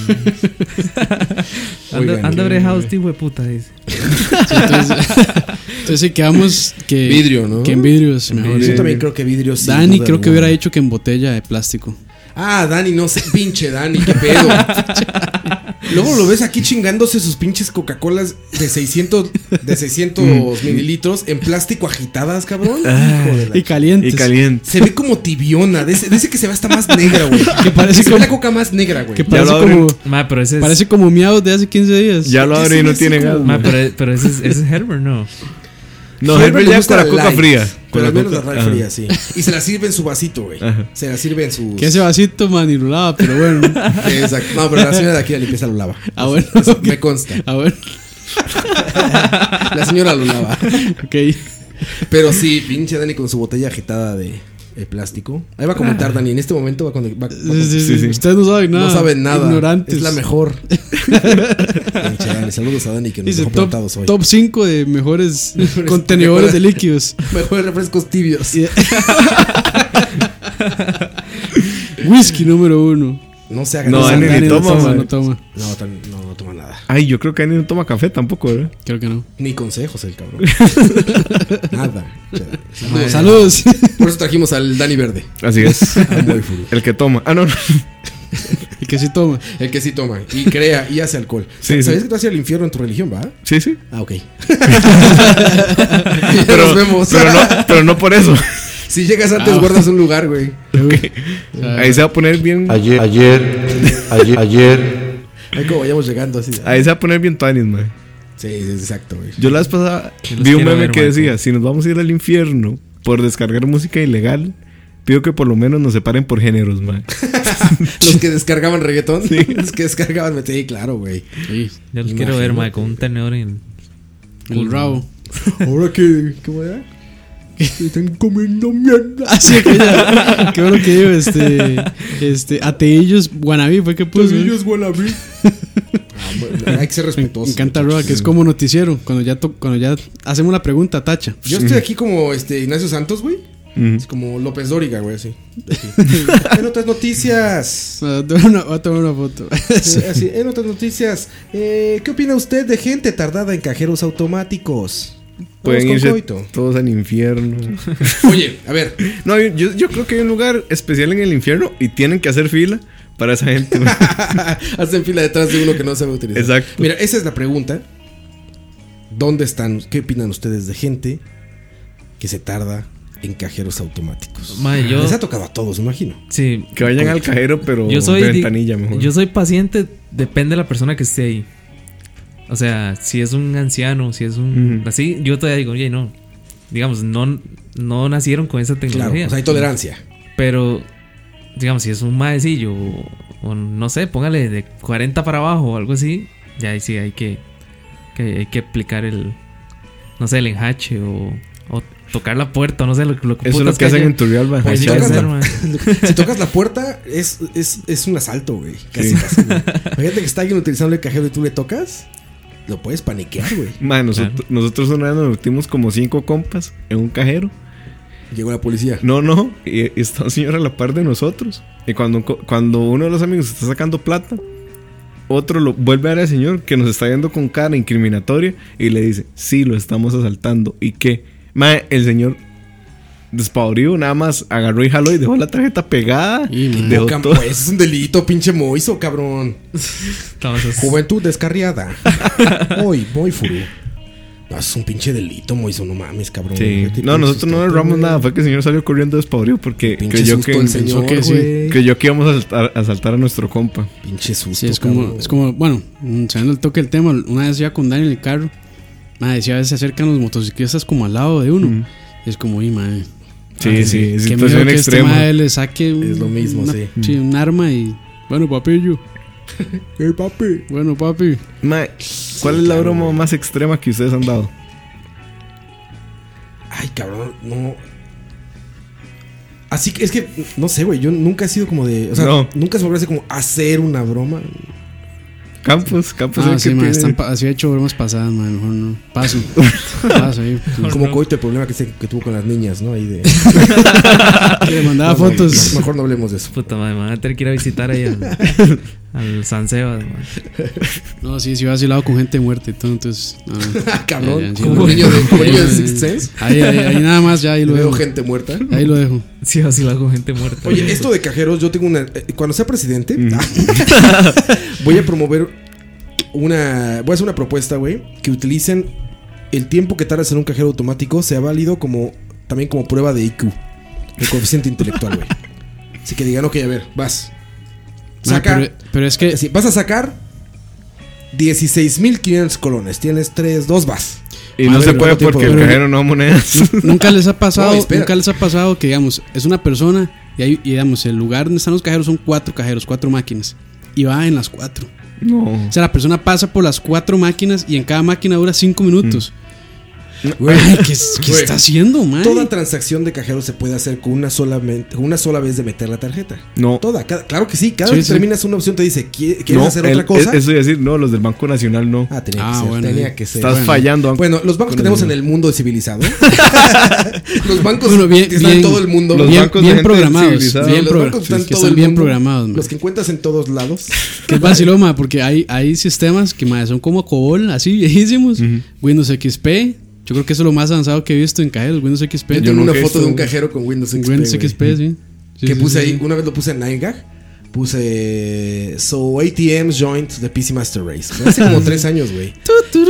D: anda
B: Oigan,
D: anda brejado este hijo de puta, dice.
C: Entonces, entonces sí, quedamos que.
B: Vidrio, ¿no?
C: Que en vidrio es mejor.
B: Yo también creo que vidrio sin
C: Dani
B: duda
C: creo que
B: alguna.
C: hubiera dicho que en botella de plástico.
B: Ah, Dani, no sé, pinche Dani, qué pedo. Luego lo ves aquí chingándose sus pinches Coca-Colas de 600, de 600 mililitros en plástico agitadas, cabrón. Hijo de la-
C: Mm. Ah, Y calientes.
E: Y caliente.
B: Se ve como tibiona, de ese, de ese que se ve hasta más negra, güey.
C: Que parece
B: se ve
C: como-
B: la coca más negra, güey.
C: Que
E: Ya lo
C: parece
E: abren.
C: como,
D: Ma, pero ese es.
C: parece como miados de hace 15 días.
E: Ya lo
B: ¿Qué
E: abrí y no
B: se me
E: tiene
B: hace
E: gas.
B: como-
E: mae.
D: ma, pero, e, pero ese, es- ese es Herbert, ¿no?
E: No,
B: Siempre
E: Herbert
B: le
E: ya
B: gusta
E: con la coca
B: light,
E: fría. Ah.
B: Pero al menos la
E: coca-
B: coca
E: ajá.
B: fría, sí. Y se la sirve en su vasito, güey. Se la sirve en su.
C: Que ese vasito manipulaba, pero bueno.
B: Exacto. No, pero la señora de aquí la limpieza lo lava.
C: Ah, bueno. Ah,
B: Eso me consta.
C: A ver,
B: La señora lo lava.
C: ok.
B: Pero sí, pinche Dani con su botella agitada de, de plástico. Ahí va a comentar Dani, en este momento va a conectar.
C: Sí, sí,
E: Sí,
C: sí.
E: sí.
C: Ustedes no saben nada.
B: no saben nada.
C: Ignorantes.
B: Es la mejor. pinche Dani, saludos a Dani que nos
C: Dice
B: dejó
C: top,
B: plantados hoy.
C: top 5 de mejores contenedores de líquidos.
B: Mejores refrescos tibios.
C: Y- Whisky número 1.
B: No se hagan
E: No,
B: no,
E: Dani ni
C: no
E: toma,
C: toma,
E: man.
C: no toma.
B: no, tan- no, no toma nada.
E: Ay, yo creo que Dani no toma café tampoco, ¿eh? ¿verdad?
C: Creo que no.
B: Ni consejos el cabrón. nada. pinche Dani.
C: Bueno, Saludos.
B: Por eso trajimos al Dani Verde.
E: Así es.
B: Al Boy Furu.
E: El que toma. Ah, no. no.
C: Y que sí toma.
B: El que sí toma y crea y hace alcohol.
E: Sí,
B: ¿Sabías
E: sí.
B: que tú hacías el infierno en tu religión, va?
E: Sí, sí.
B: Ah, ok.
E: Pero,
B: nos vemos.
E: Pero no, pero no por eso.
B: Si llegas antes,
C: Ah.
B: guardas un lugar, güey. Ah.
E: Ahí se va a poner bien.
F: Ayer, ayer, ayer, ayer.
B: Ahí como vayamos llegando así. Sí,
E: Ahí se va a poner bien Tuanis, man.
B: sí, exacto, güey.
E: Yo la vez pasada
D: los
E: vi un
D: quiero
E: meme
D: ver,
E: que
D: Marco.
E: decía: si nos vamos a ir al infierno por descargar música ilegal, pido que por lo menos nos separen por géneros, man.
B: Los que descargaban reggaetón. Los que descargaban. Sí, claro, güey.
C: Sí,
D: Yo los quiero ver, ma, con un tenedor en el.
C: el rabo.
B: Ahora que. ¿Cómo era? Están comiendo mierda.
C: Así que Ah, ya. Qué bueno que digo, este. Este. Ateillos Guanabí fue que puso.
B: Pues Ellos huele a mí. Ah, bueno, hay que ser
C: Me
B: respetuosos.
C: encanta Roa, que es como noticiero. Cuando ya, to- cuando ya hacemos la pregunta, tacha.
B: Yo estoy aquí como este Ignacio Santos, güey. Es como López Dóriga, güey, así. Así. en otras noticias.
C: Voy a tomar una, voy a tomar una foto.
B: Sí, así, en otras noticias. eh, ¿Qué opina usted de gente tardada en cajeros automáticos? Vamos
E: Pueden
B: con
E: irse
B: Coito.
E: todos al infierno.
B: Oye, a ver.
E: No, yo, yo creo que hay un lugar especial en el infierno y tienen que hacer fila para esa gente. güey.
B: Hacen fila detrás de uno que no sabe utilizar.
E: Exacto.
B: Mira, esa es la pregunta. ¿Dónde están? ¿Qué opinan ustedes de gente que se tarda en cajeros automáticos?
C: Pues,
D: Mae, yo-
B: Les ha tocado a todos, me imagino.
D: Sí,
E: que vayan al cajero, pero
D: yo soy
E: de
D: di-
E: ventanilla mejor.
D: Yo soy paciente, depende de la persona que esté ahí. O sea, si es un anciano, si es un
E: Ujú.
D: así, yo todavía digo, oye, no. Digamos, no, no nacieron con esa
B: Claro,
D: tecnología.
B: o sea, hay tolerancia.
D: Pues Pero, digamos, si es un maecillo o, o no sé, póngale de 40 para abajo o algo así, ya ahí sí hay que, que hay que aplicar el, no sé, el enjache o, o tocar la puerta, no sé, lo, lo
E: Eso es lo
D: putas
E: que hacen en
D: haya-
E: Turrialba.
D: Pues,
E: hackear.
D: sí,
B: Tocas
D: ser,
B: la-
D: man.
B: si tocas la puerta, es, es, es un asalto, güey. Casi,
E: Sí.
B: casi, güey. Imagínate que está alguien utilizando el cajero y tú le tocas, lo puedes paniquear, güey.
E: Ma, nosotros,
D: Ah.
E: nosotros una vez nos metimos como cinco compas en un cajero.
B: Llegó la policía.
E: No, no, y, y está un señor a la par de nosotros. Y cuando, un co- cuando uno de los amigos está sacando plata, otro lo vuelve a ver al señor que nos está viendo con cara incriminatoria y le dice, sí, lo estamos asaltando. ¿Y qué? Ma, el señor despavorido nada más agarró y jaló y dejó la tarjeta pegada.
C: Y, ma,
E: dejó
B: Cam-
E: todo.
B: pues, es un delito, pinche moiso, cabrón.
D: Entonces,
B: Juventud descarriada. Hoy, voy furu. No, es un pinche delito, Moiso, no mames, cabrón.
E: Sí.
B: Vete,
E: No,
B: pinche
E: nosotros no
B: susto,
E: ahorramos
B: güey.
E: nada. Fue que el señor salió corriendo despavorido porque
B: Pinche
E: creyó
B: susto
E: que,
B: el señor,
E: que sí,
B: güey.
E: creyó que íbamos a asaltar, a asaltar a nuestro compa.
B: Pinche susto.
C: Sí, es como,
B: cabrón.
C: es como, bueno, mm, saliendo el toque del tema, una vez iba con Dani en el carro, madre, si a veces se acercan los motociclistas como al lado de uno, y es como, uy, madre.
E: Sí,
C: madre,
E: sí, es
C: qué miedo
E: situación
C: que Este
E: extrema.
C: madre le saque un,
B: Es lo mismo,
C: una-
B: sí.
C: un arma y, bueno, papillo,
B: Eh, papi.
C: bueno, papi.
E: Ma, ¿Cuál es la broma más extrema que ustedes han dado?
B: Ay, cabrón, no. Así que es que, no sé, güey, yo nunca he sido como de. O sea,
E: No.
B: nunca se me parece como hacer una broma.
E: Campos,
B: Pues
E: Campos
C: ah,
E: es
C: sí,
E: el que
C: madre,
E: tiene-
C: están, pa- así he hecho bromas pasadas, madre, mejor no. Paso, paso ahí.
B: Como coito el problema que, se- que tuvo con las niñas, ¿no? Ahí de.
C: Le mandaba
B: No, no,
C: fotos.
B: mejor no hablemos de eso.
D: puta madre, me van a tener que ir a visitar ahí al, al San Sebas, man.
C: No, sí, sí, iba vacilado con gente muerta y todo, entonces. ah,
B: Cabrón,
C: ya, ya, sí,
B: como
C: no.
B: un niño de, como niño de
C: Ahí,
B: Sixth Sense.
C: Ahí, ahí, ahí nada más, ya ahí lo
B: Veo
C: dejo.
B: gente muerta.
C: Ahí lo dejo.
D: Sí, así lo hago gente muerta.
B: Oye, esto de cajeros, yo tengo una. eh, Cuando sea presidente, ah, voy a promover una. Voy a hacer una propuesta, güey, que utilicen el tiempo que tardas en un cajero automático sea válido como también como prueba de IQ, de coeficiente intelectual, güey. Así que digan, ok, a ver, vas.
C: Ma,
B: Saca.
C: pero, eh, pero es que
B: así, vas a sacar 16.500 colones. Tienes 3, 2, vas.
E: Y
C: Madre,
E: no se
C: pero
E: puede
B: no tiempo,
E: porque el
C: pero-
E: cajero no da monedas.
C: nunca les ha pasado,
B: No, espera.
C: nunca les ha pasado que digamos, es una persona y, hay, y, digamos, el lugar donde están los cajeros son cuatro cajeros, cuatro máquinas. Y va en las cuatro.
E: No.
C: O sea, la persona pasa por las cuatro máquinas y en cada máquina dura cinco minutos.
B: Güey.
C: Ay, ¿qué, es- qué
B: Mm. Güey.
C: está haciendo, man?
B: Toda transacción de cajero se puede hacer con una sola, con una sola vez de meter la tarjeta.
E: No.
B: Toda, cada- claro que sí. Cada
C: Sí,
B: vez que
C: sí.
B: terminas una opción te dice, "¿Qui- ¿quieres
E: No,
B: hacer
E: el-
B: otra cosa?
E: es- Eso iba a decir, no, los del Banco Nacional no.
B: Ah, tenía que
C: Ah,
B: ser.
C: bueno,
B: tenía
C: ya.
B: que ser.
E: Estás
B: Bueno.
E: fallando.
B: Bueno, los bancos que tenemos en el mundo civilizado. ¿eh? los bancos
C: Bueno, bien-
B: que están en
C: bien-
B: todo el mundo.
E: los
C: bien,
E: bancos de
C: bien
E: gente
C: programados.
E: civilizada.
C: Bien
B: los
C: pro-
B: bancos que están en
C: que
B: todo
C: están
B: el
C: bien
B: mundo,
C: programados, man.
B: Los que encuentras en todos lados.
C: Qué vacilón, ma, porque hay, hay sistemas que ma, son como COBOL, así viejísimos. Windows XP. Yo creo que eso es lo más avanzado que he visto en cajeros, Windows XP.
B: Yo en
E: nunca
B: una
E: he
B: foto
E: visto
B: de un
E: un-
B: cajero con Windows XP.
C: Windows
B: güey.
C: XP, sí. Sí,
B: que
C: sí,
B: puse
C: sí,
B: ahí,
C: sí.
B: una vez lo puse en 9gag, puse So ATMs joined the PC Master Race. Fue Hace como tres años, güey.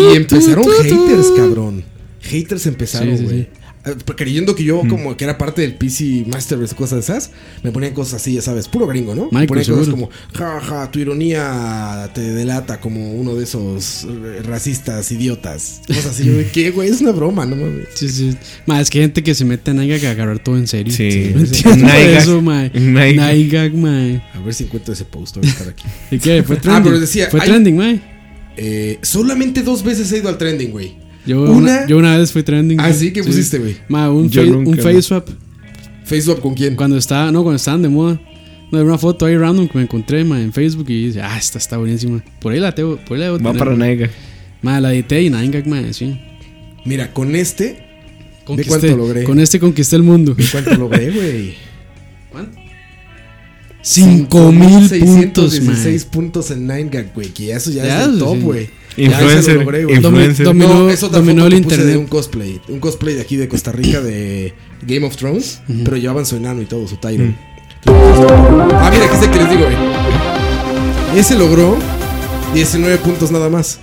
B: Y empezaron haters, cabrón. Haters empezaron,
C: Sí, sí, Hmm.
B: güey. Ah, Creyendo que yo, como que era parte del PC Master Race, cosas de esas, me ponían cosas así, ya sabes, puro gringo, ¿no? me
C: Michael,
B: ponían cosas
C: seguro.
B: como, jaja, tu ironía te delata como uno de esos eh, racistas idiotas. Cosas así, yo de ¿qué, güey? Es una broma, no mames.
C: Sí, sí. Ma, es que hay gente que se mete a Nike a agarrar todo en serio.
E: Sí.
C: No entiendo
E: Nike.
C: eso, ma.
E: Nike.
C: Nike, ma.
B: A ver si encuentro ese post, voy a estar aquí.
C: ¿Y qué? Fue
B: Ah,
C: trending.
B: pero decía,
C: fue
B: hay-
C: trending, ma.
B: Eh, solamente dos veces he ido al trending, güey.
C: Yo
B: Una-
C: una, yo una vez fui trending.
B: Ah, sí, ¿qué pusiste, güey?
C: Ma, un,
E: Yo
C: fa-
E: nunca,
C: un
E: no.
C: face swap.
B: ¿Facebook con quién?
C: Cuando estaba, no, cuando estaban de moda. No, era una foto ahí random que me encontré, ma, en Facebook y dice, ah, esta está buenísima. Por ahí la tengo, por ahí la debo
E: Va
C: tener,
E: para
C: ma.
E: Nega.
C: Ma, la edité y Nike, ma, sí.
B: Mira, con este
C: Conquisté.
B: cuánto logré?
C: Con este conquisté el mundo.
B: ¿Cuánto logré, güey?
C: 5 mil puntos, man.
B: 6 puntos en 9gag, güey. Que eso ya,
C: Ya,
B: es el
C: sí.
B: top, güey. Ya eso
E: Influencer,
B: lo logré, güey.
C: Domi-
E: influencer.
C: domi-
B: No,
C: Dominó-
B: es otra
C: dominó
B: foto
C: el
B: que puse
C: internet.
B: de un cosplay. Un cosplay de aquí de Costa Rica de Game of Thrones. Pero llevaban su enano y todo, su Tyron. Ah, mira, aquí sé que les digo, güey. Ese logró 19 puntos nada más.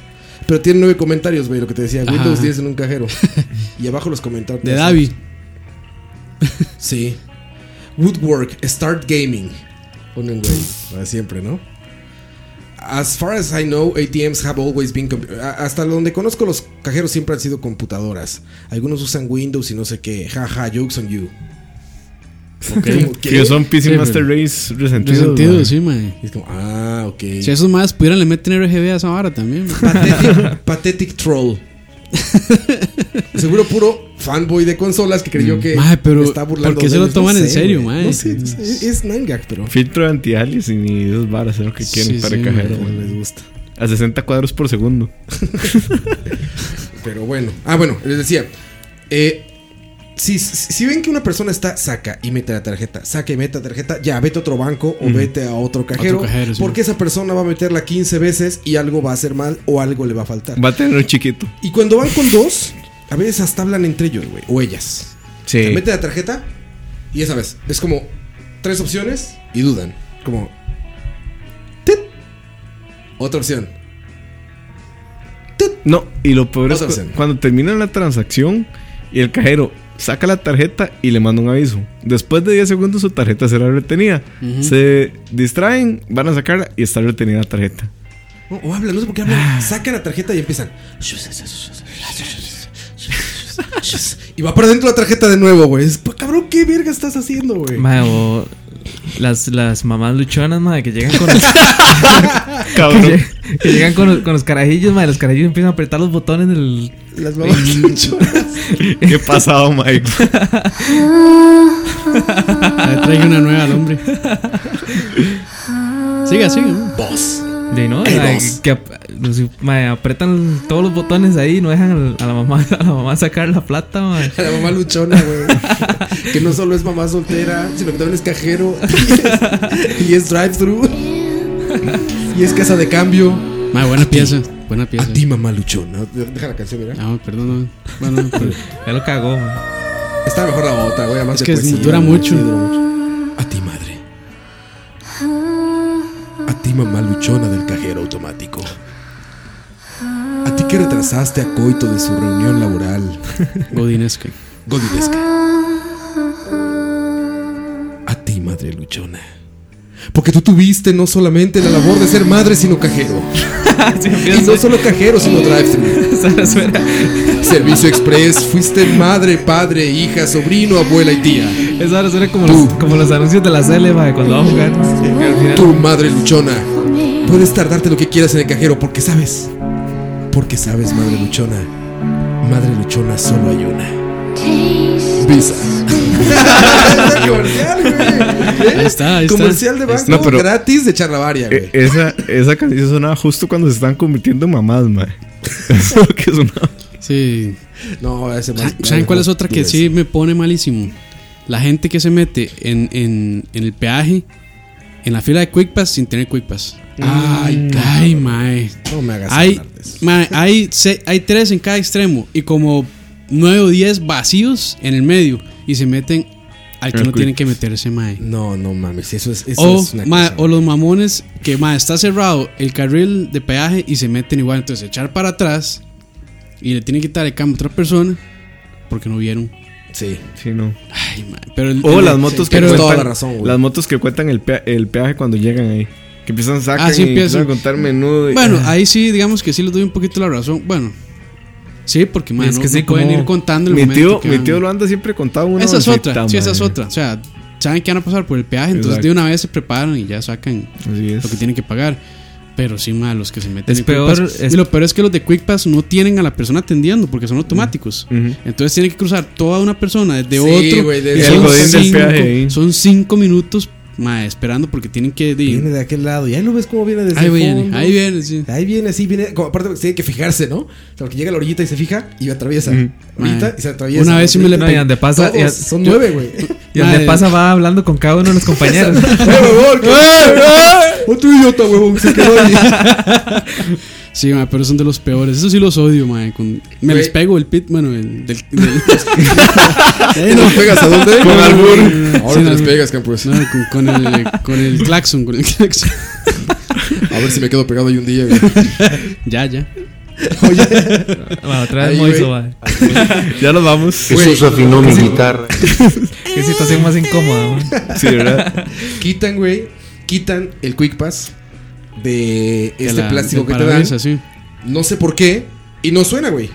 B: Pero tiene 9 comentarios, güey, lo que te decía. Windows
C: Ajá.
B: 10 en un cajero. y abajo los comentarios.
C: De Davi.
B: Sí. Woodwork, start gaming. Ponen güey, para siempre, ¿no? As far as I know, ATMs have always been compu- a- hasta donde conozco los cajeros siempre han sido computadoras. Algunos usan Windows y no sé qué. Jaja, jokes on you. Como que-
E: Que son PC
C: Sí,
E: Master Race resentidos.
C: Resentido,
E: man.
C: sí, man.
B: y es como, ah, ok.
C: Si esos más pudieran le meten RGB a esa vara también. man.
B: Pathetic, pathetic troll. Seguro puro fanboy de consolas que creyó que
C: Mm. Mae, pero,
B: me está burlando.
C: ¿por qué
B: de
C: se lo
B: ellos? No
C: toman en
B: sé,
C: serio,
B: güey.
C: mae?
B: No sé, es, es Nangak, pero
E: Filtro de anti-aliasing y esas varas, es lo que quieren
C: Sí,
E: para
C: sí,
E: el cajero.
C: man.
E: man.
B: les gusta.
E: A 60 cuadros por segundo.
B: Pero bueno. Ah, bueno, les decía. eh, si, si si ven que una persona está, saca y mete la tarjeta, saca y mete la tarjeta, ya, vete a otro banco o vete a otro cajero.
C: cajero, sí.
B: porque esa persona va a meterla 15 veces y algo va a hacer mal o algo le va a faltar.
E: Va a tener un chiquito.
B: Y cuando van con dos, a veces hasta hablan entre ellos, güey, o ellas. Te mete la tarjeta y esa vez es como tres opciones y dudan. Como, tit. Otra opción.
E: No, y lo peor es
B: Otra
E: cu-
B: opción.
E: cuando terminan la transacción y el cajero saca la tarjeta y le manda un aviso. Después de 10 segundos su tarjeta será retenida. Se distraen, van a sacarla y está retenida la tarjeta.
B: No, o hablan, no sé por qué
C: Ah.
B: hablan. Sacan la tarjeta y empiezan. Y va para adentro la tarjeta de nuevo, güey. Es, Cabrón, ¿qué verga estás haciendo, güey?
D: Mae, o las, las mamás luchonas, mae, que llegan con los,
E: Cabrón.
D: que llegan con los, con los carajillos, mae, los carajillos empiezan a apretar los botones del.
B: Las mamás luchonas.
E: Qué pasado, Mike.
C: Ah, Traigo una nueva al hombre. Siga, siga. man.
B: Boss.
D: De no,
B: Ey,
D: mae,
B: vos.
D: que ap- los- mae, apretan todos los botones ahí, no dejan al- a la mamá, a la mamá sacar la plata, mae.
B: La mamá luchona, güey. que no solo es mamá soltera, sino que también es cajero. y es, drive-thru. y es casa de cambio.
C: Ma, buena pieza. Buena
B: A
C: pieza.
B: ti, mamá luchona. Deja la canción, mira.
C: Ah, perdón. no. Bueno, pero-
D: Ya lo cagó, mae.
B: Está mejor la otra, güey. además
C: Es
B: de
C: que es-
B: poesía,
C: dura
B: güey.
C: mucho.
B: Sí, dura mucho. A ti, madre. A ti, mamá luchona del cajero automático. A ti que retrasaste a Coito de su reunión laboral.
C: Godinesca.
B: Godilesca. A ti, madre luchona. Porque tú tuviste no solamente la labor de ser madre, sino cajero.
D: Sí,
B: Y
D: empieza
B: no solo cajero, sino drive-thru.
D: a suena.
B: Servicio Express, fuiste madre, padre, hija, sobrino, abuela y tía.
D: Esa hora suena como los, como los anuncios de la Cele, mae, cuando va a jugar. que al final-
B: Tu madre luchona. Puedes tardarte lo que quieras en el cajero porque sabes. Porque sabes, madre luchona. Madre luchona solo hay una. Visa. comercial, güey.
C: Ahí está, ahí está.
B: Comercial de banco
E: No, pero-
B: gratis de Charlavaria,
E: E-
C: Eh,
B: güey.
E: esa, esa canción sonaba justo cuando se están convirtiendo en mamás, man. Eso es lo que sonaba.
C: Sí.
B: No, ese más.
C: eh, ah, ¿Saben- ¿Saben cuál es otra que sí me pone malísimo? La gente que se mete en, en, en el peaje, en la fila de Quick Pass sin tener Quick Pass. Ay, ay, mae.
B: No me hagas
C: Hay,
B: hablar de eso.
C: mae, hay, se- hay tres en cada extremo y como nueve o diez vacíos en el medio y se meten al que
E: Al
C: no
E: Quick
C: tienen que meterse, mae.
B: No, no mames. Eso es, eso
C: O,
B: es una
C: mae,
B: cosa.
C: o los mamones que mae, está cerrado el carril de peaje y se meten igual. Entonces echar para atrás y le tienen que quitar el cambio a otra persona porque no vieron.
B: Sí.
E: Sí, no.
C: Ay, ma, pero el-
E: O
C: el-
E: las motos que
B: tienes
E: cuentan,
B: toda la razón, güey.
E: las motos que cuentan el, pea- el peaje cuando llegan ahí. Que empiezan a sacar
C: Ah, sí,
E: y
C: empiezan.
E: empiezan a contar menudo. y-
C: Bueno, ahí sí, digamos que sí les doy un poquito la razón. Bueno, sí, porque man,
D: Es
C: no,
D: que sí,
C: no pueden
D: como-
C: ir contando el
E: mi
C: momento
E: tío,
C: que
E: mi
C: van.
E: tío lo anda siempre contado uno.
C: Esa es
E: receta,
C: otra, sí, esa es
E: man.
C: otra. O sea, saben que van a pasar por el peaje, entonces
E: Exacto.
C: de una vez se preparan y ya sacan
E: Así es.
C: lo que tienen que pagar. Pero sí, ma, los que se meten
D: Es
C: en Quick
D: peor,
C: Pass.
D: es-
C: Y lo peor es que los de Quick Pass no tienen a la persona atendiendo porque son automáticos.
E: Ujú.
C: Entonces tienen que cruzar toda una persona desde
B: Sí,
C: otro.
B: güey,
C: y
B: desde
E: el
C: son,
E: godín del
C: cinco,
E: peaje ¿eh? ahí.
C: son cinco minutos Mae, esperando porque tienen que. di-
B: Viene de aquel lado. Y ahí lo ves cómo viene desde
C: ahí
B: el
C: viene,
B: fondo.
C: ahí viene, sí.
B: Ahí viene, sí, viene. Como, aparte, tiene que fijarse, ¿no? O sea, porque llega a la orillita y se fija y atraviesa. Orillita
C: Mae.
B: y se atraviesa.
C: Una vez sí me le
D: No, y donde pasa.
B: Todos,
D: y a-
B: son nueve, güey.
D: y donde
C: Madre.
D: pasa va hablando con cada uno de los compañeros.
B: ¡Eh, huevón!
C: eh!
B: Otro idiota, huevón. Se quedó ahí.
C: Sí, mae, pero son de los peores. Eso sí los odio, mae. con- me
B: Güey.
C: les pego el pit, bueno, el, del, del-
B: ¿Y nos pegas a dónde?
C: Con albur.
B: Ahora
C: Sí,
B: te
C: no,
B: las
C: no.
B: pegas, Campos.
C: no, Ah, con, con el, con el claxon, con el claxon.
B: A ver si me quedo pegado Este ahí un día, güey.
C: Ya, ya.
B: Oye,
D: Ma, otra
B: Ahí,
D: vez Moiso, ma.
E: Ya nos vamos.
F: Jesús afinó mi guitarra.
D: Qué situación más incómoda, ma.
E: Sí, ¿verdad?
B: quitan, güey. Quitan el Quick Pass de
C: De
B: este
C: la-
B: plástico
C: del
B: que te dan.
C: parabrisas, sí.
B: No sé por qué. Y no suena, güey.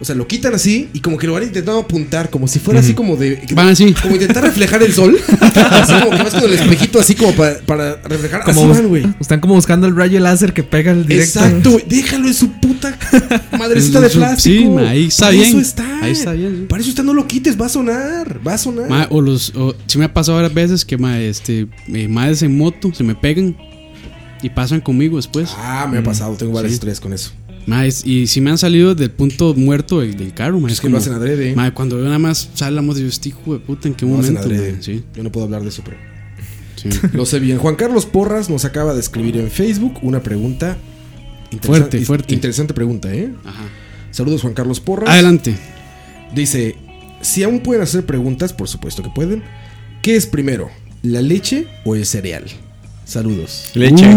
B: O sea, lo quitan así y como que lo van intentando apuntar, como si fuera así como de.
C: Van así.
B: Como intentar reflejar el sol. así como que vas con el espejito así como para, para reflejar.
D: Como
B: así van, güey.
D: bus- están como buscando el rayo láser que pega el directo.
B: Exacto, güey. Déjalo en su puta madrecita de
C: Sí,
B: plástico.
C: ma, ahí está
B: Para
C: bien.
B: Eso está.
C: Ahí está bien, sí.
B: Para eso está, no lo quites, va a sonar. Va a sonar.
C: Mae, o los. O, sí me ha pasado varias veces que mae, este, eh, madres en moto se me pegan y pasan conmigo después.
B: ah, me ha pasado, tengo varias
C: mm, sí.
B: historias con eso.
C: Mae, es- y sí me han salido del punto muerto del, del carro, mae.
B: Es que lo hacen adrede. ¿eh?
C: mae, cuando veo nada más sale la moto, yo estoy hijo de puta, ¿en qué
B: Lo hacen
C: momento?
B: adrede.
C: mae?" Sí,
B: Yo no puedo hablar de eso, pero.
C: sí.
B: Lo sé bien. Juan Carlos Porras nos acaba de escribir en Facebook una pregunta. interesa-
C: Fuerte,
B: in-
C: fuerte.
B: Interesante pregunta, ¿eh?
C: Ajá. Ah,
B: Saludos, Juan Carlos Porras.
C: Adelante.
B: Dice: Si aún pueden hacer preguntas, por supuesto que pueden. ¿Qué es primero, la leche o el cereal? Saludos.
E: Leche.
B: Una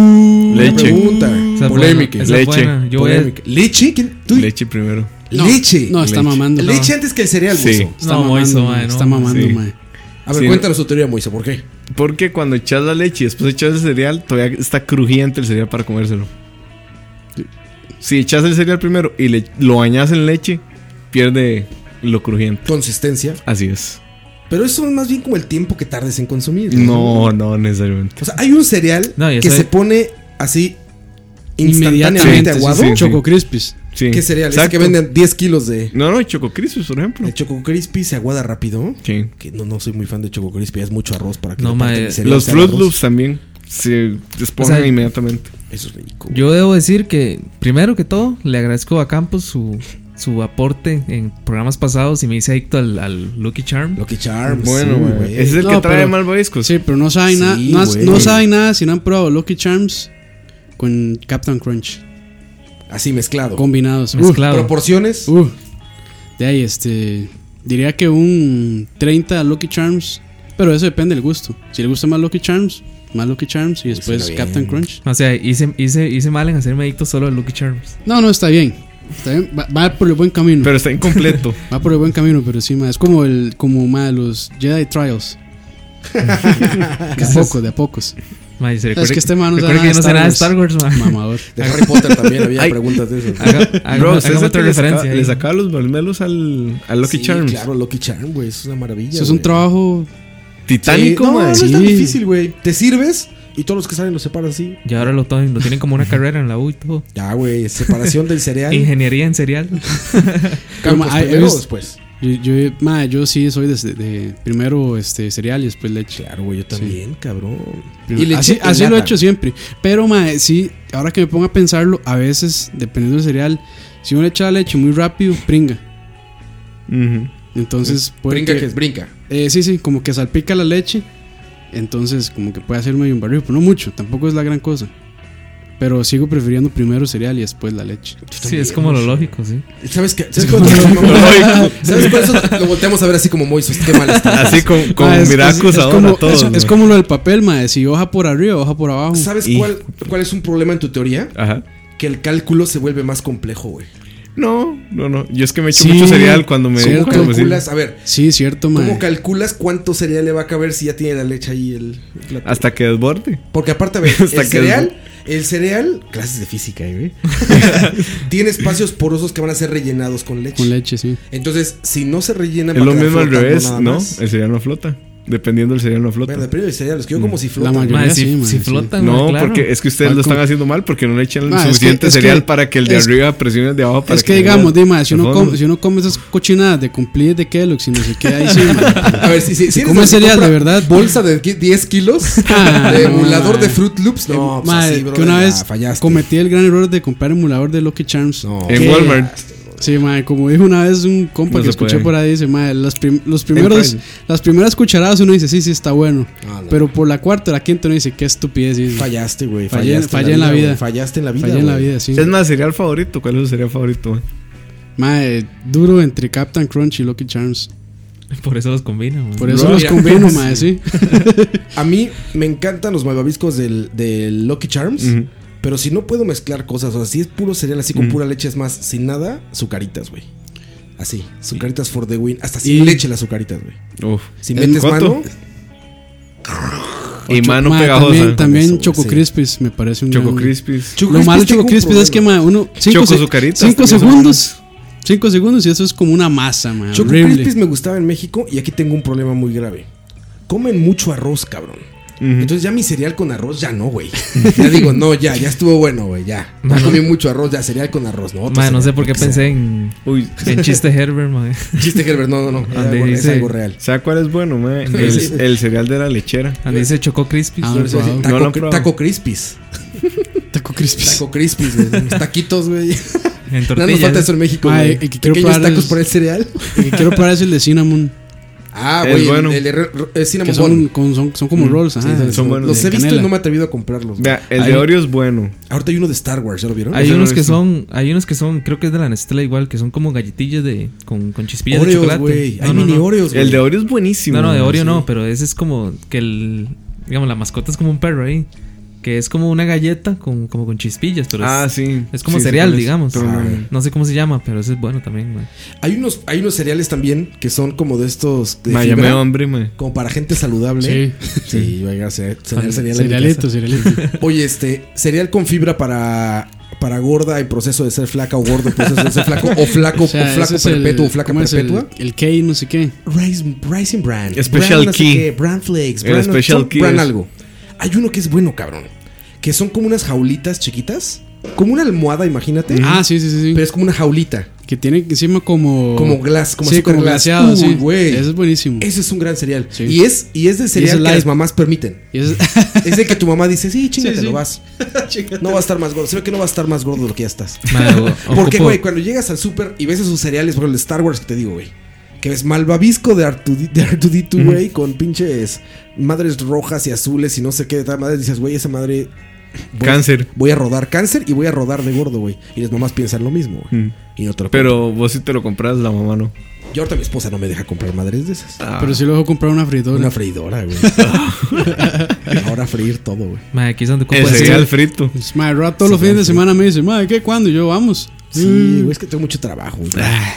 C: Uh,
E: leche.
B: pregunta.
D: Esa es buena,
B: Polémica.
D: esa es
E: Leche.
D: buena. Yo voy a-
B: Polémica. ¿Leche? ¿Quién- tú-
E: Leche primero.
C: No,
B: leche.
C: No, está
E: Leche.
C: mamando.
B: Leche antes que el cereal,
E: Sí.
B: mozo.
C: Está
D: No,
C: mamando,
D: Moiso,
C: mae,
D: mae, no,
C: está mamando,
E: sí.
C: mae.
B: A ver,
E: Sí.
B: cuéntanos tu teoría, Moiso, ¿por qué?
E: Porque cuando echas la leche y después echas el cereal, todavía está crujiente el cereal para comérselo. Si echas el cereal primero y le- lo bañas en leche, pierde lo crujiente.
B: Consistencia.
E: Así es.
B: Pero eso es más bien como el tiempo que tardes en consumir.
E: No, no necesariamente.
B: O sea, hay un cereal
D: No, y
B: que
D: eso
B: se
D: es-
B: pone así instantáneamente
C: Inmediatamente. sí,
B: aguado.
C: sí,
E: Sí,
C: Choco Crispis.
E: Sí.
B: ¿Qué cereal? Es que
E: Exacto.
B: venden 10 kilos de,
E: No, no, Choco Crispis, por ejemplo.
B: de Choco Crispy, se aguada rápido.
E: Sí.
B: Que no, no soy muy fan de Choco Crispy, es mucho arroz para que
D: No,
B: la parte
D: ma,
B: del cereal
E: Los
B: sea
E: Fruit
B: arroz.
E: Loops también se despojan
D: O sea,
E: inmediatamente.
B: Eso es rico.
D: Yo debo decir que, primero que todo, le agradezco a Campos su, su aporte en programas pasados y me hice adicto al, al Lucky Charm.
B: Lucky Charms.
E: Bueno,
B: sí,
E: güey.
B: güey.
E: Ese es el
C: No,
E: que trae
C: pero-
E: mal malvaviscos.
C: Sí, pero no saben
B: Sí,
C: nada. No, has-
B: güey.
C: no saben nada si no han probado Lucky Charms con Captain Crunch.
B: Así mezclado.
C: Combinados. Uf,
D: Mezclado.
B: Proporciones.
C: uf. De ahí, este. Diría que un 30 Lucky Charms. Pero eso depende del gusto. Si le gusta más Lucky Charms, más Lucky Charms y después
B: suena bien.
C: Captain Crunch.
D: O sea, hice, hice, hice mal en hacerme adicto solo al Lucky Charms.
C: No, no, está bien. Está bien. Va, va por el buen camino.
E: Pero está incompleto.
C: va por el buen camino, pero sí, ma, es como el como ma, los Jedi Trials. de a poco, de a pocos.
D: Ma, y se
C: Es
D: recuerda-
C: que este man no sabe
D: recuerda que yo no
C: nada
D: sé nada
C: de
D: de Star Wars, ma.
C: Mamador.
B: De Harry Potter también había
E: Ay.
B: preguntas de eso.
D: Haga, haga-
E: Bro,
D: haga
E: ustedes
D: otra
E: le, saca-
D: referencia. ahí.
E: le sacaba los marmelos al, al Lucky
B: Sí,
E: Charms.
B: Claro, Lucky Charm, güey. Eso es una maravilla.
C: Eso es un
B: güey.
C: trabajo
B: Sí,
E: Titánico,
B: no, no
E: man.
B: es tan
C: Sí.
B: difícil, güey. Te sirves y todos los que salen los separan así.
D: Y ahora lo, to- lo tienen como una carrera en la U y todo.
B: Ya, güey. Separación del cereal.
D: Ingeniería en cereal.
B: Campos
C: Pero, ma,
B: pues primero
C: ah, es-
B: o después.
C: Yo, yo, ma, yo sí soy desde de primero este cereal y después leche.
B: Claro, güey. Yo también, cabrón.
C: Primero- así
B: en
C: así lo he
B: lata.
C: hecho siempre. Pero ma, sí, ahora que me pongo a pensarlo, a veces, dependiendo del cereal, si uno le echa la leche muy rápido, pringa.
E: Ujú.
C: Entonces puede
B: Brinca
C: que-
B: Mm, que es brinca.
C: eh, sí, sí, como que salpica la leche. Entonces, como que puede hacer medio un barrio, pero no mucho, tampoco es la gran cosa. Pero sigo prefiriendo primero cereal y después la leche.
D: Sí, es como lo lógico, sí.
B: ¿Sabes qué? ¿Sabes cuál es ¿Sabes por eso lo volteamos a ver así como Moiso? Qué mal está.
E: Así con, con
C: Ma, Ah, es- es-
E: miracos
C: es
E: ahora
C: como, es-
E: todos.
C: es
E: man.
C: como lo del papel, ma, si hoja por arriba, hoja por abajo.
B: ¿Sabes
E: Y-
B: cuál, cuál es un problema en tu teoría?
E: Ajá.
B: Que el cálculo se vuelve más complejo, güey.
E: No, no, no. Yo es que me echo
C: Sí.
E: mucho cereal cuando me.
C: ¿Cómo
E: cuando me
B: Calculas, a ver,
C: Sí, cierto, ma.
B: ¿cómo calculas cuánto cereal le va a caber si ya tiene la leche ahí el, el plato?
E: Hasta que desborde.
B: Porque aparte, a ver,
E: Hasta
B: el
E: que-
B: cereal, el cereal, clases de física, eh, güey. tiene espacios porosos que van a ser rellenados con leche.
C: Con leche, sí.
B: Entonces, si no se rellenan,
E: Es
B: va a
E: lo
B: quedar
E: mismo al
B: flotando
E: revés,
B: nada
E: ¿no?
B: más.
E: El Mm. cereal no flota. Dependiendo del cereal no flota.
B: Bueno, depende del cereal. Es que yo como si
C: La
B: flotan.
C: mayoría-
D: Madre,
C: sí,
D: si,
C: madre,
D: si
C: sí.
D: flotan,
E: No,
D: madre, Ah, claro.
E: porque es que ustedes
C: Ah,
E: lo están
C: como-
E: haciendo mal porque no le echan
C: Ma, es que-
E: suficiente
C: es que-
E: cereal para que el de
C: es-
E: arriba presione el de abajo para
C: Es que
E: le
C: digamos,
E: llegue
C: Dima, si
E: al
C: uno,
E: fondo.
C: come, si uno come esas cochinadas de cumplidas de Kellogg's y no sé qué, ahí sí, ma.
B: A ver, si, si, si eres
C: come
B: el que
C: cereal,
B: compra
C: de verdad.
B: Bolsa de qui- 10 kilos.
C: Ah,
B: de
C: no,
B: emulador
C: madre.
B: de Fruit Loops. No, pues
C: Madre,
B: así, bro.
C: que una
B: ya
C: vez
B: fallaste.
C: cometí el gran error de comprar emulador de Lucky Charms.
B: No.
E: En
C: Que-
E: Walmart.
C: Sí, madre, como dijo una vez un compa
E: No
C: que
E: se
C: escuché
E: puede.
C: por ahí, dice, madre, las, prim- los primeros,
E: Entonces.
C: las primeras cucharadas uno dice, sí, sí, está bueno.
B: Ah, no.
C: Pero por la cuarta o la quinta uno dice, qué estupidez. dice.
B: Fallaste, güey.
C: Fallé-
B: fallaste
C: fallé en la vida.
B: güey, Fallaste en la vida.
C: Fallé en la
B: güey.
C: vida, sí.
E: Es más, cereal favorito. ¿Cuál es su cereal favorito? man?
C: Madre, duro entre Captain Crunch y Lucky Charms.
D: Por eso los combina, madre.
C: Por eso
B: Bro,
C: los
B: ya.
C: combino, madre, sí.
B: A mí me encantan los malvaviscos del, del Lucky Charms. Pero si no puedo mezclar cosas, o sea, si es puro cereal así con pura leche, es más, sin nada, sucaritas, güey. Así, sucaritas for the win. Hasta sin
C: Y-
B: leche las sucaritas, güey.
E: Uf.
B: Si
C: ¿En
B: metes
E: cuánto?
B: mano,
E: Y mano
C: Madre,
E: pegajosa.
C: También, también
B: Eso, güey,
C: Choco
B: sí.
C: Crispis me parece un
E: Choco
C: gran-
E: Crispies.
B: Choco
C: Lo
B: Crispies
C: malo de
B: tengo
C: Choco
B: un
C: Crispis es que
B: problema.
C: ma, uno. Cinco,
E: Choco
C: se-
E: Zucaritas
C: cinco
E: también son
C: segundos. Cinco segundos y eso es como una masa, man.
B: Choco
C: horrible.
B: Crispies me gustaba en México y aquí tengo un problema muy grave. Comen mucho arroz, cabrón. Entonces ya mi cereal con arroz ya no, güey. Ya digo, no, ya, ya estuvo bueno, güey, ya. Ya comí mucho arroz, ya cereal con arroz, ¿no? otro
D: Madre, no
B: cereal,
D: sé por qué
B: lo que
D: pensé en,
E: Uy,
D: en chiste Herbert, madre.
B: sea. Chiste, Herbert, no, no, no. Es
D: Donde
B: algo, es
D: dice-
B: algo real.
E: ¿Sabe cuál es bueno, man? El, el cereal de la lechera.
D: Andy dice Choco Crispy.
C: Ah,
B: Yo les voy a decir,
C: wow.
E: No lo
B: Taco,
E: han probado.
B: taco Crispies.
C: Taco Crispis.
B: Taco Crispies, güey. Mis Taquitos, güey.
D: en
B: No nos
D: tortillas.
B: falta eso en México,
C: Ay,
B: güey.
C: y que quiero
B: Pequeños
C: probar
B: tacos
C: es-
B: para el cereal.
C: El que quiero probar es el de Cinnamon.
B: Ah,
E: Es
B: güey. el-
E: bueno.
B: El, de re- re- eh,
C: Que
B: cinnamon
C: son,
B: bun.
C: con- son, son como rolls, ajá.
E: Mm, son- son buenos.
B: Los
C: de
B: he visto y
C: canela.
B: no me he atrevido a comprarlos. güey.
E: Vea, eh. el
B: Ahí-
E: de Oreo es bueno.
B: Ahorita hay uno de Star Wars, ¿ya lo vieron?
D: Hay
E: Ese no
D: unos
E: lo he
D: que
E: visto.
D: son, hay unos que son, creo que es de la Nestlé igual, que son como galletillas de, con, con chispillas de
B: Oreos,
D: chocolate.
B: güey.
D: No,
B: Hay
D: no,
B: mini
D: no.
B: Oreos, güey.
E: El de Oreo es buenísimo.
D: No, no, de
E: man.
D: Oreo
B: sí.
D: no, pero ese es como que el, digamos, la mascota es como un perro ahí, que es como una galleta con, como con chispillas, pero
E: Ah,
D: es,
E: sí.
D: es como
E: Sí, sé
D: cereal,
E: cuál es,
D: digamos.
E: pero no.
B: Ah.
D: No sé cómo se llama, pero ese es bueno también, güey.
B: Hay unos, hay unos cereales también que son como de estos. De
E: Ma,
B: fibra,
E: llamé hombre, man.
B: como para gente saludable. Sí, sí, va a llegar a ser- cereal, cereal en mi
C: Cerealito, cerealito.
B: casa. Oye, este, cereal con fibra para. Para gorda en proceso de ser flaca o gordo en proceso de ser flaco o flaco,
C: O sea,
B: o flaco
C: ese es el-
B: perpetuo o flaca
C: ¿cómo es el-
B: perpetua.
C: El K, no sé qué.
B: Rising, Rising Brand.
E: Special
B: brand no sé
E: Key.
B: qué, brand Flakes.
E: El
B: Brand,
E: Special
B: son
E: Key
B: brand
E: es-
B: algo. Hay uno que es bueno, cabrón. Que son como unas jaulitas chiquitas. Como una almohada, imagínate.
C: Ah, sí, sí, sí.
B: Pero
C: sí.
B: es como una jaulita.
C: Que tiene encima como.
B: Como glass, como
C: Oh. sí,
B: azúcar
C: como
B: glass.
C: glaseado,
B: Uy,
C: sí.
B: güey.
C: Ese es buenísimo.
B: Ese es un gran cereal.
C: Sí.
B: Y es y es del
C: es
B: cereal que
C: light.
B: las mamás permiten.
C: Y ese-
B: Es de que tu mamá dice, sí, chíngatelo,
C: sí.
B: vas. No va a estar más gordo. Se ve que no va a estar más gordo de lo que ya estás.
D: Madre, o-
B: Porque,
D: ocupo-
B: güey, cuando llegas al súper y ves esos cereales, por ejemplo, el de Star Wars que te digo, güey. Que ves malvavisco de R2D de R2D2, güey, con pinches madres rojas y azules y no sé qué de tal madre. Dices, güey, esa madre. voy-
E: Cáncer.
B: Voy a rodar cáncer y voy a rodar de gordo, güey. Y las mamás piensan lo mismo, güey.
E: Mm.
B: Y no te lo
E: Pero vos si te lo compras, la mamá no.
B: compran. Y ahorita mi esposa no me deja comprar madres de esas.
C: Pero sí lo dejo comprar una freidora.
B: Ah. Una freidora, güey. Ahora freír todo, güey.
D: Madre, aquí es donde ocupo
E: El
D: decir-
E: cereal frito.
C: Pues, madre, Roa todos los fines de semana me dice, madre, ¿qué? ¿Cuándo? Y yo, vamos. Mm.
B: Sí, güey, es que tengo mucho trabajo, güey.
C: Ah.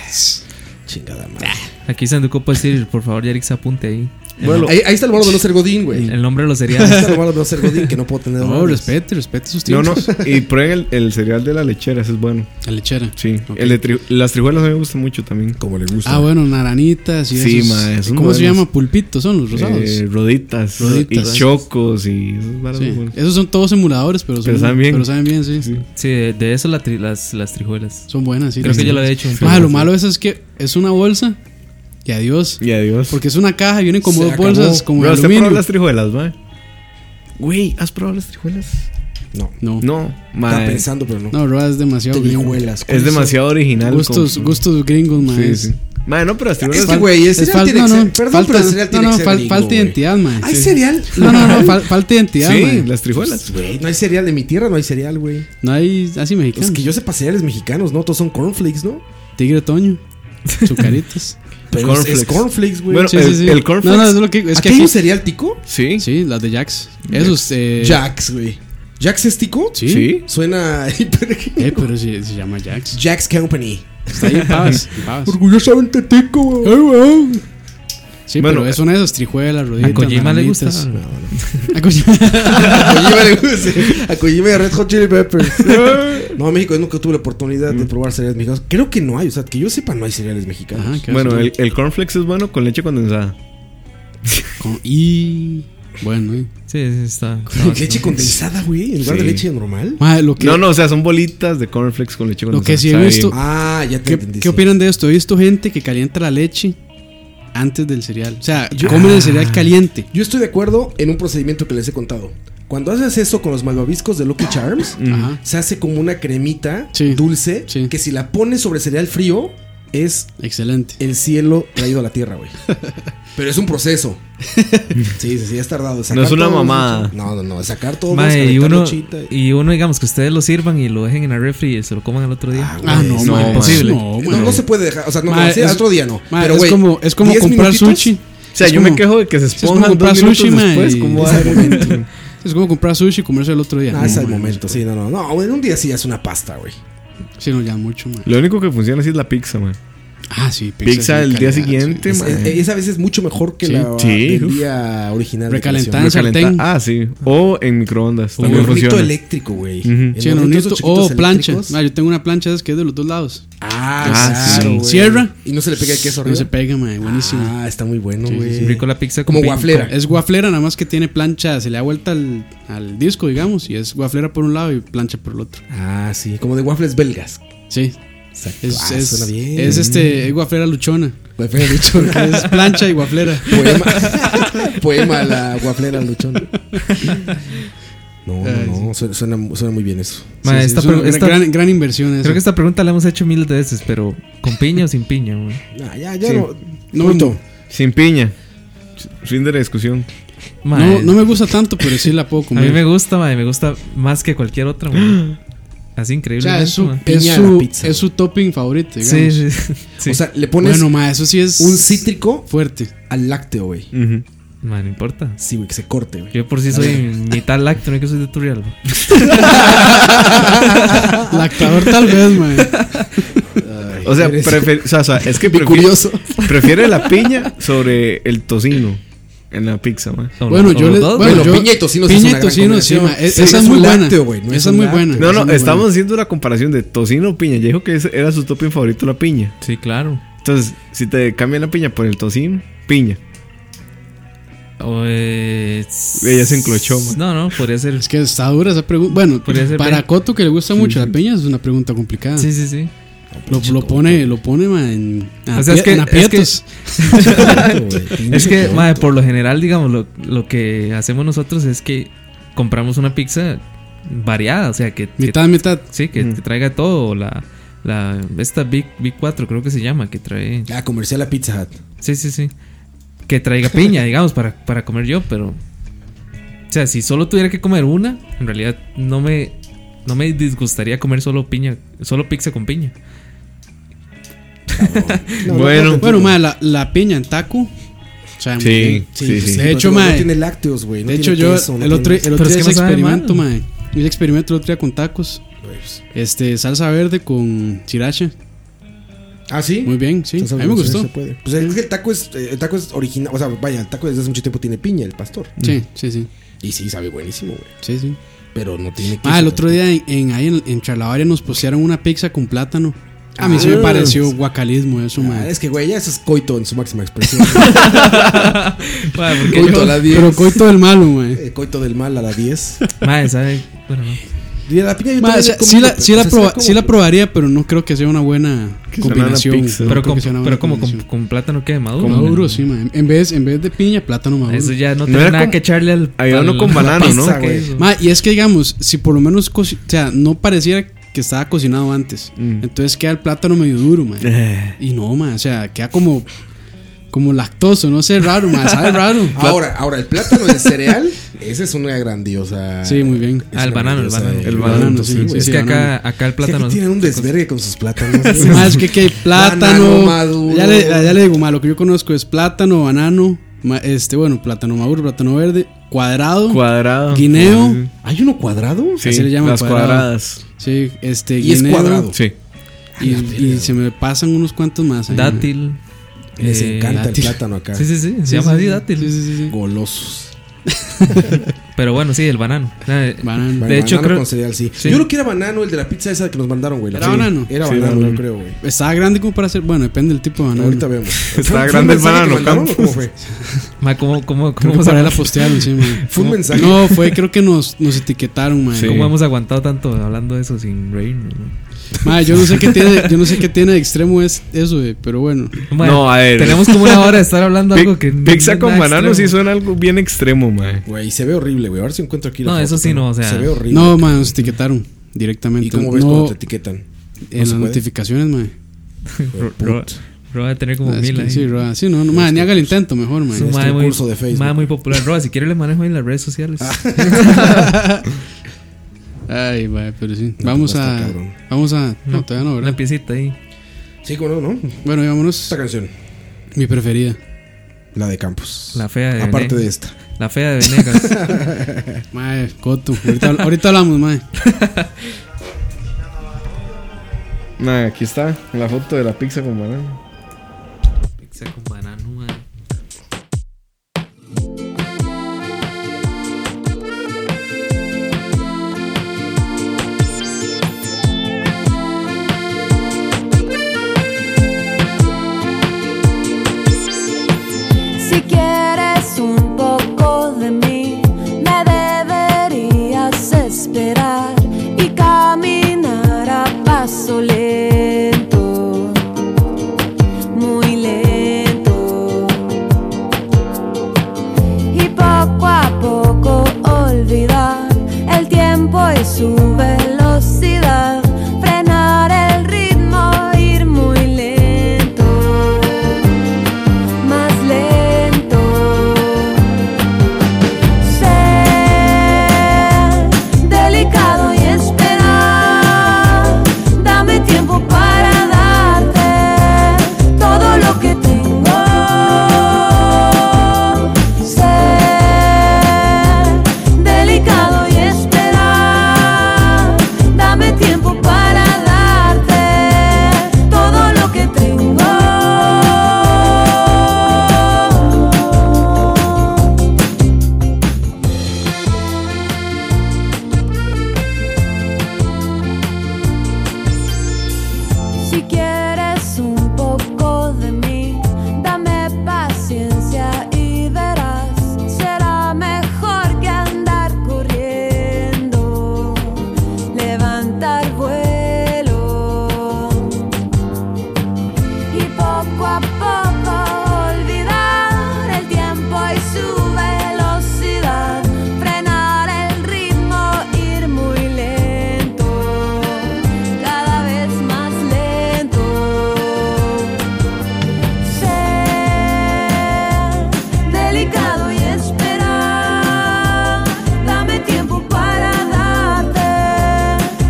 B: Chingada madre.
D: Aquí es donde ocupo decir, por favor, Yarix, apunte ahí.
E: Bueno,
B: Ahí, ahí está el malo de no ser Godín, güey.
D: El nombre de los
B: Ahí
D: cereales.
B: está lo malo de no ser Godín, que no puedo tener.
C: No,
B: horarios.
C: respete, respete sus
E: no,
C: tiempos.
E: no. Y prueben el, el cereal de la lechera, ese es bueno.
C: La lechera.
E: Sí.
C: Ok.
E: El de tri- las trijuelas a mí me gustan mucho también.
B: Como le gusta.
C: Ah, bueno, naranitas y
E: Sí,
C: esos-
E: ma, esos
C: ¿Cómo se
E: modelos.
C: llama? Pulpitos son los rosados.
E: Eh, roditas,
C: Roditas.
E: y chocos y esos varas
C: Sí.
E: muy buenos.
C: Esos son todos emuladores, pero, son,
E: Pero saben bien.
C: Pero saben bien, sí.
D: Sí, de, de eso la tri- las, las trijuelas.
C: Son buenas, sí.
D: Creo
C: las
D: que yo lo he
C: tienen.
D: hecho. un
C: Ma,
D: poco,
C: lo
D: sí.
C: malo de eso es que es una bolsa y adiós.
E: Y adiós.
C: Porque es una caja y vienen como
B: Se
C: dos
B: acabó.
C: bolsas como de
E: Bro, ¿usted probó
C: aluminio.
E: las trijuelas, va? Güey, ¿has probado las trijuelas?
B: No.
C: No, no,
E: No,
B: Estaba
E: mae.
B: pensando, pero no.
C: no Roa es demasiado gringo.
B: Trijuelas,
E: Es demasiado original.
C: Gustos,
E: como-
C: gustos gringos, ma.
E: Sí,
C: es-
E: sí. Mae, no, pero las
B: Es
E: trijuelas.
B: que, Este güey, el
C: es
B: cereal
C: fal-
B: tiene que
C: no, no,
B: ser. Perdón,
C: falta-
B: pero el cereal
C: no,
B: tiene
C: no,
B: que ser.
C: fal-
B: gringo,
C: falta
B: güey. Ah,
C: identidad, ma.
B: ¿Hay
C: Sí.
B: cereal?
C: No, no, no, fal- falta identidad,
E: sí,
C: ma.
E: las trijuelas.
B: Güey, no hay cereal de mi tierra, no hay cereal, güey.
C: No hay así mexicano.
B: Es que yo sepa cereales mexicanos, ¿no? Todos son cornflakes, ¿no?
C: Tigre Toño. Chucaritas.
B: Pero es- es
E: Cornflakes.
B: cornflakes, güey.
E: Bueno,
C: Sí,
E: el,
C: sí, sí.
E: el cornflakes.
C: No, no, es lo que. Pues Es que
B: ¿Aquí hay
C: aquí-
B: un cereal tico?
E: Sí, sí.
C: Sí, las de Jax. Esos. Eh,
B: Jax, güey. ¿Jax es tico?
C: Sí.
B: Suena hiper
C: Eh, pero se, se llama Jax.
B: Jack's Company.
C: Está ahí en Pavas. en Pavas.
B: Orgullosamente tico, güey.
C: Sí,
E: Bueno,
C: pero son esas trijuelas, roditas.
D: A Kojima le gusta.
C: bananitas. A Kojima.
B: A Kojima le gusta. A Kojima de Red Hot Chili Peppers. No, en México yo nunca tuve la oportunidad
C: Mm.
B: de probar cereales mexicanos. Creo que no hay, o sea, que yo sepa no hay cereales mexicanos.
C: Ajá, Ah, qué
E: Bueno,
C: asco.
E: el, el cornflakes es bueno con leche condensada.
C: Con- y. Bueno, eh.
D: Sí, sí, está. está
B: Con leche
D: bastante-
B: condensada, güey, en lugar de
E: Sí.
B: leche normal.
C: Mae, lo que,
E: No, no, o sea, son bolitas de cornflakes con leche
C: Lo que
E: condensada.
C: sí he
E: Sabe
C: visto-
E: bien.
B: Ah, ya te
C: ¿qué,
B: entendí.
C: qué
B: sí.
C: opinan de esto? He visto gente que calienta la leche antes del cereal. O sea, comen el cereal caliente.
B: Yo estoy de acuerdo en un procedimiento que les he contado. Cuando haces eso con los malvaviscos de Lucky Charms,
C: Ajá.
B: se hace como una cremita
C: Mm. Sí.
B: dulce
C: Sí.
B: que si la pones sobre cereal frío es
C: Excelente.
B: el cielo traído a la tierra, güey. Pero es un proceso. Sí, sí, sí, es tardado. Sacar
E: No es una
B: todo,
E: mamada.
B: No, no, no, sacar todo.
D: Mae, y,
B: calentar
D: uno,
B: lonchita.
D: y uno, digamos, que ustedes lo sirvan y lo dejen en la refri y se lo coman al otro día.
C: Ah, no,
E: No,
C: mae,
E: mae.
C: imposible.
B: No, no se puede dejar. O sea, no,
C: Mae,
B: sí,
C: es-
B: otro día no.
C: mae,
B: pero,
C: es
B: güey,
C: como, es como
B: 10
C: comprar
B: minutitos,
C: sushi.
E: O sea,
C: Es
E: yo me
C: como-
E: quejo de que se
C: como
E: esponjan
C: comprar
E: dos minutos
C: sushi, mae,
E: después.
C: y-
E: ¿Cómo va a ser?
C: Es como comprar sushi y comerse el otro día.
B: Ah,
C: No,
B: es al
C: mae.
B: momento, sí, no, no. No, en un día sí es una pasta, güey.
C: Sí, no, ya mucho, mae.
E: Lo único que funciona así es la pizza, man.
C: Ah, sí,
E: Pizza
C: sí,
E: el día
C: calidad,
E: siguiente,
C: sí.
B: Es,
E: mae.
B: es- es a veces mucho mejor que
C: Sí,
B: la
E: sí,
B: del
E: uf.
B: día original. de
C: Recalentada.
B: creación.
C: en sartén.
E: Ah, sí. O en microondas.
B: O en
E: también
B: hornito
E: funciona.
B: eléctrico, güey.
C: Sí, en hornito o planchas. Ah, yo tengo una plancha de esas que es de los dos lados.
B: Ah,
E: Ah,
B: claro,
E: sí.
B: güey.
C: Cierra.
B: Y no se le pega el queso
C: No
B: arriba.
C: se pega, mae, buenísimo.
B: Ah, está muy bueno, güey.
D: Rico la pizza con
B: Como
D: pi-
B: guaflera.
C: Es guaflera, nada más que tiene plancha, se le da vuelta al, al disco, digamos, y es guaflera por un lado y plancha por el otro.
B: Ah, sí. Como de waffles belgas.
C: Sí,
B: Exacto.
C: es,
B: ah,
C: es-
B: suena bien.
C: es este, es guaflera luchona.
B: Guaflera luchona.
C: Es plancha y guaflera.
B: poema. poema a la guaflera luchona. No, no, no. Suena, suena- suena muy bien eso.
D: Mae,
C: Sí, sí,
D: esta
C: es una
D: pre- esta-
C: gran, gran inversión esa.
D: Creo que esta pregunta la hemos hecho miles de veces, pero ¿con piña o sin piña? güey?
B: Ah, ya, ya.
E: Sí.
B: No,
C: No,
B: Punto.
E: Sin piña. Fin de la discusión.
D: Mae,
C: no, no me gusta tanto, pero sí la puedo
D: a
C: comer.
D: mí me gusta, mae, me gusta más que cualquier otra. güey. Así
C: o
D: increíble.
C: sea, es su,
B: piña
C: es
B: a la
C: su,
B: pizza,
C: es su topping favorito, digamos.
D: Sí, sí, sí.
B: O sea, le pones
C: Bueno, ma, eso sí es
B: un cítrico
C: fuerte.
B: al lácteo, güey.
E: Ujú.
D: Mae, no importa.
B: Sí, güey, que se corte, güey.
D: Yo por sí soy mitad lácteo, no es que soy de Turrialba.
C: Lactador tal vez, ma.
E: O sea,
B: Eres-
E: prefer- o sea, o sea, es que prefi-
B: Curioso.
E: prefiere la piña sobre el tocino en la pizza, man.
D: O-
C: Bueno,
D: o
C: yo
D: los
C: le-
D: dos,
C: bueno,
D: güey.
C: yo-
B: piña y tocino sí es una
C: Piña y
B: gran
C: tocino, sí,
B: combinación.
C: ma. Es-
B: Sí,
C: esa
B: es
C: es muy
B: un
C: buena.
B: lácteo, güey, no es
C: Esa es
B: un
C: muy
B: lácteo.
C: buena.
E: No,
C: esa es
E: no,
C: muy
E: estamos
C: buena.
E: haciendo la comparación de tocino piña. Ya dijo que ese era su topping favorito la piña.
D: Sí, claro.
E: Entonces, si te cambian la piña por el tocino, piña.
D: O, eh,
E: Ella se enclochó, mae.
D: No, no, podría ser.
C: Es que está dura esa pregunta. Bueno,
D: Podría ser
C: para
D: pe-
C: Coto que le gusta mucho la peña es una pregunta complicada.
D: Sí, sí, sí.
C: Lo, lo pone, lo pone ma, en,
D: O sea, es
C: apie-
D: que-
C: en
D: es
C: aprietos.
D: Es que, mae, por lo general, digamos, lo, lo que hacemos nosotros es que compramos una pizza variada, o sea, que, que-
C: mitad, mitad.
D: sí, que, que traiga todo, la, la esta Big, Big 4 creo que se llama, que trae,
B: Ah, comercial a Pizza Hut.
D: sí, sí, sí, que traiga piña, digamos, para, para comer yo, pero, o sea, si solo tuviera que comer una, en realidad no me, no me disgustaría comer solo piña, solo pizza con piña.
E: bueno,
C: Bueno, ma, la, la piña en taco. O sea, muy
E: sí,
C: bien.
E: sí, sí.
C: sí. De hecho,
B: no,
C: mae,
B: no tiene lácteos, güey. no
C: De hecho,
B: tiene
C: yo
B: queso, no
C: el otro,
B: tiene-
C: el
D: Pero
C: otro
D: es
C: día
D: que
C: hice
D: no sabe
C: experimento,
D: mal.
C: mae. Hice experimento el otro día con tacos. Este, salsa verde con sriracha.
B: Ah, sí.
C: Muy bien, sí.
B: Entonces,
C: A mí me
B: sí,
C: gustó.
B: se puede. Pues es que el taco es, eh, el taco es original. O sea, vaya, el taco desde hace mucho tiempo tiene piña, el pastor.
C: Sí, sí, sí.
B: Y sí, sabe buenísimo, güey.
C: Sí, sí.
B: Pero no tiene queso.
C: Ah, el otro día en, en- ahí en, en Charlavaria nos postearon una pizza con plátano. A mí sí me
B: Ah.
C: pareció guacalismo eso,
B: Ah,
C: mae.
B: es que, güey, ya eso es coito en su máxima expresión.
D: Mae, porque
B: coito a
D: yo-
B: la 10.
C: Pero coito del malo, mae.
B: eh, coito del mal a la 10.
D: mae, sabe, bueno, no.
B: Y de la piña yo
C: Mae, o
B: también
C: sea,
B: he
C: sí
B: comido,
C: la,
B: pero, o
C: sí, la
B: sea,
C: proba-
B: sabe como-
C: sí la probaría, pero no creo que sea una buena
E: Que sea una
C: combinación.
E: pizza.
C: No creo
D: pero,
C: que
D: con,
C: sea una
D: pero
C: buena
D: como con,
C: combinación.
D: con plátano que maduro.
C: maduro, sí, mae. En vez, en vez de piña, plátano maduro.
D: Eso ya no,
E: No
D: tiene
E: era
D: nada
E: con-
D: que echarle al.
E: Había
D: al-
E: uno con
D: a la
E: banano,
D: pizza,
E: ¿no?
D: güey.
E: Ok.
C: Ma, y es que digamos, si por lo menos, co- o sea, no pareciera que estaba cocinado antes.
E: Mm.
C: Entonces queda el plátano medio duro, man.
E: Eh.
C: Y no, man, o sea, queda como como lactoso, no sé, raro, man, sabe raro.
B: Ahora, ahora, el plátano de cereal, esa es una grandiosa.
C: Sí, muy bien.
B: es
D: Ah, el
B: una
D: banano, el
B: grandiosa,
D: banano.
B: eh,
E: El
C: banano, sí,
B: güey.
C: sí,
D: es
C: sí.
D: que
C: banano.
D: acá, acá el
B: Es que
D: plátano.
B: aquí tienen un desvergue con sus plátanos. güey.
C: Más que que hay plátano.
B: Banano maduro.
C: Ya le, ya le digo, ma, lo que yo conozco es plátano, banano, ma- este, bueno, plátano maduro, plátano verde, cuadrado,
E: Cuadrado.
C: Oh. guineo.
B: ¿Hay uno cuadrado?
E: Sí,
C: Así le llaman
E: las
C: cuadrado.
E: cuadradas.
C: Sí, este,
B: Y es
C: guineo,
B: cuadrado.
E: Sí.
C: Y, y se me pasan unos cuantos más. ahí, ma.
D: Dátil.
B: Les
D: eh,
B: encanta el
C: dátil.
B: plátano acá.
D: Sí, sí, sí. Se
C: Sí,
D: llama
C: sí,
D: así
C: sí.
D: dátil.
C: Sí, sí, sí, sí.
B: Golosos.
D: Pero bueno, sí, el banano. O sea,
C: Banano.
D: De hecho,
B: banano
D: creo.
B: con cereal, sí.
D: sí.
B: Yo creo que era banano el de la pizza esa que nos mandaron, güey. la
C: ¿Era
B: fría.
C: banano?
B: Era
E: Sí,
B: banano,
E: banano.
B: yo creo, güey.
C: Estaba grande como para hacer. Bueno, depende del tipo de banano.
B: Ahorita vemos. ¿Fue- fue un
E: grande el
B: mensaje que
E: banano,
B: mandaron
E: Cam.
B: o ¿Cómo fue?
D: ma, ¿Cómo, cómo,
C: Creo
D: cómo,
C: que
D: hemos,
C: para la
D: agu-
C: postearon, sí, man.
B: Fue un
C: No,
B: mensaje.
C: No, fue, creo que nos, nos etiquetaron, man.
E: Sí.
D: cómo hemos aguantado tanto hablando de eso sin reírnos? no?
C: Ma, yo no sé qué tiene, yo no sé qué tiene de extremo es eso, güey, pero bueno.
D: Ma,
E: No, a ver.
D: Tenemos como una hora de estar hablando
E: Pi-
D: algo que. no
E: Pizza
D: es
E: con
D: nada
E: banano sí
D: extremo.
E: suena algo bien extremo, mae.
B: Güey, se ve horrible, güey. A ver si encuentro aquí la
D: No,
B: foto,
D: eso sí,
B: Cam.
D: no, o sea,
B: Se ve horrible.
C: No, man, nos etiquetaron directamente.
B: ¿Y cómo ves
C: no,
B: cuando te etiquetan?
C: en
B: se
C: las
B: puede?
C: notificaciones, man.
D: Ro- Ro- Ro va a tener como
C: Ah, es
D: mil
C: que
D: ahí.
C: Sí, Roa. Sí, no, no, man, ni haga el intento, mejor, man.
D: Su
B: este
D: madre
B: curso de Facebook. Ah.
D: madre muy popular. Roa, si quiere le manejo en las redes sociales.
C: Ay, va, pero sí. Vamos
B: pues, está
C: a.
B: cabrón.
C: Vamos a. No,
D: No,
C: todavía no,
D: Una
C: ¿verdad?
D: piecita ahí.
B: Sí, cómo no, ¿no?
C: Bueno, y vámonos.
B: Esta canción,
C: Mi preferida.
B: la de Campos.
D: La fea de
B: Aparte
D: Vene-
B: de esta.
D: La fea de Venegas.
C: Mae, Coto. Ahorita, ahorita hablamos, mae.
E: Mae, aquí está la foto de la pizza con banano.
D: Pizza con banano, madre.
I: Si quieres un poco de mí, me deberías esperar y caminar a paso lento, muy lento. Y poco a poco olvidar el tiempo y su velocidad, frenar el ritmo, ir muy lento más lento. Sé delicado y esperar. Dame tiempo para darte todo lo que tengo. Sé delicado y esperar. Dame tiempo para darte todo lo que tengo. Si quieres un poco de mí, dame paciencia y verás, será mejor que andar corriendo, levantar vuelo y poco a poco olvidar el tiempo y su velocidad, frenar el ritmo, ir muy lento, cada vez más lento. Ser delicado y esperar, dame tiempo para darte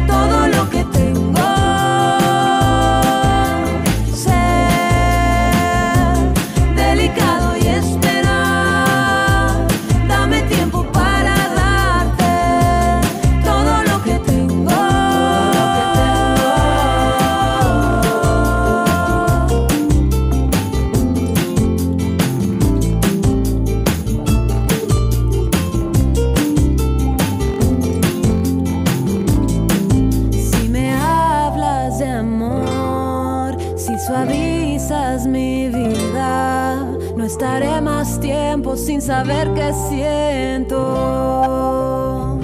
I: todo lo que tengo ser delicado y esperar. Dame tiempo para darte todo lo que tengo. Si me hablas de amor, si suavizas mi vida, no estaré más tiempo sin saber qué siento.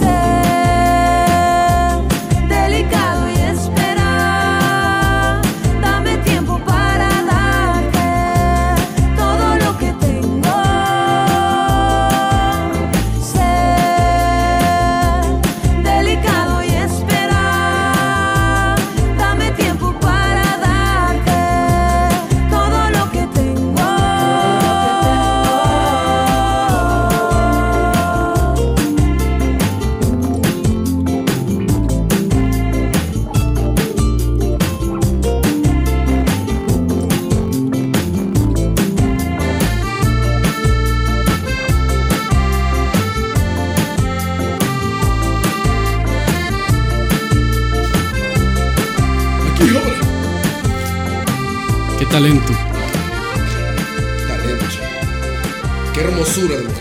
I: Ser delicado y esperar, dame tiempo para darte todo lo que tengo. Ser delicado y esperar. Dame tiempo para darte todo lo que tengo.
C: Qué talento.
B: Talento. Qué hermosura de mujer.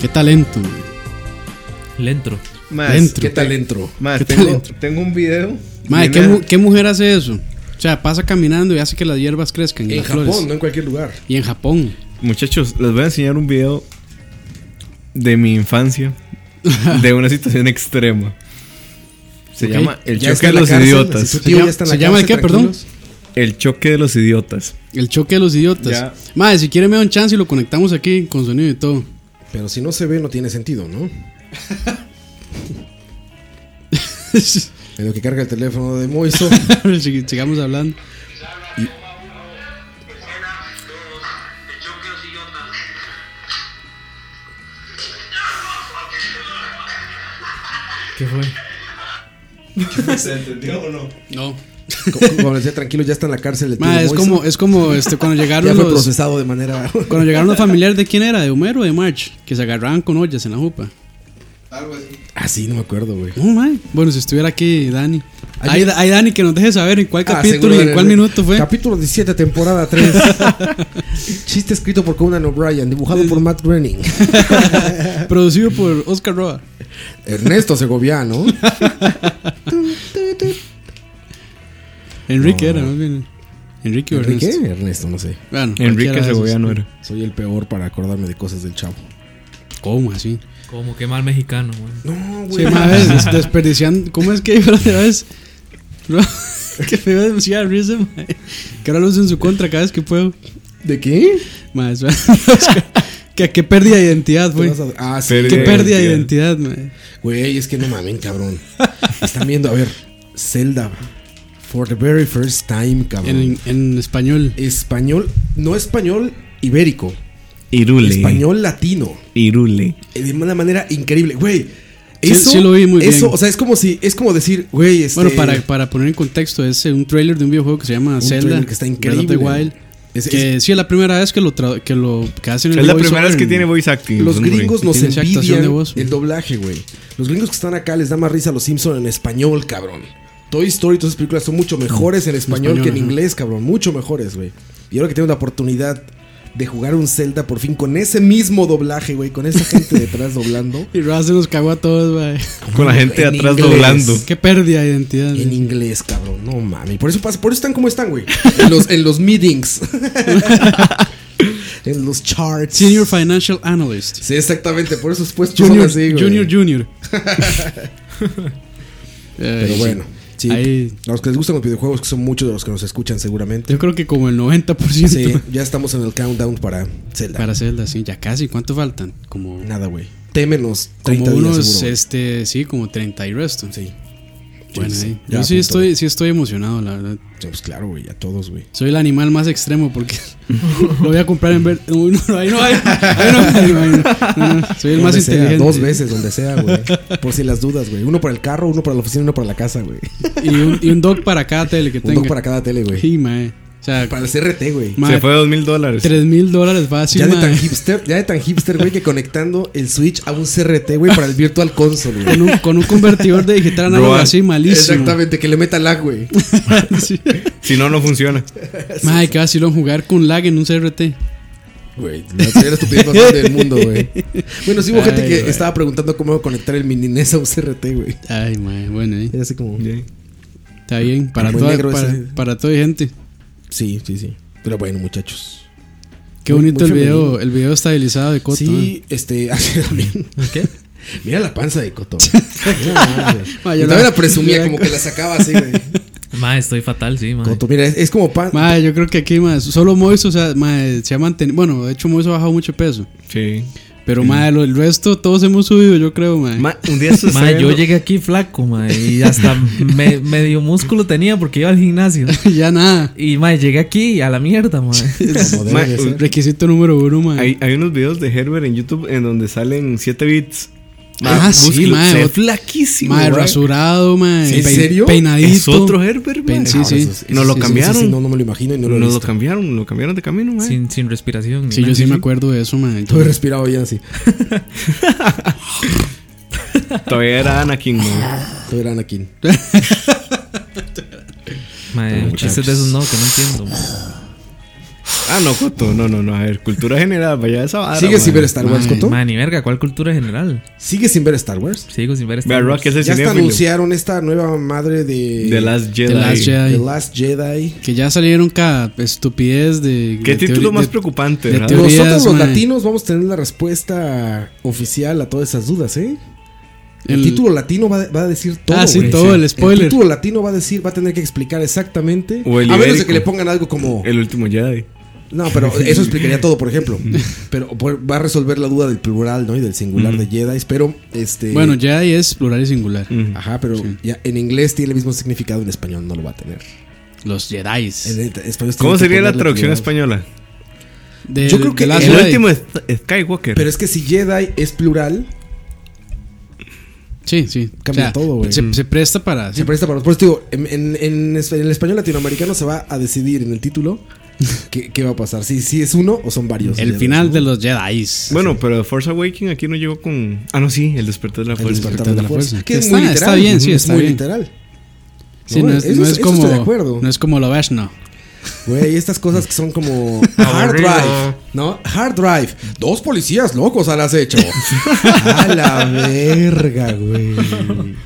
C: Qué talento, güey.
D: Lentro.
E: Más,
C: Dentro.
B: Qué talento.
E: más,
C: ¿Qué
E: tengo,
C: talento?
E: tengo un video.
C: Madre, ¿qué,
E: Viene-
C: mu- qué mujer hace eso? O sea, pasa caminando y hace que las hierbas crezcan. y
B: En
C: las
B: Japón,
C: flores.
B: no en cualquier lugar.
C: Y en Japón.
E: Muchachos, les voy a enseñar un video de mi infancia. De una situación extrema. Se
C: Ok.
E: llama El
B: Ya
E: Choque
B: está
E: de
B: en la
E: los
B: cárcel,
E: Idiotas.
B: si su
C: Se
B: tío
C: llama-
B: ya está en la
C: ¿se llama el
B: cárcel,
C: qué, perdón?
B: tranquilos.
E: El Choque de los Idiotas.
C: El choque de los idiotas.
E: Ya.
C: Madre, si quiere me da un chance y lo conectamos aquí con sonido y todo.
B: Pero si no se ve, no tiene sentido, ¿no? En lo que carga el teléfono de Moiso.
C: Sig- Sigamos hablando.
D: ¿Qué fue?
C: No.
B: como, como decía, tranquilo, ya está en la cárcel. el tío
C: Madre, es
B: Moiso.
C: como, es como este, cuando
B: Ya
C: llegaron
B: fue
C: los.
B: procesado de manera.
C: Cuando llegaron los familiares de quién era, de Homero o de March, que se agarraban con ollas en la jupa.
B: Ah, sí, no me acuerdo, güey.
C: No, madre. Bueno, si estuviera aquí Dani.
B: Ay,
C: Hay, hay Dani que nos deje saber en cuál
B: Ah,
C: capítulo
B: seguro
C: y en
B: era-
C: cuál minuto fue.
B: Capítulo 17, temporada 3. Chiste escrito por Conan O'Brien, dibujado por Matt Groening.
C: Producido por Oscar Roa.
B: Ernesto Segoviano.
C: Enrique
B: No.
C: era, más bien. Enrique o
B: ¿Enrique?
C: Ernesto.
B: Ernesto, no sé.
C: Bueno, cualquiera
E: Enrique
C: de esos.
E: Segoviano era.
B: Soy el peor para acordarme de cosas del chavo.
C: ¿Cómo así?
D: Como que mal mexicano, man.
B: No,
C: Sí, una vez des- desperdiciando. ¿Cómo es que la otra vez? Bro, que me dio demasiada risa, mae. Que ahora lo uso en su contra cada vez que puedo.
B: ¿De qué?
C: Mae, eso- que qué pérdida de identidad, güey.
B: Te vas a- Ah, sí.
E: Pero-
C: Qué
E: de
C: pérdida de identidad, mae.
B: Güey, es que no mamen, cabrón. Están viendo, a ver, Zelda. For the very first time, cabrón.
C: En, en español.
B: Español, no español ibérico.
E: Irule.
B: Español latino. Eh,
E: Irule.
B: de una manera increíble, güey.
C: Sí,
B: Eso,
C: sí lo vi muy
B: eso,
C: bien.
B: o sea, es como si, es como decir, güey, este,
C: Bueno, para, para poner en contexto, es eh, un trailer de un videojuego que se llama Zelda.
B: trailer que está
C: Breath of the
B: increíble.
C: Wild,
B: Es-
C: que sí es la primera vez que lo, tra- que lo que hacen el
E: Es la
C: voiceover
E: primera vez que
C: en-
E: tiene voice acting.
B: los
E: Son muy-
B: gringos nos
C: tiene esa actuación
B: envidian
C: de voz, güey.
B: el doblaje, güey. Los gringos que están acá les da más risa a los Simpsons en español, cabrón. Toy Story y todas esas películas son mucho mejores en español,
C: español,
B: que en
C: ajá.
B: inglés, cabrón. Mucho mejores, güey. Y ahora que tengo la oportunidad de jugar un Zelda por fin con ese mismo doblaje, güey, con esa gente detrás doblando.
C: Y Ross se los cagó a todos, mae.
E: Con la gente de
B: En
E: atrás
B: inglés.
E: doblando.
C: Qué pérdida de identidad.
B: En
C: mae.
B: inglés, cabrón. No mami. Por eso pasa, por eso están como están, güey. En los, en los meetings. en los charts.
C: Senior Financial Analyst.
B: Sí, exactamente. Por eso después son
C: Junior,
B: así, güey.
C: Junior, Junior.
B: Pero bueno. Sí.
C: Ahí-
B: A los que les gustan los videojuegos, que son muchos de los que nos escuchan seguramente.
C: Yo creo que como el 90%
B: Sí, ya estamos en el countdown para Zelda.
C: para Zelda, sí, ya casi. ¿Cuánto faltan? Como,
B: Nada, güey. Témenos 30
C: como
B: días
C: unos,
B: seguro.
C: este, sí, como 30 y resto.
B: Sí.
C: Bueno,
B: Sí,
C: ahí.
B: ya
C: Yo sí
B: apuntó.
C: estoy, sí estoy emocionado, la verdad.
B: Sí, Pues claro, güey. A todos, güey.
C: Soy el animal más extremo porque lo voy a comprar en verde. Uy, No, no, ahí no, ahí no, ahí no, ahí no, ahí no. No, no, Soy el más
B: Donde sea,
C: inteligente.
B: Dos veces, donde sea, güey. Por si las dudas, güey. Uno para el carro, uno para la oficina, uno para la casa, güey.
C: Y un, y un dog para cada tele que
B: Un
C: tenga.
B: dos para cada tele, güey.
C: Sí, mae. O sea,
B: Para el CRT, güey.
E: Se
C: mae,
E: fue dos mil dólares.
C: 3 mil dólares fácil,
B: ya de
C: mae.
B: tan hipster, ya de tan hipster, güey, que conectando el Switch a un CRT, güey, para el Virtual Console,
C: Con
B: güey.
C: un, con un convertidor de digital análogo
E: Roa-
C: así malísimo.
B: Exactamente, que le meta lag, güey.
C: Sí.
E: Si no, no funciona.
C: Madre, qué vacilón jugar con lag en un CRT.
B: Güey, la peor estupidez más grande del mundo, güey. Bueno, sí hubo gente
C: Ay,
B: que
C: güey.
B: estaba preguntando cómo conectar el mini NES a un CRT, güey.
C: Ay, madre, bueno, ahí.
B: Era así como.
C: está bien. Para
B: Muy
C: toda,
B: negro ese.
C: para, para toda gente.
B: Sí, sí, sí. Pero bueno, muchachos.
C: Qué
B: Muy-
C: bonito
B: muy
C: el video,
B: femenino.
C: el video estabilizado de Coto.
B: sí, este. así también.
D: ¿Qué?
B: Mira la panza de Coto. Mira la madre.
C: Ma, yo
B: Y todavía
C: la-
B: la presumía,
C: yo la-
B: como que la sacaba así, güey.
D: Ma, estoy fatal, sí, ma.
B: Coto, mira, es, es como pan.
C: Madre, yo creo que aquí, más solo Moiso o sea, mae, se ha mantenido. Bueno, de hecho, Moiso ha bajado mucho peso.
E: Sí.
C: Pero, madre, lo- el resto todos hemos subido, yo creo, madre.
E: Ma, un día esto
D: Ma, yo llegué aquí flaco, ma, y hasta me- medio músculo tenía porque iba al gimnasio.
C: ya nada.
D: Y, ma, llegué aquí a la mierda, ma.
B: Como debe
E: Ma,
B: de
E: un-
B: ser.
C: Requisito número uno, madre.
E: Hay, hay unos videos de Herbert en YouTube en donde salen 7 bits.
C: Ah, sí,
E: búsquelo.
C: mae,
E: Se ve
C: ot-
E: flaquísimo.
C: Madre,
E: güey.
C: rasurado, madre.
B: ¿En serio?
C: Peinadito.
E: Es otro Herbert, mae.
C: Pen- sí,
E: Ahora
C: sí.
E: eso es- Nos
C: Sí,
E: lo
C: sí, sí,
E: cambiaron.
B: Sí, sí, no, no me lo imagino y no lo he
E: Nos lo
B: visto.
E: cambiaron, lo cambiaron de camino, mae.
D: Sin, sin respiración. ni
C: Sí, yo
D: nada.
C: sí me acuerdo de eso, madre.
B: Todo respirado ya así.
E: Todavía era Anakin, mae.
B: Todo era Anakin.
D: Ma, chistes de esos no, que no entiendo. ma.
E: Ah, no, Coto. No, no, no. A ver, cultura general. Vaya esa vara.
B: ¿Sigues sin
E: mae.
B: ver Star Wars, Coto?
D: Man, ni verga, ¿cuál cultura general?
B: ¿Sigues sin ver Star Wars?
D: Sigo sin ver
E: Vea,
D: esta.
E: Rock es el
B: Ya hasta
E: cinéfilo.
B: anunciaron esta nueva madre de...
E: The Last Jedi.
C: The Last Jedi.
B: The Last Jedi.
C: Que ya salieron cada estupidez de.
E: Qué
C: de
E: título
C: teori-
E: más
C: de-
E: preocupante,
C: de
E: ¿verdad?
C: teoría. Teorías,
B: Nosotros los
C: mae.
B: latinos vamos a tener la respuesta oficial a todas esas dudas, ¿eh? El,
C: El-
B: título latino va, va a decir todo.
C: Ah, sí,
B: güey.
C: todo, el spoiler.
B: El título latino va a decir, va a tener que explicar exactamente.
E: O el
B: a menos de
E: ibérico.
B: que le pongan algo como.
E: El último Jedi.
B: No, pero eso explicaría todo, por ejemplo. Pero por- va a resolver la duda del plural, ¿no? Y del singular de Jedi. Pero, este.
C: Mm. Bueno, Jedi es plural y singular.
B: Ajá, pero ya en inglés tiene el mismo significado, en español no lo va a tener.
C: Los Jedi.
B: En el- en español tiene
E: ¿Cómo
B: que
E: sería la
B: ponerle
E: traducción
B: plural.
E: española?
B: Yo creo que
E: El
B: Jedi.
E: último es es Skywalker.
B: Pero es que si Jedi es plural,
C: Sí, sí.
B: Cambia todo, güey.
C: Se, se presta para.
B: se presta para. Por eso te digo, en, en- en es- en el español latinoamericano se va a decidir en el título qué, qué va a pasar. Si, si es uno o son varios.
C: el
B: Jedi,
C: final
B: ¿no?
C: de los Jedi.
E: Bueno, pero Force Awakening aquí no llegó con. Ah, no, sí, el despertar de la
B: El
C: Pues,
E: fuerza.
B: despertar de la fuerza. Que es
C: Está-
B: muy literal.
C: está bien, sí,
B: es
C: está
B: muy
C: bien.
B: literal.
C: Sí,
B: no,
C: no, es,
B: eso-
C: no es
B: eso estoy
C: como.
B: de acuerdo.
C: No es como lo ves, no.
B: Güey, estas cosas que son como hard drive, ¿no? Hard drive. Dos policías locos al acecho. A la verga, güey.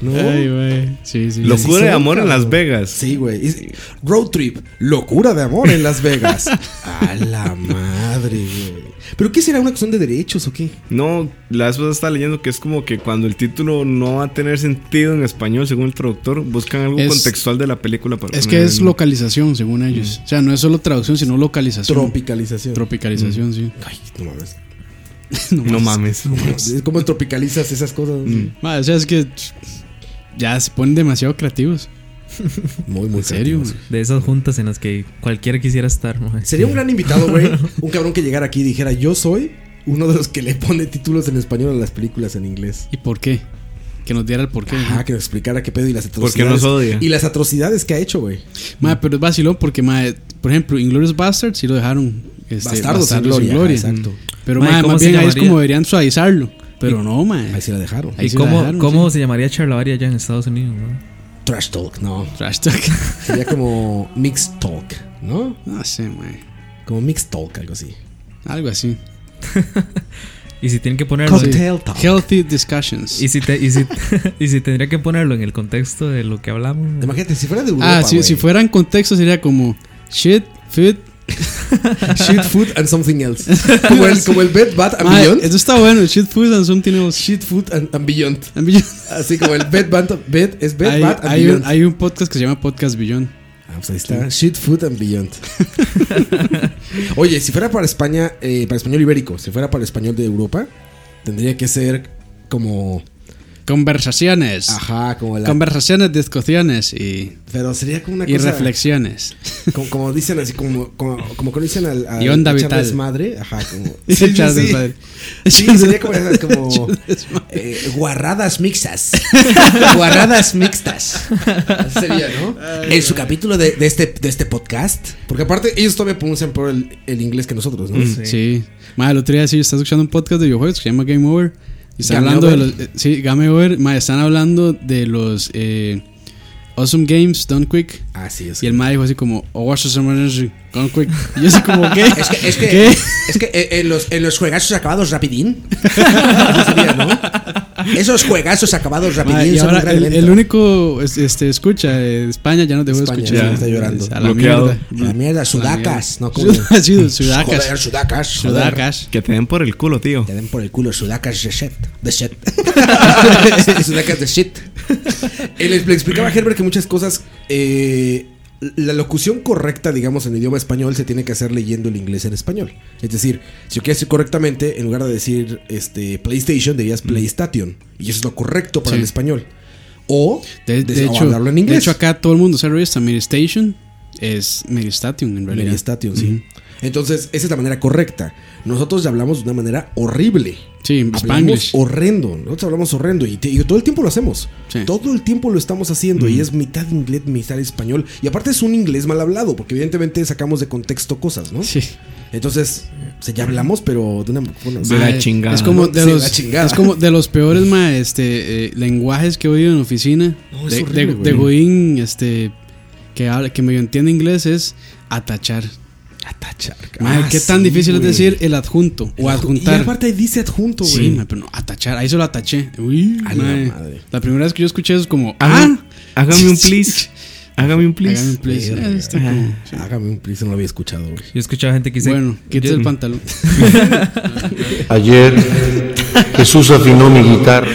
B: ¿No?
C: güey. Sí, sí.
B: Sí,
E: Locura
B: sí,
E: de amor en
B: claro.
E: Las Vegas.
B: Sí, güey. Es- Road trip, locura de amor en Las Vegas. A la madre, güey. ¿Pero qué será una cuestión de derechos o qué?
E: No, la esposa está leyendo que es como que cuando el título no va a tener sentido en español, según el traductor, buscan algo
C: Es-
E: contextual de la película para
C: Es que
E: poner
C: es
E: el-
C: localización,
B: Mm.
C: según ellos. O sea, no es solo traducción, sino localización.
B: Tropicalización. Mm.
C: Tropicalización, sí.
B: Ay, no mames.
E: No mames.
B: ¿Cómo tropicalizas esas cosas?
C: Ma, o sea, es que ya se ponen demasiado creativos.
B: Muy, muy
C: En serio.
B: creativos.
D: De esas juntas en las que cualquiera quisiera estar, mae.
B: Sería un gran invitado, güey. Un cabrón que llegara aquí y dijera, yo soy uno de los que le pone títulos en español a las películas en inglés.
C: ¿Y por qué? Que nos diera el por qué.
B: Ah, que nos explicara qué pedo y las atrocidades.
E: Porque nos odia.
B: Y las atrocidades que ha hecho, güey.
C: Ma, pero es vacilón porque, ma, por ejemplo, Inglorious Bastards sí lo dejaron. Este,
B: Bastardos sin
C: sin
B: gloria, Mm. exacto.
C: Pero,
D: Ma,
C: ma,
D: ¿cómo
C: más
D: se
C: bien ahí es
D: llamaría?
C: como deberían suavizarlo. Pero no, ma.
B: Ahí sí la dejaron.
C: Ahí
D: ¿Y
C: sí la
D: cómo,
C: dejaron,
D: cómo se llamaría charlavaria allá en Estados Unidos? no?
B: Trash talk, no.
C: Trash talk.
B: Sería como mixed talk, ¿no?
C: No sé, ma.
B: Como mixed talk, algo así.
C: Algo así.
D: Y si tienen que ponerlo.
B: Cocktail talk.
C: Healthy discussions.
D: Y si, te- y, si, y si tendría que ponerlo en el contexto de lo que hablamos. mae.
B: Imagínate, si fuera de Europa,
C: ah, sí,
B: güey.
C: si fuera en contexto sería como shit, food.
B: Shit, food and something else. Como el, como el bed, bad and
C: Ma,
B: beyond.
C: eso está bueno. Shit, food and something else.
B: Shit, food and, and beyond.
C: And beyond.
B: Así como el bed, bad, bed es bed,
C: Hay,
B: bad and
C: hay un,
B: beyond.
C: hay un podcast que se llama Podcast Billón.
B: Ah, pues ahí está. Shit, food and beyond. Oye, si fuera para España, eh, para español ibérico, si fuera para español de Europa, tendría que ser como.
C: Conversaciones.
B: Ajá, como Ah, la.
C: Conversaciones, discusiones y,
B: pero sería como una
C: y
B: cosa.
C: reflexiones.
B: Como, como dicen así, como, como, como cuando dicen al. al
C: Y onda
B: echar
C: vital.
B: desmadre. Ajá, como.
C: Echar desmadre.
B: Sí, sería como, esas, como eh, guarradas mixtas. guarradas mixtas. Así sería, ¿no? en su capítulo de, de este, de este podcast. Porque aparte, ellos todavía pronuncian por el, el inglés que nosotros, ¿no?
C: Sí. Ma, el otro día sí, yo estaba escuchando un podcast de videojuegos que se llama Game Over. Y están
B: Game
C: hablando de
B: Over.
C: los. eh, sí, Game Over. Ma, están hablando de los eh, Awesome Games Done Quick.
B: Así es.
C: Y el ma dijo así como, oh, watch the summer energy, Done Quick. Y yo así como, ¿qué?
B: Es que, es que,
C: ¿Qué?
B: es que, eh, en, los, en los juegazos acabados rapidín. Así sería, ¿no? Esos juegazos acabados
C: Ma,
B: rapidín
C: y
B: son un
C: ahora
B: gran
C: el,
B: evento.
C: el único es- este, escucha de España ya nos dejó de
B: España,
C: escuchar.
B: ya está llorando.
C: A la
E: Bloqueado.
C: mierda.
B: A La mierda, sudacas, ¿no? Como-
C: Ha sido sudacas.
B: Joder, sudacas. joder.
C: Sudacas.
E: Que te den por el culo, tío.
B: Te den por el culo sudacas de shit. De shit. sudacas de shit. Eh, le, le explicaba a Herbert que muchas cosas. eh, la locución correcta, digamos, en idioma español se tiene que hacer leyendo el inglés en español. Es decir, si yo quiero decir correctamente, en lugar de decir este PlayStation, dirías PlayStation. Y eso es lo correcto para
C: Sí.
B: el español. O,
C: De, de
B: des- o
C: hecho,
B: hablarlo en
C: de
B: inglés.
C: hecho, acá todo el mundo se revista. Station es Station en realidad.
B: Mediastatium, sí. Entonces, esa es la manera correcta. Nosotros ya hablamos de una manera horrible.
C: Sí,
B: hablamos
C: Spanglish.
B: horrendo. Nosotros hablamos horrendo y, te- y todo el tiempo lo hacemos.
C: Sí. Mm.
B: Todo el tiempo lo estamos haciendo y es mitad inglés, mitad español. Y aparte es un inglés mal hablado, porque evidentemente sacamos de contexto cosas, ¿no?
C: Sí.
B: Entonces, o sea, ya hablamos, pero de una. bueno,
E: De la
C: Ma,
E: chingada.
C: Es como
B: No,
C: de
B: sí, de
C: los,
B: la chingada.
C: es como de los peores ma, este, eh, lenguajes que he oído en oficina.
B: No, es
C: de,
B: horrible,
C: de-
B: güey.
C: de Godín, este, que, habla, que medio entiende inglés, es atachar.
E: Atachar.
C: Mae,
B: Ah,
C: qué tan
B: sí,
C: difícil es
B: güey.
C: decir el adjunto o
B: Y
C: adjuntar.
B: aparte dice adjunto, güey.
C: Sí, mae, pero no, atachar. Ahí se lo ataché. Uy,
B: A la
C: mae.
B: madre.
C: La primera vez que yo escuché eso es como,
E: Hágame,
C: ah,
E: hágame un please. Hágame un please.
C: hágame un please.
B: Verga.
C: Ah, está como-
B: Hágame un please, no lo había escuchado, güey.
D: Yo he escuchado gente que dice.
C: Bueno, quítese el pantalón.
F: Ayer Jesús afinó mi guitarra.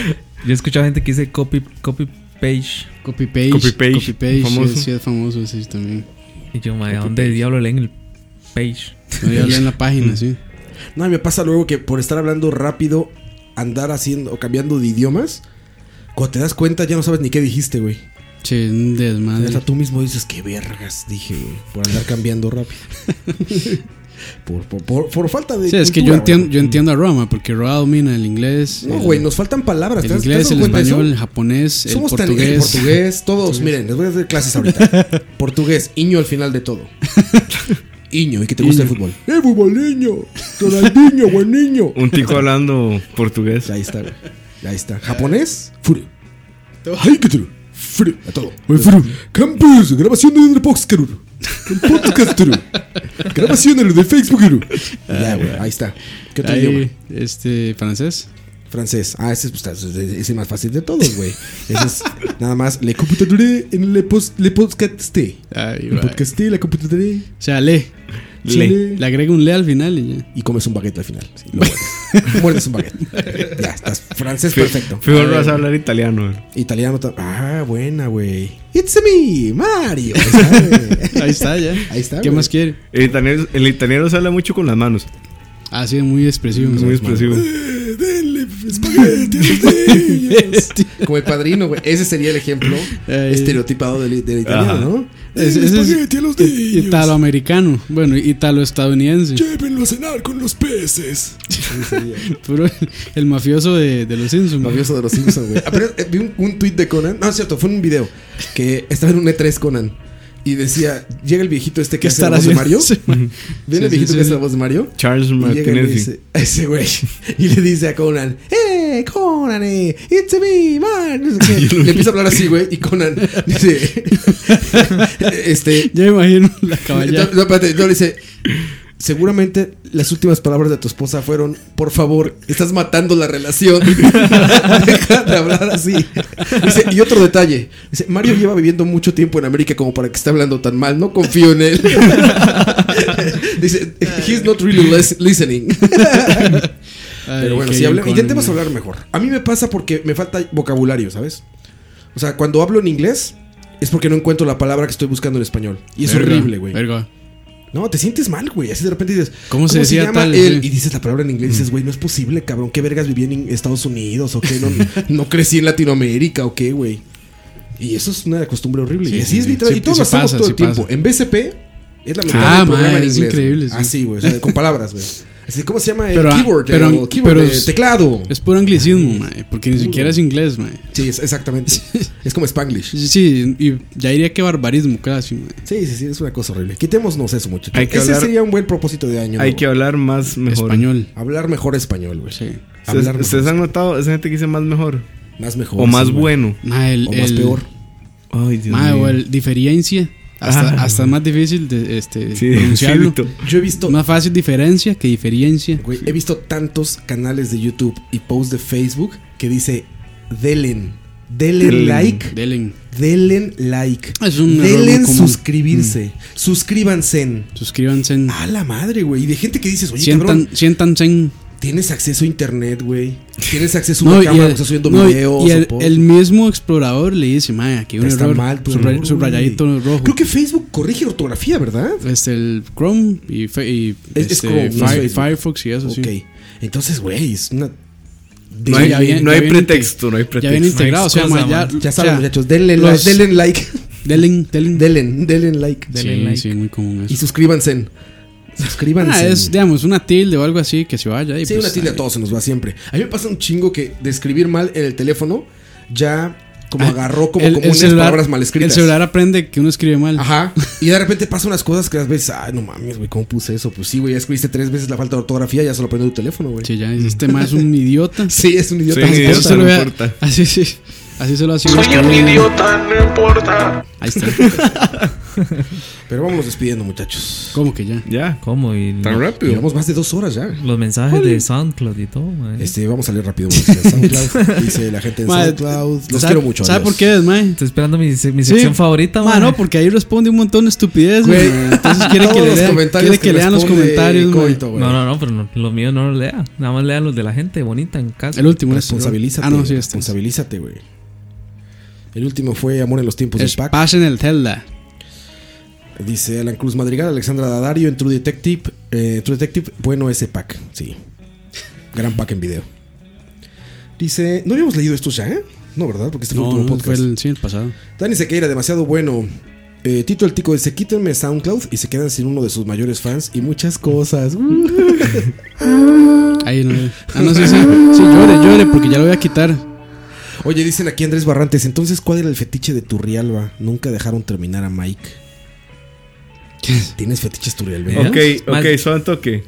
D: Yo he escuchado gente que dice copy, copy page.
C: Copy paste.
E: Copy paste,
C: Copy paste.
E: famoso.
C: Sí, sí, es famoso, sí, también.
D: Y yo, madre, ¿a dónde diablo leen el page?
C: Voy a hablar en la página, sí.
B: No, y me pasa luego que por estar hablando rápido, andar haciendo o cambiando de idiomas, cuando te das cuenta ya no sabes ni qué dijiste, güey.
C: Che, un
B: O
C: desmadre.
B: sea, tú mismo dices, qué vergas, dije, güey, por andar cambiando rápido. por, por, por- por falta de.
C: Sí, es que yo
B: cultura,
C: entiendo, yo entiendo a Roma, porque Roma domina el inglés.
B: güey. No,
C: el-
B: güey, nos faltan palabras.
C: El
B: ¿te has- te has
C: inglés,
B: dado
C: el
B: cuenta de eso?
C: español, el japonés, el
B: Somos tan-
C: portugués.
B: el portugués, todos, miren, les voy a hacer clases ahorita. portugués, iño al final de todo. Iño, y que te gusta el fútbol. ¡Eh, fútbol, niño! ¡Ronaldinho, buen niño!
E: Un tico hablando portugués.
B: Ahí está, güey. Ahí está. Japonés, furu. Ay, que turu. Furu. A todo. Oye, Campus, grabación de Box, Karuru. El podcast, turu. Grabación de Facebook, Karuru. Ya, güey, ahí está. ¿Qué otro idioma?
C: Ahí, este, francés.
B: Francés. Ah, ese es, pues, es- es el más fácil de todos, güey. Ese es nada más. Le computadure en le, pos- le podcasté.
C: Ahí
B: Le
C: va.
B: podcasté, la computadure.
C: O sea, le.
B: Le.
C: Le agrego un le al final y ya.
B: Y comes un baguette al final. Sí, lo muerdes. Muerdes un baguette. Ya, estás. Francés perfecto.
E: Fijo, vas a hablar italiano. güey.
B: Italiano tam- Ah, buena, güey. It's me, Mario. ¿sabes?
C: Ahí está, ya.
B: Ahí está,
C: ¿Qué
B: güey.
C: más quiere?
E: El italiano, el italiano se habla mucho con las manos.
C: Ah, sí, muy expresivo.
E: Es muy expresivo.
B: Eh, Denle espagueti a los niños. Como el padrino, güey. Ese sería el ejemplo
C: Eh,
B: estereotipado del, del italiano,
E: Ajá.
B: ¿no?
C: Es-
B: Denle
C: ese es-
B: espagueti a los niños.
C: Italoamericano. Bueno, italoestadounidense.
B: Llévenlo a cenar con los peces.
C: Puro el mafioso de, de los Simpsons.
B: Mafioso de los Simpsons, güey. Ah, pero, eh, vi un, un tweet de Conan. No, es cierto, fue un video. Que estaba en un E3 Conan. Y decía, llega el viejito este que hace la
C: estará
B: voz de
C: haciendo?
B: Mario.
C: Sí, man.
B: Viene el
C: Sí, sí,
B: viejito
C: sí,
B: que hace
C: sí.
B: la voz de Mario.
E: Charles
B: Y llega y le
E: Martinez.
B: dice- a ese güey. Y le dice a Conan, ¡Eh, Conan! Eh, ¡It's me, man! No sé qué. Le empieza a hablar así, güey. Y Conan dice, Este.
C: Ya imagino la
B: No,
C: caballada.
B: no, espérate, no, le dice. Seguramente las últimas palabras de tu esposa fueron, por favor, estás matando la relación. Deja de hablar así. Dice, y otro detalle. Dice, Mario lleva viviendo mucho tiempo en América como para que esté hablando tan mal. No confío en él. Dice, he's not really lis- listening.
C: Ay,
B: Pero bueno,
C: qué
B: si
C: bien
B: habla-
C: con-
B: intentemos hablar mejor. A mí me pasa porque me falta vocabulario, ¿sabes? O sea, cuando hablo en inglés es porque no encuentro la palabra que estoy buscando en español. Y es
C: Verga,
B: horrible, güey.
C: verga.
B: No, te sientes mal, güey. Así de repente dices,
C: ¿Cómo se decía tal?
B: él?
C: Sí. Mm.
B: Y dices la palabra en inglés y dices, güey, no es posible, cabrón. ¿Qué vergas viví en Estados Unidos? ¿O qué? ¿No,
C: Mm.
B: no crecí en Latinoamérica? ¿O qué, güey? Y eso es una costumbre horrible.
C: Sí,
B: y así
C: sí,
B: es
C: sí.
B: literal.
C: Sí,
B: y todo
C: sí
B: lo hacemos
C: pasa,
B: todo
C: sí
B: el tiempo.
C: pasa.
B: En BCP es la mitad
C: Ah,
B: del programa
C: man,
B: en
C: es
B: inglés. güey.
C: increíble, sí.
B: Así, güey. o sea, con palabras, güey. Así, ¿cómo se llama el
C: Pero, ah,
B: keyboard?
C: pero-
B: el keyboard,
C: pero
B: eh,
C: es-
B: teclado.
C: Es puro anglicismo, mae, porque ni siquiera es inglés, mae.
B: Sí, es- exactamente. es como Spanglish.
C: Sí, sí, y ya diría que barbarismo casi, mae.
B: Sí, sí, sí, es una cosa horrible. Quitémonos eso, muchachos.
E: Hay que
B: Ese
E: hablar-
B: sería un buen propósito de año.
E: Hay
B: nuevo.
E: que hablar más mejor.
C: Español.
B: Hablar mejor español, güey.
C: Sí.
E: ¿Ustedes-
B: Hablar
E: ¿Ustedes
B: mejor.
E: han notado esa gente que dice más mejor?
B: Más mejor.
E: O más
B: sí, güey.
E: bueno.
C: Mae, el,
B: O más
C: el-
B: peor.
E: Ay, Dios
C: mae,
E: mío.
C: o el diferencia. Hasta,
E: Ah.
C: hasta es más difícil de este,
E: Sí,
C: pronunciarlo.
E: cierto.
B: Yo he visto,
C: Más fácil diferencia que diferencia.
B: güey, he visto tantos canales de YouTube y posts de Facebook que dice delen, delen,
E: Delen.
B: like,
C: Delen.
B: delen like,
C: Es un error muy
B: delen
C: común. Mm.
B: suscribirse, suscríbanse. en-
C: Suscríbanse. en-
B: A la madre, güey. Y de gente que dices, Ah, oye,
C: sientan,
B: cabrón,
C: siéntanse. en-
B: tienes acceso a internet, güey. Tienes acceso a una
C: No, y
B: cámara,
C: el-
B: estás subiendo
C: no,
B: videos.
C: y
B: o
C: el,
B: posts.
C: el mismo explorador le dice, mae, aquí hay un
B: Está
C: error.
B: mal tu
C: Subra-
B: error, güey.
C: subrayadito rojo.
B: Creo que Facebook corrige ortografía, ¿verdad?
C: Este, el Chrome y, fe- y
B: Es- es
C: este,
B: Chrome, no es
C: Fire-
B: Facebook.
C: Firefox y eso,
B: ok.
C: sí.
B: Entonces, güey, es una.
E: No hay,
C: Ya viene-
E: no
C: ya
E: hay
C: viene
E: pretexto, no hay
C: Ya
E: pretexto.
C: vienen integrados, o sea,
D: excusa,
C: ma, ya,
D: man.
B: Ya
C: o
B: saben,
C: sea,
B: muchachos, denle,
C: los-
B: like, denle like,
C: Delen, delen.
B: delen, delen like.
C: Sí,
D: Delen like.
C: sí, muy común
B: Y
C: eso.
B: suscríbanse. Suscríbanse.
C: Ah, es, digamos, una tilde o algo así que se vaya. Y
B: sí,
C: pues,
B: una tilde
C: ahí-
B: a todos se nos va siempre. A mí me pasa un chingo que de escribir mal en el teléfono ya como
C: Ah,
B: agarró como,
C: el-
B: como
C: el
B: unas
C: celular-
B: palabras mal escritas.
C: El celular aprende que uno escribe mal.
B: Ajá. Y de repente pasan unas cosas que las ves, ay, no mames, güey, ¿cómo puse eso? Pues sí, güey, ya escribiste tres veces la falta de ortografía, ya se lo aprendió tu teléfono, güey. Sí.
C: Sí, ya, este más es un idiota.
B: es un idiota. Así
E: Sí, un idiota.
B: es.
E: no
C: lo vea-
E: importa.
C: Así, sí. Así se lo hacía.
I: Soy un idiota, no importa.
C: Ahí está.
B: Pero vámonos despidiendo, muchachos.
C: ¿Cómo que ya?
E: Ya.
D: ¿Cómo? Y
E: Tan
D: los,
E: rápido.
B: Llevamos más de dos horas ya.
D: los mensajes de SoundCloud y todo, mae.
B: Este, vamos a leer rápido. porque en SoundCloud, dice la gente en
C: Madre,
B: SoundCloud. Los
C: ¿Sabe-
B: quiero mucho.
C: ¿Sabe
B: adiós.
C: por qué es, mae?
D: Estoy esperando mi, se- mi
C: Sí.
D: sección favorita,
C: Ma,
D: mae.
C: no, porque ahí responde un montón de estupidez, güey. Entonces quiere que
B: Todos
C: le
B: los
C: lean,
B: comentarios
C: quiere que lean los
B: responde
C: comentarios, ma.
B: Coito, güey.
D: No, no, no, pero no, los míos no los lea. Nada más lea los de la gente bonita en casa.
C: El último es.
B: Responsabilízate.
C: Ah, no, sí, este. es.
B: responsabilízate, güey. El último fue Amor en los tiempos
C: Es
B: de Pac.
C: Paz en el Zelda.
B: Dice Alan Cruz Madrigal, Alexandra Dadario en True Detective. Eh, True Detective, bueno ese pack, sí. Gran pack en video. Dice, ¿no habíamos leído estos ya? ¿eh? No, ¿verdad? Porque este fue el
C: No,
B: último
C: no,
B: podcast.
C: fue el, sí, el pasado.
B: Dani Sequeira, demasiado bueno. Eh, Tito el Tico dice, quítenme SoundCloud y se quedan sin uno de sus mayores fans y muchas cosas.
C: Ahí no. Ah, no, sí, sí. Sí, llore, llore, porque ya lo voy a quitar.
B: Oye, dicen aquí Andrés Barrantes, entonces ¿cuál era el fetiche de Turrialba? Nunca dejaron terminar a Mike. ¿Tienes fetiches Turrialba?
D: ¿Eh?
E: Ok, ok,
D: Mal-
E: solo un toque.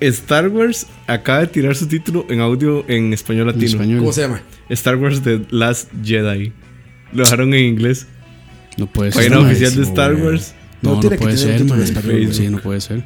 E: Star Wars acaba de tirar su título en audio en español
C: En
E: latino.
C: español.
B: ¿Cómo se llama?
E: Star Wars The Last Jedi. Lo dejaron en inglés.
C: No puede ser.
E: Página
C: ma.
E: oficial de
B: malísimo,
E: Star
B: güey.
E: Wars.
C: No,
B: No,
C: no,
B: tiene que
C: puede
B: tener un
C: ser,
B: título
C: ma.
B: en español, güey.
C: Sí, no puede ser.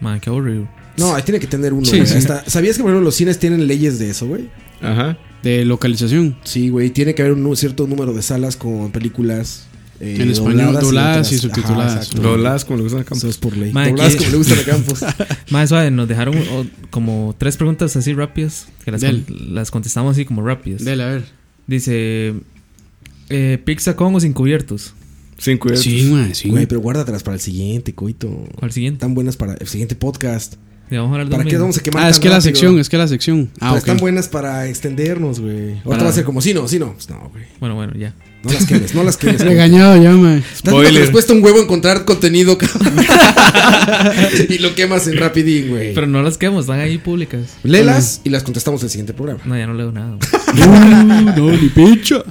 D: Mae, qué aburrido.
B: No, ahí tiene que tener uno.
C: Sí,
B: güey.
C: sí.
B: Hasta- ¿Sabías que, por ejemplo, los cines tienen leyes de eso, güey?
E: Ajá.
C: De localización.
B: Sí, güey. Tiene que haber un nu- cierto número de salas con películas. eh,
C: En español, dobladas y
B: otras-
C: subtituladas.
B: exacto.
E: Dobladas como le gustan a Campos.
B: Eso es por ley.
D: Madre,
B: dobladas
D: ¿qué?
B: como le gustan a Campos.
D: Mae, suave, nos dejaron oh, como tres preguntas así rápidas. Que las,
C: Del.
D: con- las contestamos así como rápidas.
C: Dele, a ver.
D: Dice: eh, ¿Pizza con o sin cubiertos?
E: Sin cubiertos.
C: Sí, ma, sí.
B: pues, Güey, pero guárdatelas para el siguiente, coito.
D: ¿Cuál siguiente?
B: Están buenas para el siguiente podcast.
D: Ya vamos a hablar de
B: ¿Para
D: un
B: qué
D: mismo.
B: vamos a quemar
C: Ah, es
B: tan
C: que la
B: rápido?
C: sección, es que la sección. Ah,
B: Pero
C: ok.
B: Están buenas para extendernos, güey. Ahorita
D: Para-
B: va a ser como, sí, no, sí, no. Pues no, güey.
D: Bueno, bueno, ya.
B: No las quemes, no las quemes. güey.
C: Regañado ya, ma.
B: Estás dando que
E: Spoiler.
B: les cuesta un huevo encontrar contenido, cabrón. y lo quemas en Rapidín, güey.
D: Pero no las quemo, están ahí públicas.
B: Lelas y las contestamos en el siguiente programa.
D: No, ya no leo nada.
C: No, no, ni picha.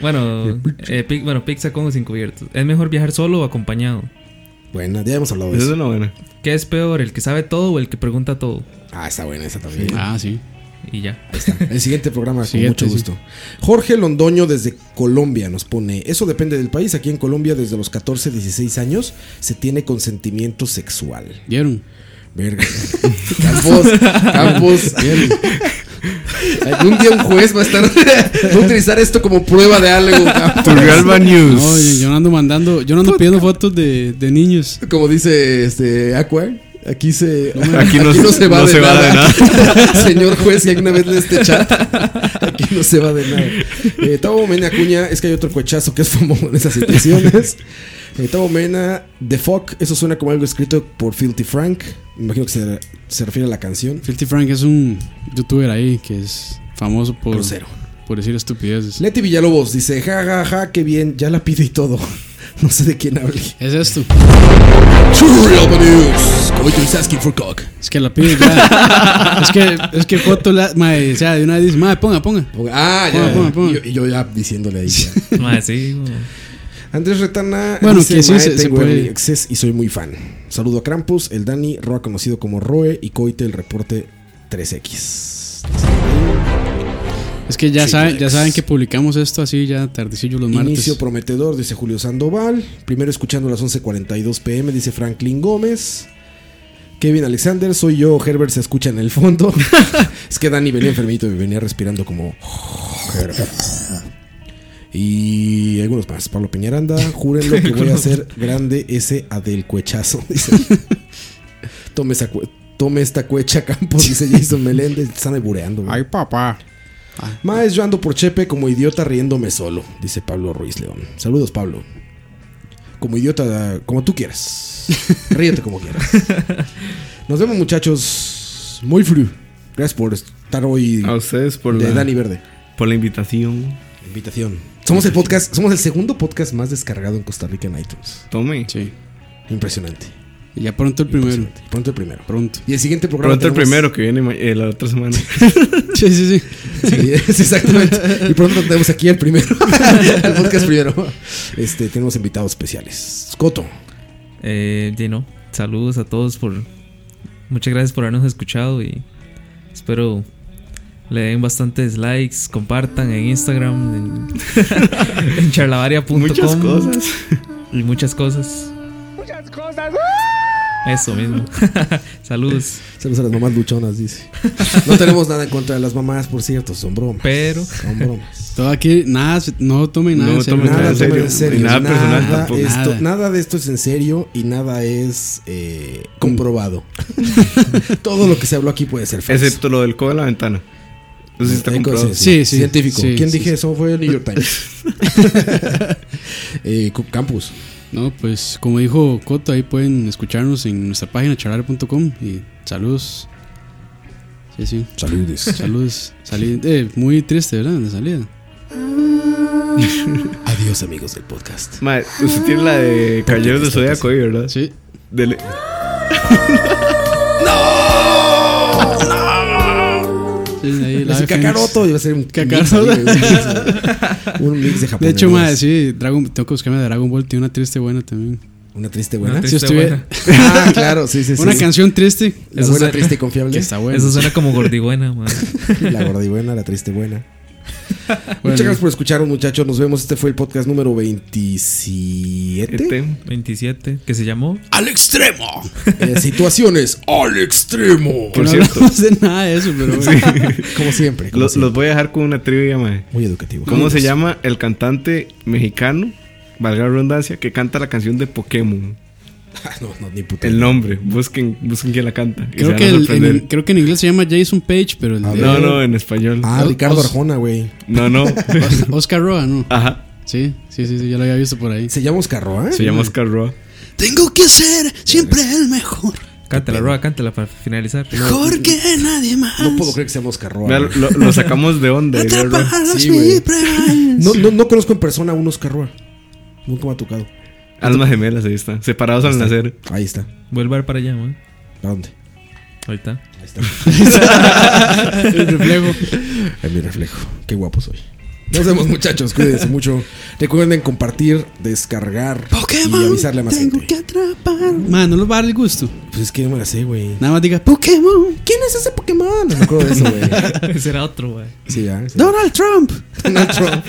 D: Bueno, eh, pi- bueno, pizza con o sin cubiertos. ¿Es mejor viajar solo o acompañado?
B: Buena, ya hemos hablado de
E: Esa es
B: eso.
E: una buena.
D: ¿Qué es peor, el que sabe todo o el que pregunta todo?
B: Ah, está buena esa también.
C: Ah, sí.
D: Y ya.
B: El siguiente programa, con
C: Siguiente,
B: mucho
C: sí.
B: gusto. Jorge Londoño desde Colombia nos pone, eso depende del país, aquí en Colombia desde los 14, 16 años se tiene consentimiento sexual.
C: ¿Vieron?
B: Verga. Campos, Campos. Algún día un juez va a estar va a utilizar esto como prueba de algo, Campos.
E: Turrialba News.
C: No, yo, yo no ando mandando, yo no ando pidiendo fotos de, de niños.
B: Como dice este Aqua, aquí se
E: Aquí no se- no se va de
B: Señor juez, si alguna vez lee este chat, aquí no se va de nada. Eh, Tavo Mena Acuña, es que hay otro cochazo que es famoso en esas situaciones. Eh, Tavo Mena, The Fuck, eso suena como algo escrito por Filthy Frank. Me imagino que se, se refiere a la canción.
C: Filthy Frank es un youtuber ahí que es famoso por,
B: Grosero.
C: por decir estupideces.
B: Leti Villalobos dice, ja, ja, ja, qué bien, ya la pido y todo. No sé de quién hablé.
C: Es esto.
A: Turrialba News! Coito is asking for cock.
C: Es que la pide ya. es que, es que foto la, mae, o sea, de una vez dice, mae, ponga, ponga.
B: Ah, ya.
C: Ponga,
B: ya.
C: ponga, ponga.
B: Y yo- Y yo, ya diciéndole ahí. ya.
D: Mae, sí. güey.
B: Andrés Retana
C: Bueno,
B: dice,
C: que sí,
B: "Mae,
C: se- se
B: tengo
C: puede-
B: Early Access y soy muy fan. Saludo a Krampus, el Dani, Roa conocido como Roe y Coite el reporte 3X.
C: Es que ya
B: Sí,
C: saben, ya
B: Alex.
C: saben que publicamos esto así ya tardecillo los martes.
B: Inicio prometedor, dice Julio Sandoval. Primero escuchando a las 11.42 pm, dice Franklin Gómez. Kevin Alexander, soy yo, Herbert se escucha en el fondo. es que Dani venía enfermito y venía respirando como Herbert. Y algunos más. Pablo Peñaranda, júrenlo que voy a hacer grande ese Adel Cuechazo. dice. Tome, esa cue- tome esta cuecha, Campos, dice Jason Meléndez. Están albureando. güey.
C: papá.
B: Más yo ando por Chepe como idiota riéndome solo, dice Pablo Ruiz León. Saludos, Pablo. Como idiota, como tú quieras. Ríete como quieras. Nos vemos, muchachos. Muy frío. Gracias por estar hoy
E: A ustedes por
B: de
E: la,
B: Dani Verde.
E: por la invitación.
B: Invitación. Somos el podcast, somos el segundo podcast más descargado en Costa Rica en iTunes.
E: Tome.
C: Sí.
B: Impresionante.
C: Y ya pronto el primero.
B: impresionante. Pronto el primero.
C: Pronto.
B: Y el siguiente programa.
E: Pronto el
B: tenemos-
E: primero que viene ma- eh, la otra semana.
C: Sí, sí, sí.
B: Sí, es exactamente. Y pronto tenemos aquí el primero. el podcast primero. Este, tenemos invitados especiales. Coto.
D: Eh, di, no. Saludos a todos por. Muchas gracias por habernos escuchado y espero Le den bastantes likes, compartan en Instagram, en, en charlavaria.com.
E: Muchas cosas.
D: Y muchas cosas.
I: Muchas cosas.
D: Eso mismo. Saludos.
B: Saludos a las mamás luchonas, dice. No tenemos nada en contra de las mamás, por cierto, son bromas.
D: Pero-
B: Son bromas.
C: Todo aquí, nada, se- no tomen nada.
E: No
C: en serio.
E: tomen
B: Nada,
E: nada en serio.
B: tomen en serio.
E: Y nada personal
B: Nada
E: tampoco.
B: esto-
C: Nada.
B: nada de esto es en serio y nada es eh, comprobado. Todo lo que se habló aquí puede ser falso.
E: Excepto lo del codo de la ventana. Eso pues, sí está
B: Hay
E: comprobado.
B: cosas,
C: Sí, sí,
B: Científico.
C: sí,
B: ¿Quién
C: sí,
B: dije
C: sí.
B: eso? Fue el New York Times. eh, Cu- Campus.
C: No, pues como dijo Coto, ahí pueden escucharnos en nuestra página charlar.com y saludos. Sí, sí,
B: Saludes.
C: saludos. Salí, eh, muy triste, ¿verdad? De salida.
B: Adiós, amigos del podcast.
E: Mae, usted tiene la de Caballeros del Zodíaco ahí, ¿verdad?
C: Sí.
E: Dele.
C: sí ahí,
B: Iba a
C: la
B: ser
C: Fénix.
B: Kakaroto, iba a ser un
C: Kakaroto.
B: mix ahí, Un mix de japonés.
C: De hecho, madre, sí, Dragon, tengo que buscarme de Dragon Ball, tiene una triste buena también.
B: Una triste buena.
D: Una
C: Si
D: Triste
C: estuviera-
B: Ah, claro, sí, sí, sí.
C: una canción triste
B: La
D: Eso
B: buena,
D: es-
B: triste y confiable.
C: que está buena.
D: Eso suena como gordigüena, man.
B: La gordibuena, la triste buena.
C: Bueno.
B: Muchas gracias por escucharnos, muchachos. Nos vemos. Este fue el podcast número 27.
E: Este.
D: 27, que se llamó.
A: Al extremo.
B: Eh, situaciones
A: Al extremo.
E: Por
C: no
E: cierto,
C: hablamos de nada de eso, pero bueno.
B: como siempre. como
E: los,
B: siempre.
E: los voy a dejar con una trivia, mae.
B: Muy educativo.
E: ¿Cómo se
B: Vamos.
E: llama el cantante mexicano, valga la redundancia, que canta la canción de Pokémon?
B: Ah, No, no, ni puta.
E: El nombre, busquen, busquen quién la canta. y se
C: creo,
E: van
C: que
E: a
C: el-
E: sorprender. Ah,
C: en, creo que en inglés se llama Jason Page, pero el
B: A
C: de-
E: No, no, en español.
B: Ah, Ricardo Arjona, güey.
E: No, no.
C: Oscar Roa, ¿no?
E: Ajá.
C: Sí, sí, sí, sí, ya lo había visto por ahí.
B: Se llama Oscar Roa. ¿eh?
E: Se llama Oscar Roa.
F: Tengo que ser siempre el mejor.
D: Cántala, Roa, cántala para finalizar.
F: Mejor que nadie más.
B: No puedo creer que se llama Oscar Roa.
E: Vea,
B: güey.
E: lo, lo sacamos de onda. diría Roa.
F: Atrapar las
B: Sí, güey.
F: vibras.
B: No, no, no conozco en persona a un Oscar Roa. Nunca me ha tocado.
E: Almas gemelas, ahí está. Separados al nacer.
B: Ahí está.
D: Vuelva para allá, man.
B: ¿A dónde?
D: Ahorita.
B: Ahí está.
C: El reflejo.
B: Es mi reflejo. Qué guapo soy. Nos vemos, muchachos. Cuídense mucho. Recuerden compartir, descargar y avisarle a más gente.
F: atrapar.
C: Man, no los va a dar el gusto.
B: Pues es que no me la sé, güey.
C: Nada más diga Pokémon.
B: ¿Quién es ese Pokémon? No me acuerdo de eso, güey.
D: Ese era otro, güey.
B: Sí, ya. sí.
C: Donald Trump.
B: Donald Trump.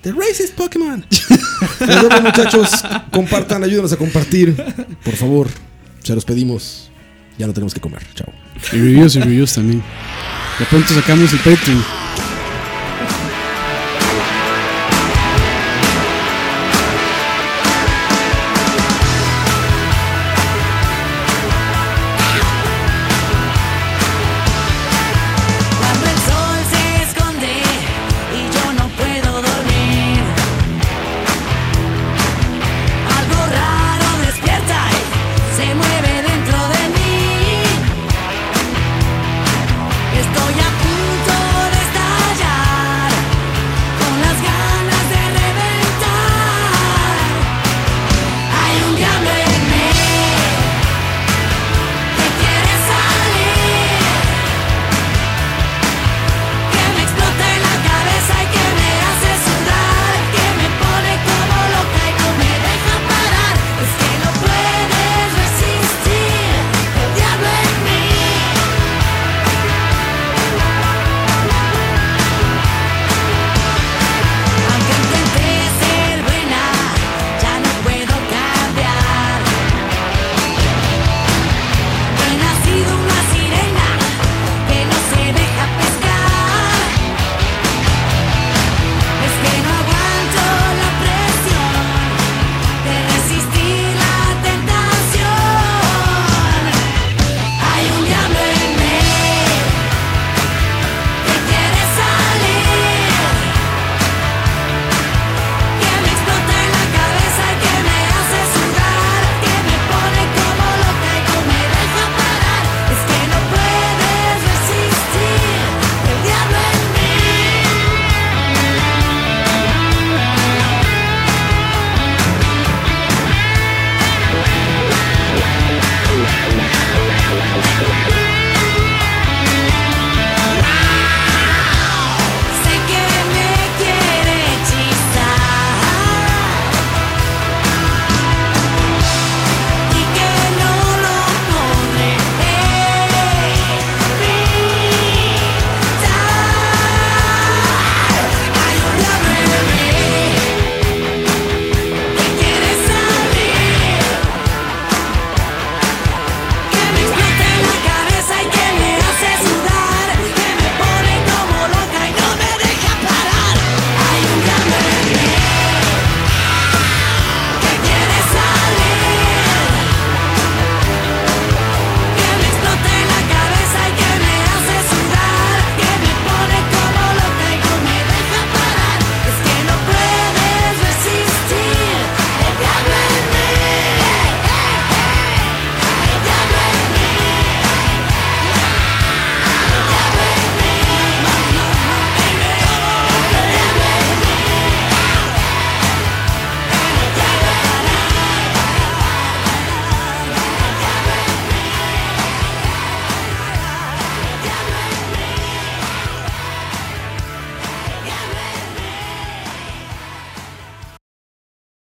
B: The racist Pokémon. Nos vemos, muchachos. Compartan, ayúdenos a compartir. Por favor. Se los pedimos. Ya no tenemos que comer. Chao.
C: Y reviews y reviews también. De pronto sacamos el Patreon.